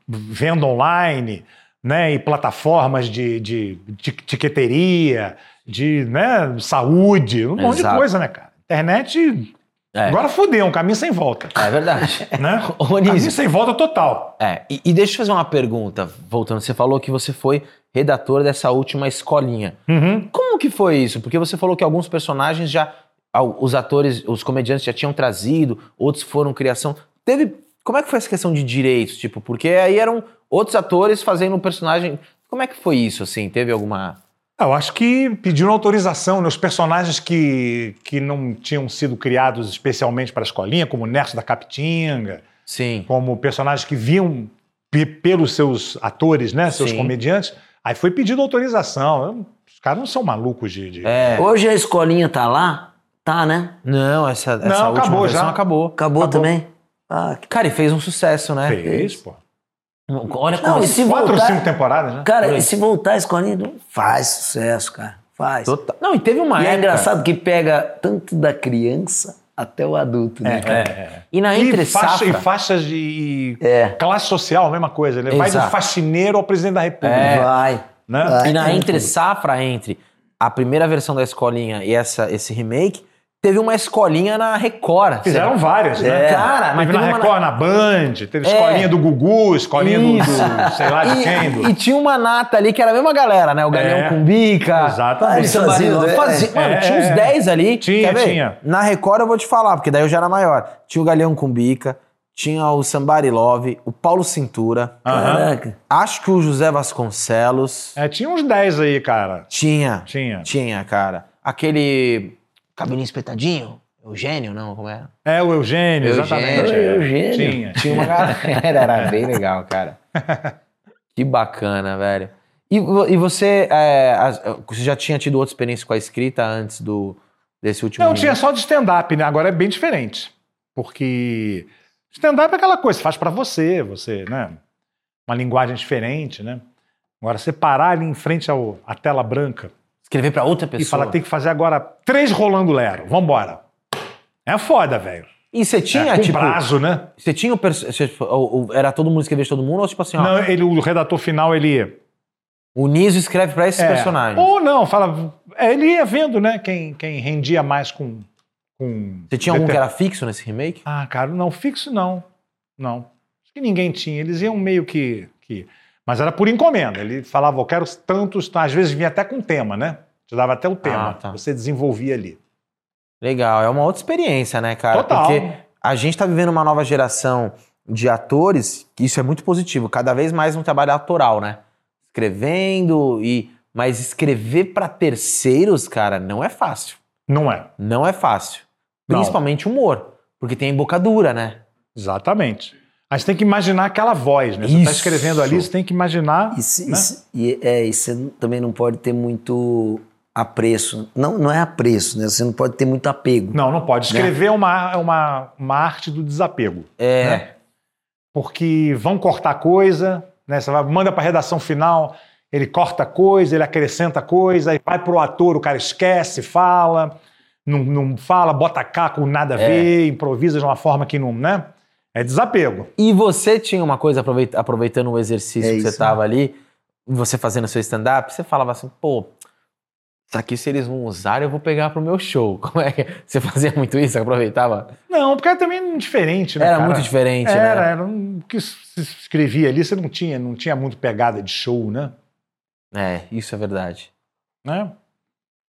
Speaker 3: venda online, né? E plataformas de, de, de tiqueteria, de né, saúde, um monte de
Speaker 2: Exato.
Speaker 3: coisa, né, cara? Internet.
Speaker 2: É.
Speaker 3: Agora fudeu, um caminho sem volta.
Speaker 2: É verdade.
Speaker 3: Né?
Speaker 2: Ô, Anísio.
Speaker 3: Caminho sem volta total.
Speaker 2: É, e, e deixa eu fazer uma pergunta, voltando. Você falou que você foi redator dessa última escolinha.
Speaker 3: Uhum.
Speaker 2: Como que foi isso? Porque você falou que alguns personagens já. ao- Os atores, os comediantes já tinham trazido, outros foram criação. Teve. Como é que foi essa questão de direitos? Tipo, porque aí eram outros atores fazendo um personagem. Como é que foi isso, assim? Teve alguma.
Speaker 3: Ah, Eu acho que pediram autorização, né? Os personagens que, que não tinham sido criados especialmente para a escolinha, como o Nerso da Capitinga,
Speaker 2: Sim.
Speaker 3: como personagens que viam pe- pelos seus atores, né? Seus
Speaker 2: Sim.
Speaker 3: comediantes. Aí foi pedido autorização. Eu- os caras não são malucos de... de-
Speaker 2: É.
Speaker 1: Hoje a escolinha tá lá? Tá, né?
Speaker 2: Não, essa, essa
Speaker 3: Não,
Speaker 2: última
Speaker 3: acabou
Speaker 2: versão
Speaker 3: já.
Speaker 2: acabou.
Speaker 1: Acabou,
Speaker 3: Acabou.
Speaker 1: também? Ah, que...
Speaker 2: Cara, e fez um sucesso, né?
Speaker 3: Fez, pô.
Speaker 2: Olha como
Speaker 1: Não, e
Speaker 2: isso.
Speaker 1: se
Speaker 3: Quatro ou
Speaker 1: voltar...
Speaker 3: cinco temporadas, né?
Speaker 1: Cara, e se voltar a escolinha, faz sucesso, cara. Faz.
Speaker 2: Total. Não, e teve uma
Speaker 1: E é
Speaker 2: época-
Speaker 1: engraçado que pega tanto da criança até o adulto,
Speaker 3: É,
Speaker 1: né? cara?
Speaker 2: É, E na
Speaker 3: E,
Speaker 2: entre
Speaker 3: faixa-
Speaker 2: safra,
Speaker 3: e faixas de... e
Speaker 1: É.
Speaker 3: Classe social, a mesma coisa. Ele vai do
Speaker 2: Exato. É.
Speaker 3: faxineiro ao presidente da república.
Speaker 1: Vai.
Speaker 3: é. Né?
Speaker 1: Vai.
Speaker 2: E na
Speaker 1: Tem
Speaker 2: entre
Speaker 1: tudo.
Speaker 2: safra, entre a primeira versão da escolinha e essa, esse remake, teve uma escolinha na Record.
Speaker 3: Fizeram
Speaker 2: Você-
Speaker 3: várias, né?
Speaker 2: É. Cara, mas teve
Speaker 3: teve na
Speaker 2: uma- É.
Speaker 3: Record, na Band, teve escolinha do Gugu, escolinha do, do- sei lá de quem. do-
Speaker 2: E, e tinha uma nata ali que era a mesma galera, né? O Galhão
Speaker 3: É.
Speaker 2: com bica.
Speaker 3: Exatamente.
Speaker 2: o Sambarilão.
Speaker 1: Fazia, né?
Speaker 2: Fazia-
Speaker 3: É.
Speaker 2: Mano, tinha uns
Speaker 3: É.
Speaker 2: 10 ali.
Speaker 3: Tinha,
Speaker 2: quer ver?
Speaker 3: tinha.
Speaker 2: Na Record eu vou te falar, porque daí eu já era maior. Tinha o Galhão com bica, tinha o Sambarilove, o Paulo Cintura.
Speaker 3: Aham.
Speaker 1: Caraca.
Speaker 2: Acho que o José Vasconcelos.
Speaker 3: É, tinha uns 10 aí, cara.
Speaker 2: Tinha.
Speaker 3: Tinha.
Speaker 2: Tinha, cara. Aquele cabelinho espetadinho, Eugênio, não, como era?
Speaker 3: É, o Eugênio,
Speaker 2: Eugênio,
Speaker 3: exatamente. é.
Speaker 1: Eugênio.
Speaker 3: Tinha.
Speaker 2: Tinha uma galera, era bem legal, cara. Que bacana, velho. E, vo- e você, é, as- você já tinha tido outra experiência com a escrita antes do desse último?
Speaker 3: Não,
Speaker 2: livro?
Speaker 3: tinha só de stand-up, né? Agora é bem diferente. Porque stand-up é aquela coisa, você faz pra você, você, né? Uma linguagem diferente, né? Agora, você parar ali em frente ao, à tela branca
Speaker 2: Escrever pra outra
Speaker 3: e
Speaker 2: pessoa.
Speaker 3: falar, tem que fazer agora três rolando lero, vambora. É foda, velho.
Speaker 2: E você tinha,
Speaker 3: é, com
Speaker 2: tipo,
Speaker 3: prazo, né?
Speaker 2: você tinha o, perso- você- tipo, o- o- era todo mundo escrever de todo mundo ou tipo assim, ó,
Speaker 3: Não, ele, o redator final, ele.
Speaker 2: o Niso escreve pra esses
Speaker 3: é,
Speaker 2: personagens.
Speaker 3: Ou não, fala. é, ele ia vendo, né? Quem, quem rendia mais com. com
Speaker 2: Você tinha algum que
Speaker 3: deter-
Speaker 2: era fixo nesse remake?
Speaker 3: Ah, cara, não, fixo não. Não. Acho que ninguém tinha. Eles iam meio que. que... Mas era por encomenda. Ele falava, eu quero tantos. tá?" Às vezes vinha até com tema, né? Te dava até o tema.
Speaker 2: Ah, tá.
Speaker 3: Você desenvolvia ali.
Speaker 2: Legal, é uma outra experiência, né, cara?
Speaker 3: Total.
Speaker 2: Porque a gente tá vivendo uma nova geração de atores, que isso é muito positivo, cada vez mais um trabalho autoral, né? Escrevendo e mas escrever pra terceiros, cara, não é fácil.
Speaker 3: Não é.
Speaker 2: Não é fácil.
Speaker 3: Não.
Speaker 2: Principalmente humor, porque tem embocadura, né?
Speaker 3: Exatamente. Mas tem que imaginar aquela voz, né? Você está
Speaker 2: Isso.
Speaker 3: escrevendo ali, você tem que imaginar.
Speaker 1: E, se-
Speaker 3: né?
Speaker 1: e se- e, é, e você n- também não pode ter muito apreço. Não, não é apreço, né? Você não pode ter muito apego.
Speaker 3: Não, não pode.
Speaker 2: Né?
Speaker 3: Escrever é uma, é uma, uma arte do desapego.
Speaker 2: É.
Speaker 3: Né? Porque vão cortar coisa, né? Você vai, manda para redação final, ele corta coisa, ele acrescenta coisa, aí vai pro ator, o cara esquece,
Speaker 2: É.
Speaker 3: fala, não, não fala, bota cá com nada a ver, improvisa de uma forma que não, né? É desapego.
Speaker 2: E você tinha uma coisa, aproveita- aproveitando o exercício
Speaker 1: É
Speaker 2: que
Speaker 1: isso.
Speaker 2: você estava ali, você fazendo seu stand-up, você falava assim, pô, isso aqui se eles vão usar, eu vou pegar pro meu show. Como é que você fazia muito isso? Aproveitava?
Speaker 3: Não, porque era também diferente, né?
Speaker 2: Era
Speaker 3: cara?
Speaker 2: muito diferente,
Speaker 3: Era,
Speaker 2: né?
Speaker 3: era um- o que se escrevia ali, você não tinha, não tinha muito pegada de show, né?
Speaker 2: É, isso é verdade.
Speaker 3: né?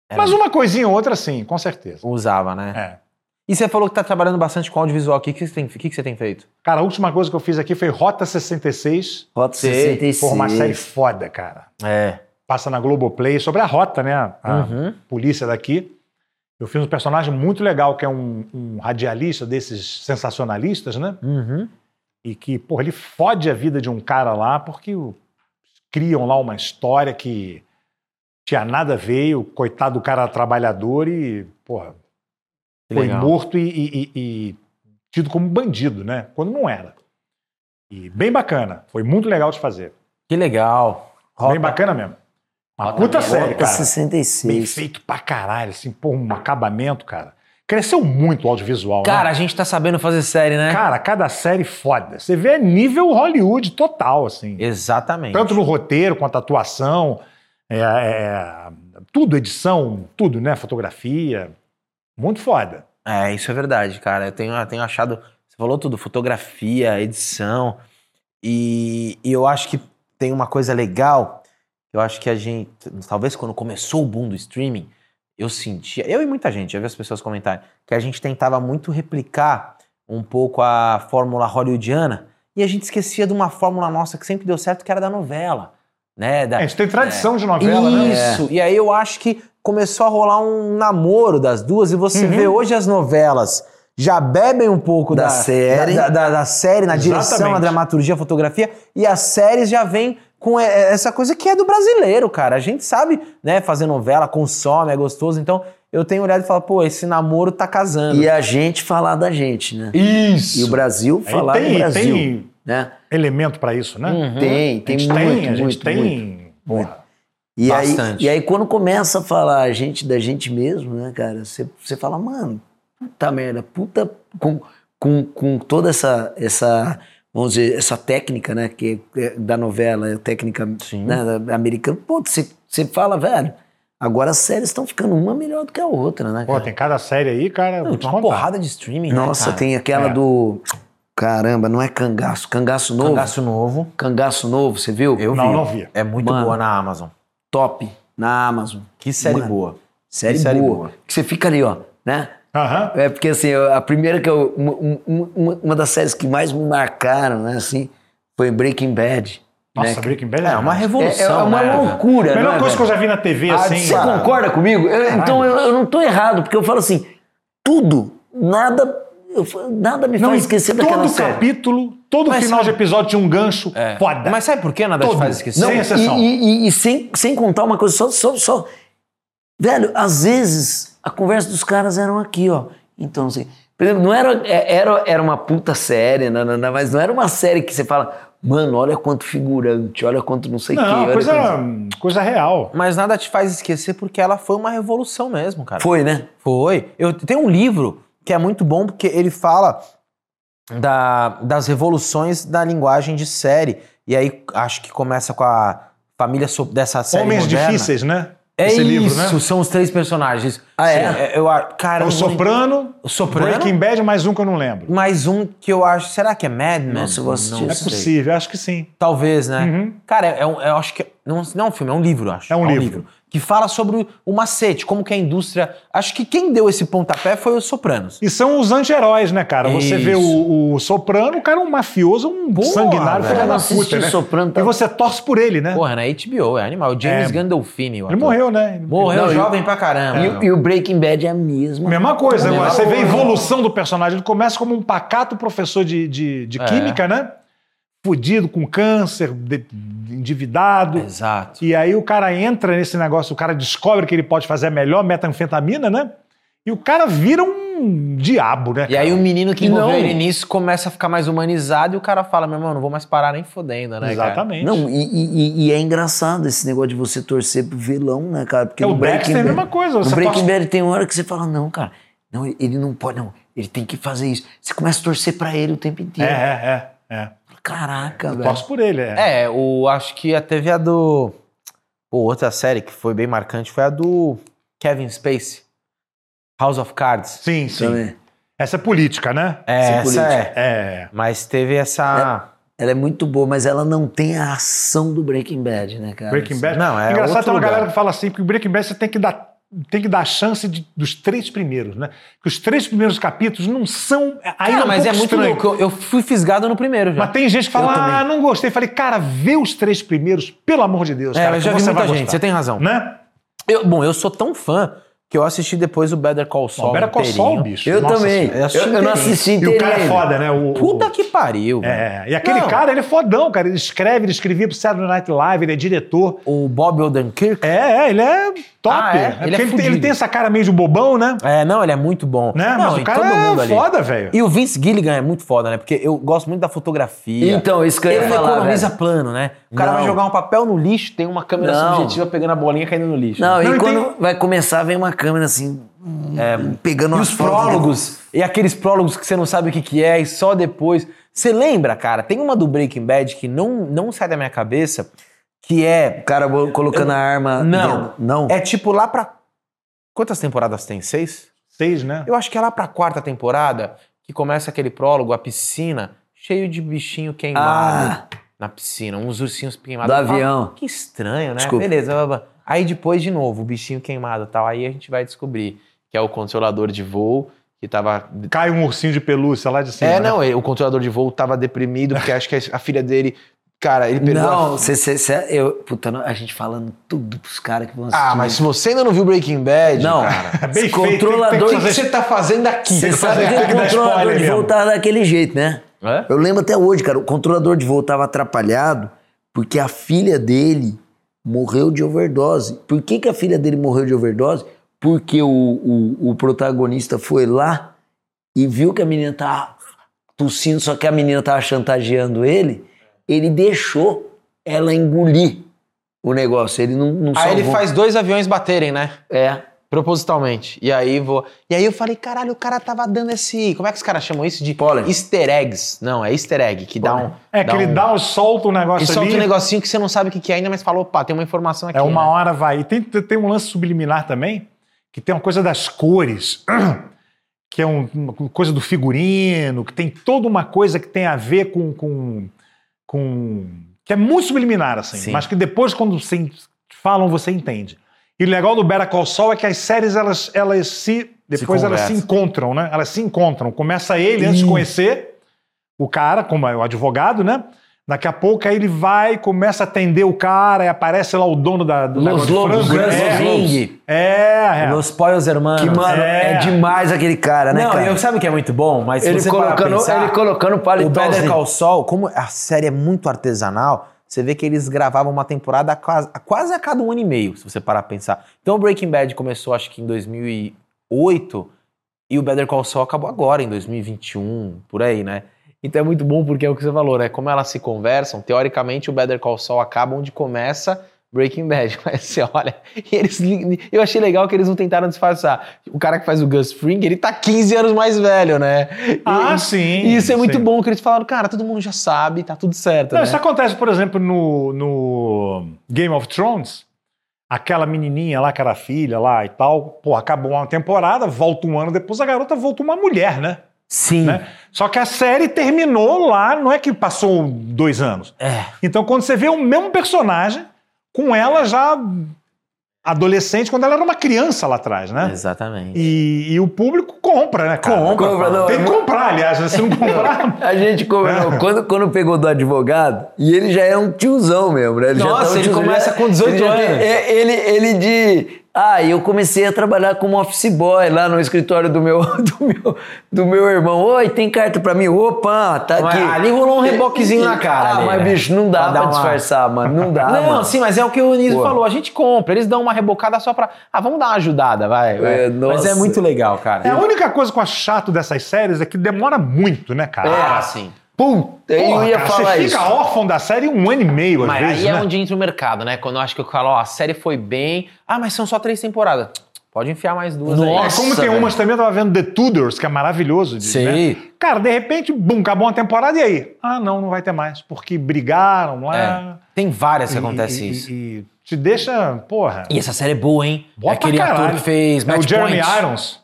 Speaker 2: Era-
Speaker 3: Mas uma coisinha ou outra, sim, com certeza.
Speaker 2: Usava, né?
Speaker 3: É.
Speaker 2: E você falou que tá trabalhando bastante com audiovisual aqui. O que você tem, o que que você tem feito?
Speaker 3: Cara, a última coisa que eu fiz aqui foi Rota 66.
Speaker 1: Rota
Speaker 2: Sei.
Speaker 1: 66.
Speaker 3: Pô, uma série foda, cara.
Speaker 2: É.
Speaker 3: Passa na Globoplay, sobre a Rota, né? A
Speaker 2: Uhum.
Speaker 3: polícia daqui. Eu fiz um personagem muito legal, que é um, um radialista desses sensacionalistas, né?
Speaker 2: Uhum.
Speaker 3: E que, porra, ele fode a vida de um cara lá porque o- criam lá uma história que tinha nada a ver, o coitado do cara era trabalhador e, porra,
Speaker 2: Que
Speaker 3: foi
Speaker 2: legal.
Speaker 3: morto e, e- e- e tido como bandido, né? Quando não era. E bem bacana. Foi muito legal de fazer.
Speaker 2: Que legal.
Speaker 3: Bem bacana mesmo. Uma
Speaker 2: Rota
Speaker 3: puta
Speaker 2: mesmo.
Speaker 3: série,
Speaker 1: Rota
Speaker 3: cara. Bem
Speaker 1: 66.
Speaker 3: feito pra caralho, assim, pô, um acabamento, cara. Cresceu muito o audiovisual,
Speaker 2: Cara,
Speaker 3: né?
Speaker 2: a gente tá sabendo fazer série, né?
Speaker 3: Cara, cada série foda. Você vê nível Hollywood total, assim.
Speaker 2: Exatamente.
Speaker 3: Tanto no roteiro quanto atuação, é, é, tudo, edição, tudo, né? Fotografia. Muito foda.
Speaker 2: É, isso é verdade, cara. Eu tenho, eu tenho achado. Você falou tudo: fotografia, edição. E, e eu acho que tem uma coisa legal. Eu acho que a gente. Talvez quando começou o boom do streaming, eu sentia. Eu e muita gente, já vi as pessoas comentarem, que a gente tentava muito replicar um pouco a fórmula hollywoodiana. E a gente esquecia de uma fórmula nossa que sempre deu certo, que era da novela. Né? Da,
Speaker 3: É, a gente tem tradição de novela, né?
Speaker 2: isso. E aí eu acho que começou a rolar um namoro das duas e você vê hoje as novelas já bebem um pouco da,
Speaker 1: Da série.
Speaker 2: da, da- da série na direção,
Speaker 3: Exatamente.
Speaker 2: na dramaturgia, a fotografia e as séries já vêm com e- essa coisa que é do brasileiro, cara. A gente sabe, né, fazer novela, consome, é gostoso. Então eu tenho olhado e falo, pô, esse namoro tá casando.
Speaker 1: E é a gente falar da gente, né?
Speaker 3: Isso.
Speaker 1: E o Brasil
Speaker 3: Aí
Speaker 1: falar
Speaker 3: tem,
Speaker 1: do Brasil.
Speaker 3: tem
Speaker 1: Né?
Speaker 3: elemento pra isso, né?
Speaker 2: Uhum.
Speaker 1: Tem,
Speaker 3: a
Speaker 1: tem
Speaker 3: gente
Speaker 1: muito,
Speaker 3: tem, a gente
Speaker 1: muito,
Speaker 3: tem.
Speaker 1: muito.
Speaker 3: porra.
Speaker 1: E aí,
Speaker 2: Bastante.
Speaker 1: e aí, quando começa a falar a gente da gente mesmo, né, cara, você você fala, mano, puta merda, puta. Com, com, com toda essa, essa, vamos dizer, essa técnica, né, que é da novela, é técnica
Speaker 2: Sim.
Speaker 1: né, da- americana, pô, você você fala, velho, agora as séries estão ficando uma melhor do que a outra, né,
Speaker 3: Pô,
Speaker 1: cara?
Speaker 3: tem cada série aí, cara. vou te
Speaker 2: Uma
Speaker 3: contar.
Speaker 2: porrada de streaming,
Speaker 1: Nossa,
Speaker 2: né, cara?
Speaker 1: tem aquela
Speaker 3: É.
Speaker 1: do. Caramba, não é cangaço, cangaço novo. Cangaço,
Speaker 2: Cangaço novo.
Speaker 1: novo, você viu?
Speaker 2: Eu
Speaker 3: Não,
Speaker 2: vi.
Speaker 3: não vi.
Speaker 2: É muito
Speaker 1: Mano.
Speaker 2: boa na Amazon.
Speaker 1: Top, na Amazon.
Speaker 2: Que série
Speaker 1: Mano.
Speaker 2: boa.
Speaker 1: Série,
Speaker 2: Que série
Speaker 1: boa.
Speaker 2: boa.
Speaker 1: Que você fica ali, ó, né?
Speaker 3: Aham.
Speaker 1: É porque assim, eu- a primeira que eu. Uma, um- uma, uma das séries que mais me marcaram, né, assim, foi Breaking Bad.
Speaker 3: Nossa,
Speaker 1: né?
Speaker 3: Breaking Bad
Speaker 2: É uma
Speaker 1: é,
Speaker 2: revolução.
Speaker 1: é uma
Speaker 2: né?
Speaker 1: loucura,
Speaker 3: A melhor
Speaker 1: né,
Speaker 3: coisa que eu
Speaker 1: velho?
Speaker 3: já vi na TV,
Speaker 1: Ah,
Speaker 3: assim.
Speaker 1: Você
Speaker 3: cara.
Speaker 1: concorda comigo? Eu- então eu, eu não tô errado, porque eu falo assim, tudo, nada, eu fa- nada me
Speaker 3: Não,
Speaker 1: faz
Speaker 3: e
Speaker 1: esquecer daquela
Speaker 3: todo
Speaker 1: série.
Speaker 3: capítulo, todo
Speaker 2: Mas
Speaker 3: final
Speaker 2: sabe-
Speaker 3: de episódio tinha um gancho
Speaker 2: É.
Speaker 3: foda.
Speaker 2: Mas sabe por que nada
Speaker 3: Todo.
Speaker 2: te faz esquecer?
Speaker 3: Não, Sem exceção.
Speaker 1: E, e- e- e sem, sem contar uma coisa, só, só, só. Velho, às vezes a conversa dos caras eram aqui, ó. Então, assim, por exemplo, não era, é- era, era uma puta série, não, não, não, mas não era uma série que você fala, mano, olha quanto figurante, olha quanto não sei o
Speaker 3: não,
Speaker 1: que.
Speaker 3: coisa, coisa real.
Speaker 2: Mas nada te faz esquecer porque ela foi uma revolução mesmo, cara.
Speaker 1: Foi, né?
Speaker 2: Foi. Eu tenho um livro que é muito bom porque ele fala da- das revoluções da linguagem de série. E aí acho que começa com a família so- dessa série
Speaker 3: Homens
Speaker 2: moderna.
Speaker 3: difíceis, né?
Speaker 2: É
Speaker 3: Esse
Speaker 2: isso,
Speaker 3: livro, né?
Speaker 2: são os três personagens.
Speaker 1: Ah, é?
Speaker 2: Sim, eu, a- cara, eu
Speaker 3: O
Speaker 2: não vou lembrar.
Speaker 3: Soprano,
Speaker 2: O Soprano.
Speaker 3: Breaking Bad, mais um que eu não lembro.
Speaker 2: Mais um que eu acho. Será que é Mad Men?
Speaker 1: Nossa, eu vou assistir
Speaker 2: Não
Speaker 3: É
Speaker 1: isso.
Speaker 2: sei.
Speaker 3: possível, acho que sim.
Speaker 2: Talvez, né?
Speaker 3: Uhum.
Speaker 2: Cara, é, é um- eu acho que. Não, não é um filme, é um livro, eu acho.
Speaker 3: É um livro.
Speaker 2: Que fala sobre o macete, como que a indústria. Acho que quem deu esse pontapé foi os Sopranos.
Speaker 3: E são os anti-heróis, né, cara? Você vê o, o Soprano, o cara é um mafioso, um
Speaker 2: Boa,
Speaker 3: sanguinário,
Speaker 2: velho.
Speaker 3: filho
Speaker 1: Eu não
Speaker 3: da
Speaker 1: assisti
Speaker 3: puta, né?
Speaker 1: Soprano,
Speaker 3: E
Speaker 1: tá-
Speaker 3: você torce por ele, né?
Speaker 2: Porra, na HBO, é animal. O James
Speaker 3: É.
Speaker 2: Gandolfini, o
Speaker 3: ele
Speaker 2: ator.
Speaker 3: morreu, né?
Speaker 2: Morreu
Speaker 1: Não,
Speaker 2: jovem pra caramba.
Speaker 1: E, o- e o Breaking Bad é a mesma.
Speaker 3: Mesma coisa,
Speaker 2: Mesma
Speaker 3: agora. Você vê a
Speaker 2: coisa.
Speaker 3: evolução do personagem. Ele começa como um pacato professor de, de, de
Speaker 2: É.
Speaker 3: química, né? Fudido, com câncer, de- endividado.
Speaker 2: Exato.
Speaker 3: E aí o cara entra nesse negócio, o cara descobre que ele pode fazer a melhor metanfetamina, né? E o cara vira um diabo, né?
Speaker 2: E aí o menino que
Speaker 3: E
Speaker 2: envolveu
Speaker 3: não-
Speaker 2: ele nisso começa a ficar mais humanizado e o cara fala, meu irmão, não vou mais parar nem fodendo, né, cara?
Speaker 3: Exatamente.
Speaker 1: Não, e, e- e- e é engraçado esse negócio de você torcer pro vilão, né, cara? Porque
Speaker 3: É, o
Speaker 1: no Breaking
Speaker 3: Dexter é a
Speaker 1: Bad-
Speaker 3: mesma coisa,
Speaker 1: No
Speaker 3: você
Speaker 1: Breaking
Speaker 3: torce-
Speaker 1: Bad tem hora que você fala, não, cara, Não, ele não pode, não. Ele tem que fazer isso. Você começa a torcer pra ele o tempo
Speaker 3: É,
Speaker 1: inteiro.
Speaker 3: é, é. é.
Speaker 1: Caraca,
Speaker 3: Eu
Speaker 1: velho.
Speaker 3: torço por ele, é.
Speaker 2: É, o, acho que a teve a do. Pô, outra série que foi bem marcante foi a do Kevin Spacey. House of Cards.
Speaker 3: Sim, sim.
Speaker 1: Também.
Speaker 3: Essa é política, né?
Speaker 2: É,
Speaker 1: Sim,
Speaker 2: essa é.
Speaker 1: política.
Speaker 3: É.
Speaker 2: Mas teve essa.
Speaker 1: Ela é muito boa, mas ela não tem a ação do Breaking Bad, né, cara?
Speaker 3: Breaking Bad.
Speaker 2: Não, é
Speaker 3: Engraçado
Speaker 2: outro
Speaker 3: tem uma galera
Speaker 2: lugar.
Speaker 3: que fala assim, porque o Breaking Bad você tem que dar, tem que dar a chance de- dos três primeiros, né? Que os três primeiros capítulos não são. Aí
Speaker 2: Cara,
Speaker 3: é um
Speaker 2: mas
Speaker 3: pouco
Speaker 2: é muito
Speaker 3: estranho.
Speaker 2: louco. Eu, eu fui fisgado no primeiro já.
Speaker 3: Mas tem gente que
Speaker 1: Eu
Speaker 3: fala,
Speaker 1: também.
Speaker 3: ah, não gostei. Falei, cara, vê os três primeiros, pelo amor de Deus.
Speaker 2: é,
Speaker 3: cara,
Speaker 2: mas
Speaker 3: que
Speaker 2: já vi
Speaker 3: você
Speaker 2: muita
Speaker 3: vai
Speaker 2: gente,
Speaker 3: gostar.
Speaker 2: você tem razão.
Speaker 3: Né?
Speaker 2: Eu- bom, eu sou tão fã que eu assisti depois o Better Call Saul.
Speaker 3: Bom, Better Call Saul,
Speaker 2: inteirinho.
Speaker 3: bicho.
Speaker 1: Eu
Speaker 3: Nossa
Speaker 1: também.
Speaker 3: Senhora.
Speaker 2: Eu assisti
Speaker 1: Eu, eu não
Speaker 2: inteirinho.
Speaker 1: assisti
Speaker 3: E
Speaker 1: inteiro.
Speaker 3: o cara é foda, né? O, o-
Speaker 2: Puta que pariu. velho.
Speaker 3: É, e aquele
Speaker 2: Não.
Speaker 3: cara, ele é fodão, cara. Ele escreve, ele escrevia pro Saturday Night Live, ele é diretor.
Speaker 2: O Bob Odenkirk.
Speaker 3: É, é, ele é top.
Speaker 2: Ah, é? Ele
Speaker 3: porque
Speaker 2: é
Speaker 3: ele, tem,
Speaker 2: fudido.
Speaker 3: ele tem essa cara meio de bobão, né?
Speaker 2: É, não, ele é muito bom.
Speaker 3: né?
Speaker 2: Não,
Speaker 3: Mas
Speaker 2: e
Speaker 3: o cara
Speaker 2: todo mundo
Speaker 3: é
Speaker 2: ali.
Speaker 3: foda, velho.
Speaker 2: E o Vince Gilligan é muito foda, né? Porque eu gosto muito da fotografia.
Speaker 1: Então, isso que eu ia
Speaker 2: ele não
Speaker 1: falar,
Speaker 2: economiza
Speaker 1: velho.
Speaker 2: plano, né? O cara
Speaker 1: Não.
Speaker 2: vai jogar um papel no lixo, tem uma câmera
Speaker 1: Não.
Speaker 2: subjetiva pegando a bolinha e caindo no lixo.
Speaker 1: Não,
Speaker 2: né?
Speaker 3: Não,
Speaker 1: e
Speaker 3: e É.
Speaker 1: quando vai começar, vem uma câmera assim, hum, pegando
Speaker 2: E
Speaker 1: uma
Speaker 2: os
Speaker 1: foto, né?
Speaker 2: prólogos, e aqueles prólogos que você não sabe o que, que é, e só depois. Você lembra, cara? Tem uma do Breaking Bad que não, não sai da minha cabeça, que é.
Speaker 1: O cara bo- colocando a arma.
Speaker 2: Não.
Speaker 1: dentro. Não.
Speaker 2: É tipo lá pra. Quantas temporadas tem? Seis?
Speaker 3: Seis, né?
Speaker 2: Eu acho que é lá pra quarta temporada que começa aquele prólogo, a piscina, cheio de bichinho queimado
Speaker 1: ah,
Speaker 2: na piscina, uns ursinhos queimados.
Speaker 1: do
Speaker 2: Eu falo,
Speaker 1: avião.
Speaker 2: Que estranho, né?
Speaker 1: Desculpa.
Speaker 2: Beleza. blá, blá. Aí depois, de novo, o bichinho queimado e tal. Aí a gente vai descobrir que é o controlador de voo que tava.
Speaker 3: Cai um ursinho de pelúcia lá de cima.
Speaker 2: é,
Speaker 3: né?
Speaker 2: não, ele- o controlador de voo tava deprimido porque acho que a filha dele. Cara, ele perdeu. a-
Speaker 1: Não, cê, cê, cê- eu, puta, não, a gente falando tudo pros caras que vão assistir.
Speaker 2: Ah, mas se você ainda não viu Breaking Bad.
Speaker 1: Não.
Speaker 2: cara,
Speaker 3: É bem
Speaker 1: Esse
Speaker 3: feito, tem-
Speaker 1: controlador-
Speaker 3: tem
Speaker 2: O
Speaker 3: que
Speaker 2: que
Speaker 3: fazer-
Speaker 2: você tá fazendo aqui?
Speaker 1: Você
Speaker 3: que
Speaker 1: sabe
Speaker 3: fazer-
Speaker 1: que
Speaker 3: tem que
Speaker 1: o
Speaker 3: dar
Speaker 1: controlador
Speaker 3: spoiler
Speaker 1: de voo
Speaker 3: mesmo.
Speaker 1: tava daquele jeito, né?
Speaker 2: Hã?
Speaker 1: Eu lembro até hoje, cara. O controlador de voo tava atrapalhado porque a filha dele morreu de overdose. Por que, que a filha dele morreu de overdose? Porque o, o, o protagonista foi lá e viu que a menina tava tossindo, só que a menina tava chantageando ele. Ele deixou ela engolir o negócio. Ele não, não
Speaker 2: Aí ele
Speaker 1: salvou.
Speaker 2: faz dois aviões baterem, né?
Speaker 1: É.
Speaker 2: Propositalmente. E aí vou. E aí eu falei, caralho, o cara tava dando esse. Como é que os caras chamam isso? De
Speaker 1: Pólen.
Speaker 2: easter eggs. Não, é easter egg, que dá um.
Speaker 3: É que ele
Speaker 2: um-
Speaker 3: dá, solta um
Speaker 2: E
Speaker 3: negócio
Speaker 2: solta
Speaker 3: ali.
Speaker 2: um negocinho que você não sabe o que, que é ainda, mas fala, opa, tem uma informação aqui.
Speaker 3: é uma
Speaker 2: né?
Speaker 3: hora vai. E tem, tem um lance subliminar também, que tem uma coisa das cores, que é um- uma coisa do figurino, que tem toda uma coisa que tem a ver com. com, com- que é muito subliminar, assim.
Speaker 2: Sim.
Speaker 3: Mas que depois, quando você en- falam, você entende. E o legal do Better Call Saul é que as séries, elas, elas se. Depois elas se
Speaker 2: conversam.
Speaker 3: encontram, né? Elas se encontram. Começa ele antes de conhecer o cara, como é o advogado, né? Daqui a pouco aí ele vai, começa a atender o cara, e aparece lá o dono da, do
Speaker 1: Los
Speaker 3: negócio de
Speaker 1: Lobos,
Speaker 2: né?
Speaker 3: frango.
Speaker 1: Grandes
Speaker 3: é,
Speaker 1: Los Lobos.
Speaker 3: é, é.
Speaker 2: Los Poyos Hermanos.
Speaker 1: Que, mano, é.
Speaker 3: É.
Speaker 1: demais aquele cara, né,
Speaker 2: não,
Speaker 1: cara?
Speaker 2: eu sabe que é muito bom, mas se
Speaker 1: Ele
Speaker 2: você parar pra
Speaker 1: colocando,
Speaker 2: pensar,
Speaker 1: ele colocando
Speaker 2: o Better
Speaker 1: paletó.
Speaker 2: Call Saul, como a série é muito artesanal, você vê que eles gravavam uma temporada a quase, a quase a cada um ano e meio, se você parar pra pensar. Então o Breaking Bad começou acho que em 2008 e o Better Call Saul acabou agora, em 2021, por aí, né? Então é muito bom porque é o que você falou, né? Como elas se conversam, teoricamente o Better Call Saul acaba onde começa Breaking Bad. Mas você olha, e eles, li- eu achei legal que eles não tentaram disfarçar. O cara que faz o Gus Fring, ele tá 15 anos mais velho, né? E-
Speaker 3: Ah,
Speaker 2: e-
Speaker 3: sim.
Speaker 2: e isso é muito
Speaker 3: sim.
Speaker 2: bom, que eles falaram, cara, todo mundo já sabe, tá tudo certo,
Speaker 3: Não,
Speaker 2: né?
Speaker 3: isso acontece, por exemplo, no, no Game of Thrones. Aquela menininha lá, que era filha lá e tal, pô, acabou uma temporada, volta um ano depois, a garota volta uma mulher, né?
Speaker 2: Sim.
Speaker 3: né? Só que a série terminou lá, não é que passou dois anos.
Speaker 2: É.
Speaker 3: Então, quando você vê o mesmo personagem com ela já adolescente, quando ela era uma criança lá atrás, né?
Speaker 2: Exatamente.
Speaker 3: E, e o público compra, né, cara?
Speaker 1: Compra, não,
Speaker 3: Tem que
Speaker 1: é-
Speaker 3: comprar, aliás. né? Se não comprar...
Speaker 1: A gente combinou, quando, quando pegou do advogado, e ele já é um tiozão mesmo, né? Ele já
Speaker 2: Nossa,
Speaker 1: tá um
Speaker 2: ele
Speaker 1: tiozão,
Speaker 2: começa
Speaker 1: já-
Speaker 2: com 18
Speaker 1: ele já tem-
Speaker 2: anos.
Speaker 1: é, ele, ele de. Ah, eu comecei a trabalhar como office boy lá no escritório do meu, do meu, do meu irmão. Oi, tem carta pra mim? Opa, tá
Speaker 2: Mas
Speaker 1: aqui.
Speaker 2: ali rolou um reboquezinho na cara
Speaker 1: Ah,
Speaker 2: ali,
Speaker 1: mas
Speaker 2: né?
Speaker 1: bicho, não
Speaker 2: Pra
Speaker 1: dá
Speaker 2: dar
Speaker 1: pra,
Speaker 2: uma-
Speaker 1: disfarçar, mano. Não dá,
Speaker 2: não,
Speaker 1: Ah, mano.
Speaker 2: sim, mas é o que o Niso
Speaker 1: Pô.
Speaker 2: falou, a gente compra, eles dão uma rebocada só pra... Ah, vamos dar uma ajudada, vai. vai.
Speaker 1: É,
Speaker 2: mas é
Speaker 1: nossa.
Speaker 2: muito legal, cara.
Speaker 3: É, a única coisa que eu acho chato dessas séries é que demora muito, né, cara?
Speaker 2: Ah, sim.
Speaker 1: Puta, É, assim. eu
Speaker 3: Porra,
Speaker 1: ia
Speaker 3: cara,
Speaker 1: falar
Speaker 3: você
Speaker 1: isso.
Speaker 3: fica órfão da série um ano e meio, às
Speaker 2: Mas
Speaker 3: vezes,
Speaker 1: um
Speaker 2: aí é
Speaker 3: né?
Speaker 2: onde entra o mercado, né? Quando eu acho que eu falo, ó, a série foi bem... Ah, mas são só três temporadas. Pode enfiar mais duas
Speaker 3: É,
Speaker 1: Nossa,
Speaker 3: como tem
Speaker 1: velho.
Speaker 3: umas também, eu tava vendo The Tudors, que é maravilhoso
Speaker 2: aí.
Speaker 3: disso, né?
Speaker 2: Sim.
Speaker 3: Cara, de repente, bum, acabou uma temporada e aí? Ah, não, não vai ter mais, porque brigaram
Speaker 1: É.
Speaker 3: lá.
Speaker 2: Tem várias que
Speaker 3: E-
Speaker 2: acontece
Speaker 3: e-
Speaker 2: isso.
Speaker 3: E, e te deixa, porra.
Speaker 2: E essa série é boa, hein?
Speaker 3: Boa
Speaker 2: é aquele
Speaker 3: pra caralho.
Speaker 2: ator que fez
Speaker 3: é
Speaker 2: Match
Speaker 3: o Jeremy
Speaker 2: Point.
Speaker 3: Irons.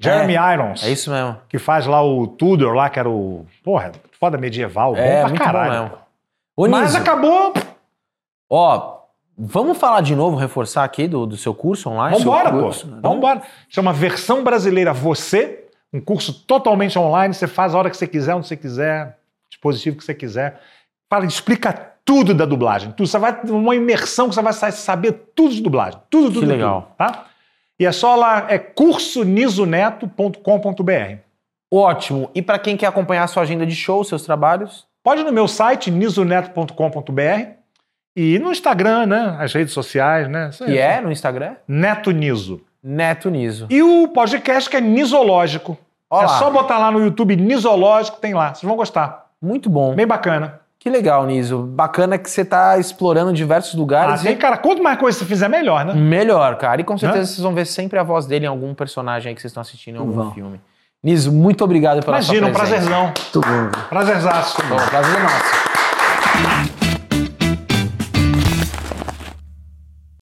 Speaker 3: Jeremy Irons.
Speaker 2: É isso mesmo.
Speaker 3: Que faz lá o Tudor, lá, que era o. Porra, foda medieval.
Speaker 2: É,
Speaker 3: bom pra
Speaker 2: muito
Speaker 3: caralho.
Speaker 2: bom mesmo. Ô,
Speaker 3: Mas
Speaker 2: Niso,
Speaker 3: acabou.
Speaker 2: ó, vamos falar de novo, reforçar aqui do, do seu curso online?
Speaker 3: Vambora,
Speaker 2: Seu
Speaker 3: pô.
Speaker 2: curso. né? Então,
Speaker 3: Vambora. Chama Versão Brasileira Você, um curso totalmente online. Você faz a hora que você quiser, onde você quiser, dispositivo que você quiser. Fala, explica tudo da dublagem. Tudo. Você vai ter uma imersão que você vai sa- saber tudo de dublagem. Tudo, tudo,
Speaker 2: Que
Speaker 3: tudo,
Speaker 2: legal.
Speaker 3: tá? E é só lá, é cursonisoneto.com.br.
Speaker 2: Ótimo. E pra quem quer acompanhar a sua agenda de shows, seus trabalhos?
Speaker 3: Pode ir no meu site, nisoneto.com.br e no Instagram, né? As redes sociais, né? Isso aí.
Speaker 2: Que é no Instagram?
Speaker 3: Neto Niso.
Speaker 2: Neto Niso.
Speaker 3: E o podcast que é Nisológico.
Speaker 2: Ó
Speaker 3: é
Speaker 2: lá.
Speaker 3: só botar lá no YouTube Nisológico, tem lá. Vocês vão gostar.
Speaker 2: Muito bom.
Speaker 3: Bem bacana.
Speaker 2: Que legal, Niso. Bacana que você tá explorando diversos
Speaker 3: Ah,
Speaker 2: lugares.
Speaker 3: tem, cara, quanto mais coisa você fizer, melhor,
Speaker 2: Hum,
Speaker 3: né?
Speaker 2: Melhor, cara. E com certeza
Speaker 3: Né?
Speaker 2: vocês vão ver sempre a voz dele em algum personagem aí que vocês estão assistindo em algum
Speaker 1: Vão.
Speaker 2: filme. Niso, muito obrigado pela sua
Speaker 3: Imagina, um
Speaker 2: presença.
Speaker 3: prazerzão.
Speaker 1: Muito bom.
Speaker 3: Prazerzaço.
Speaker 2: Bom, prazer é nosso.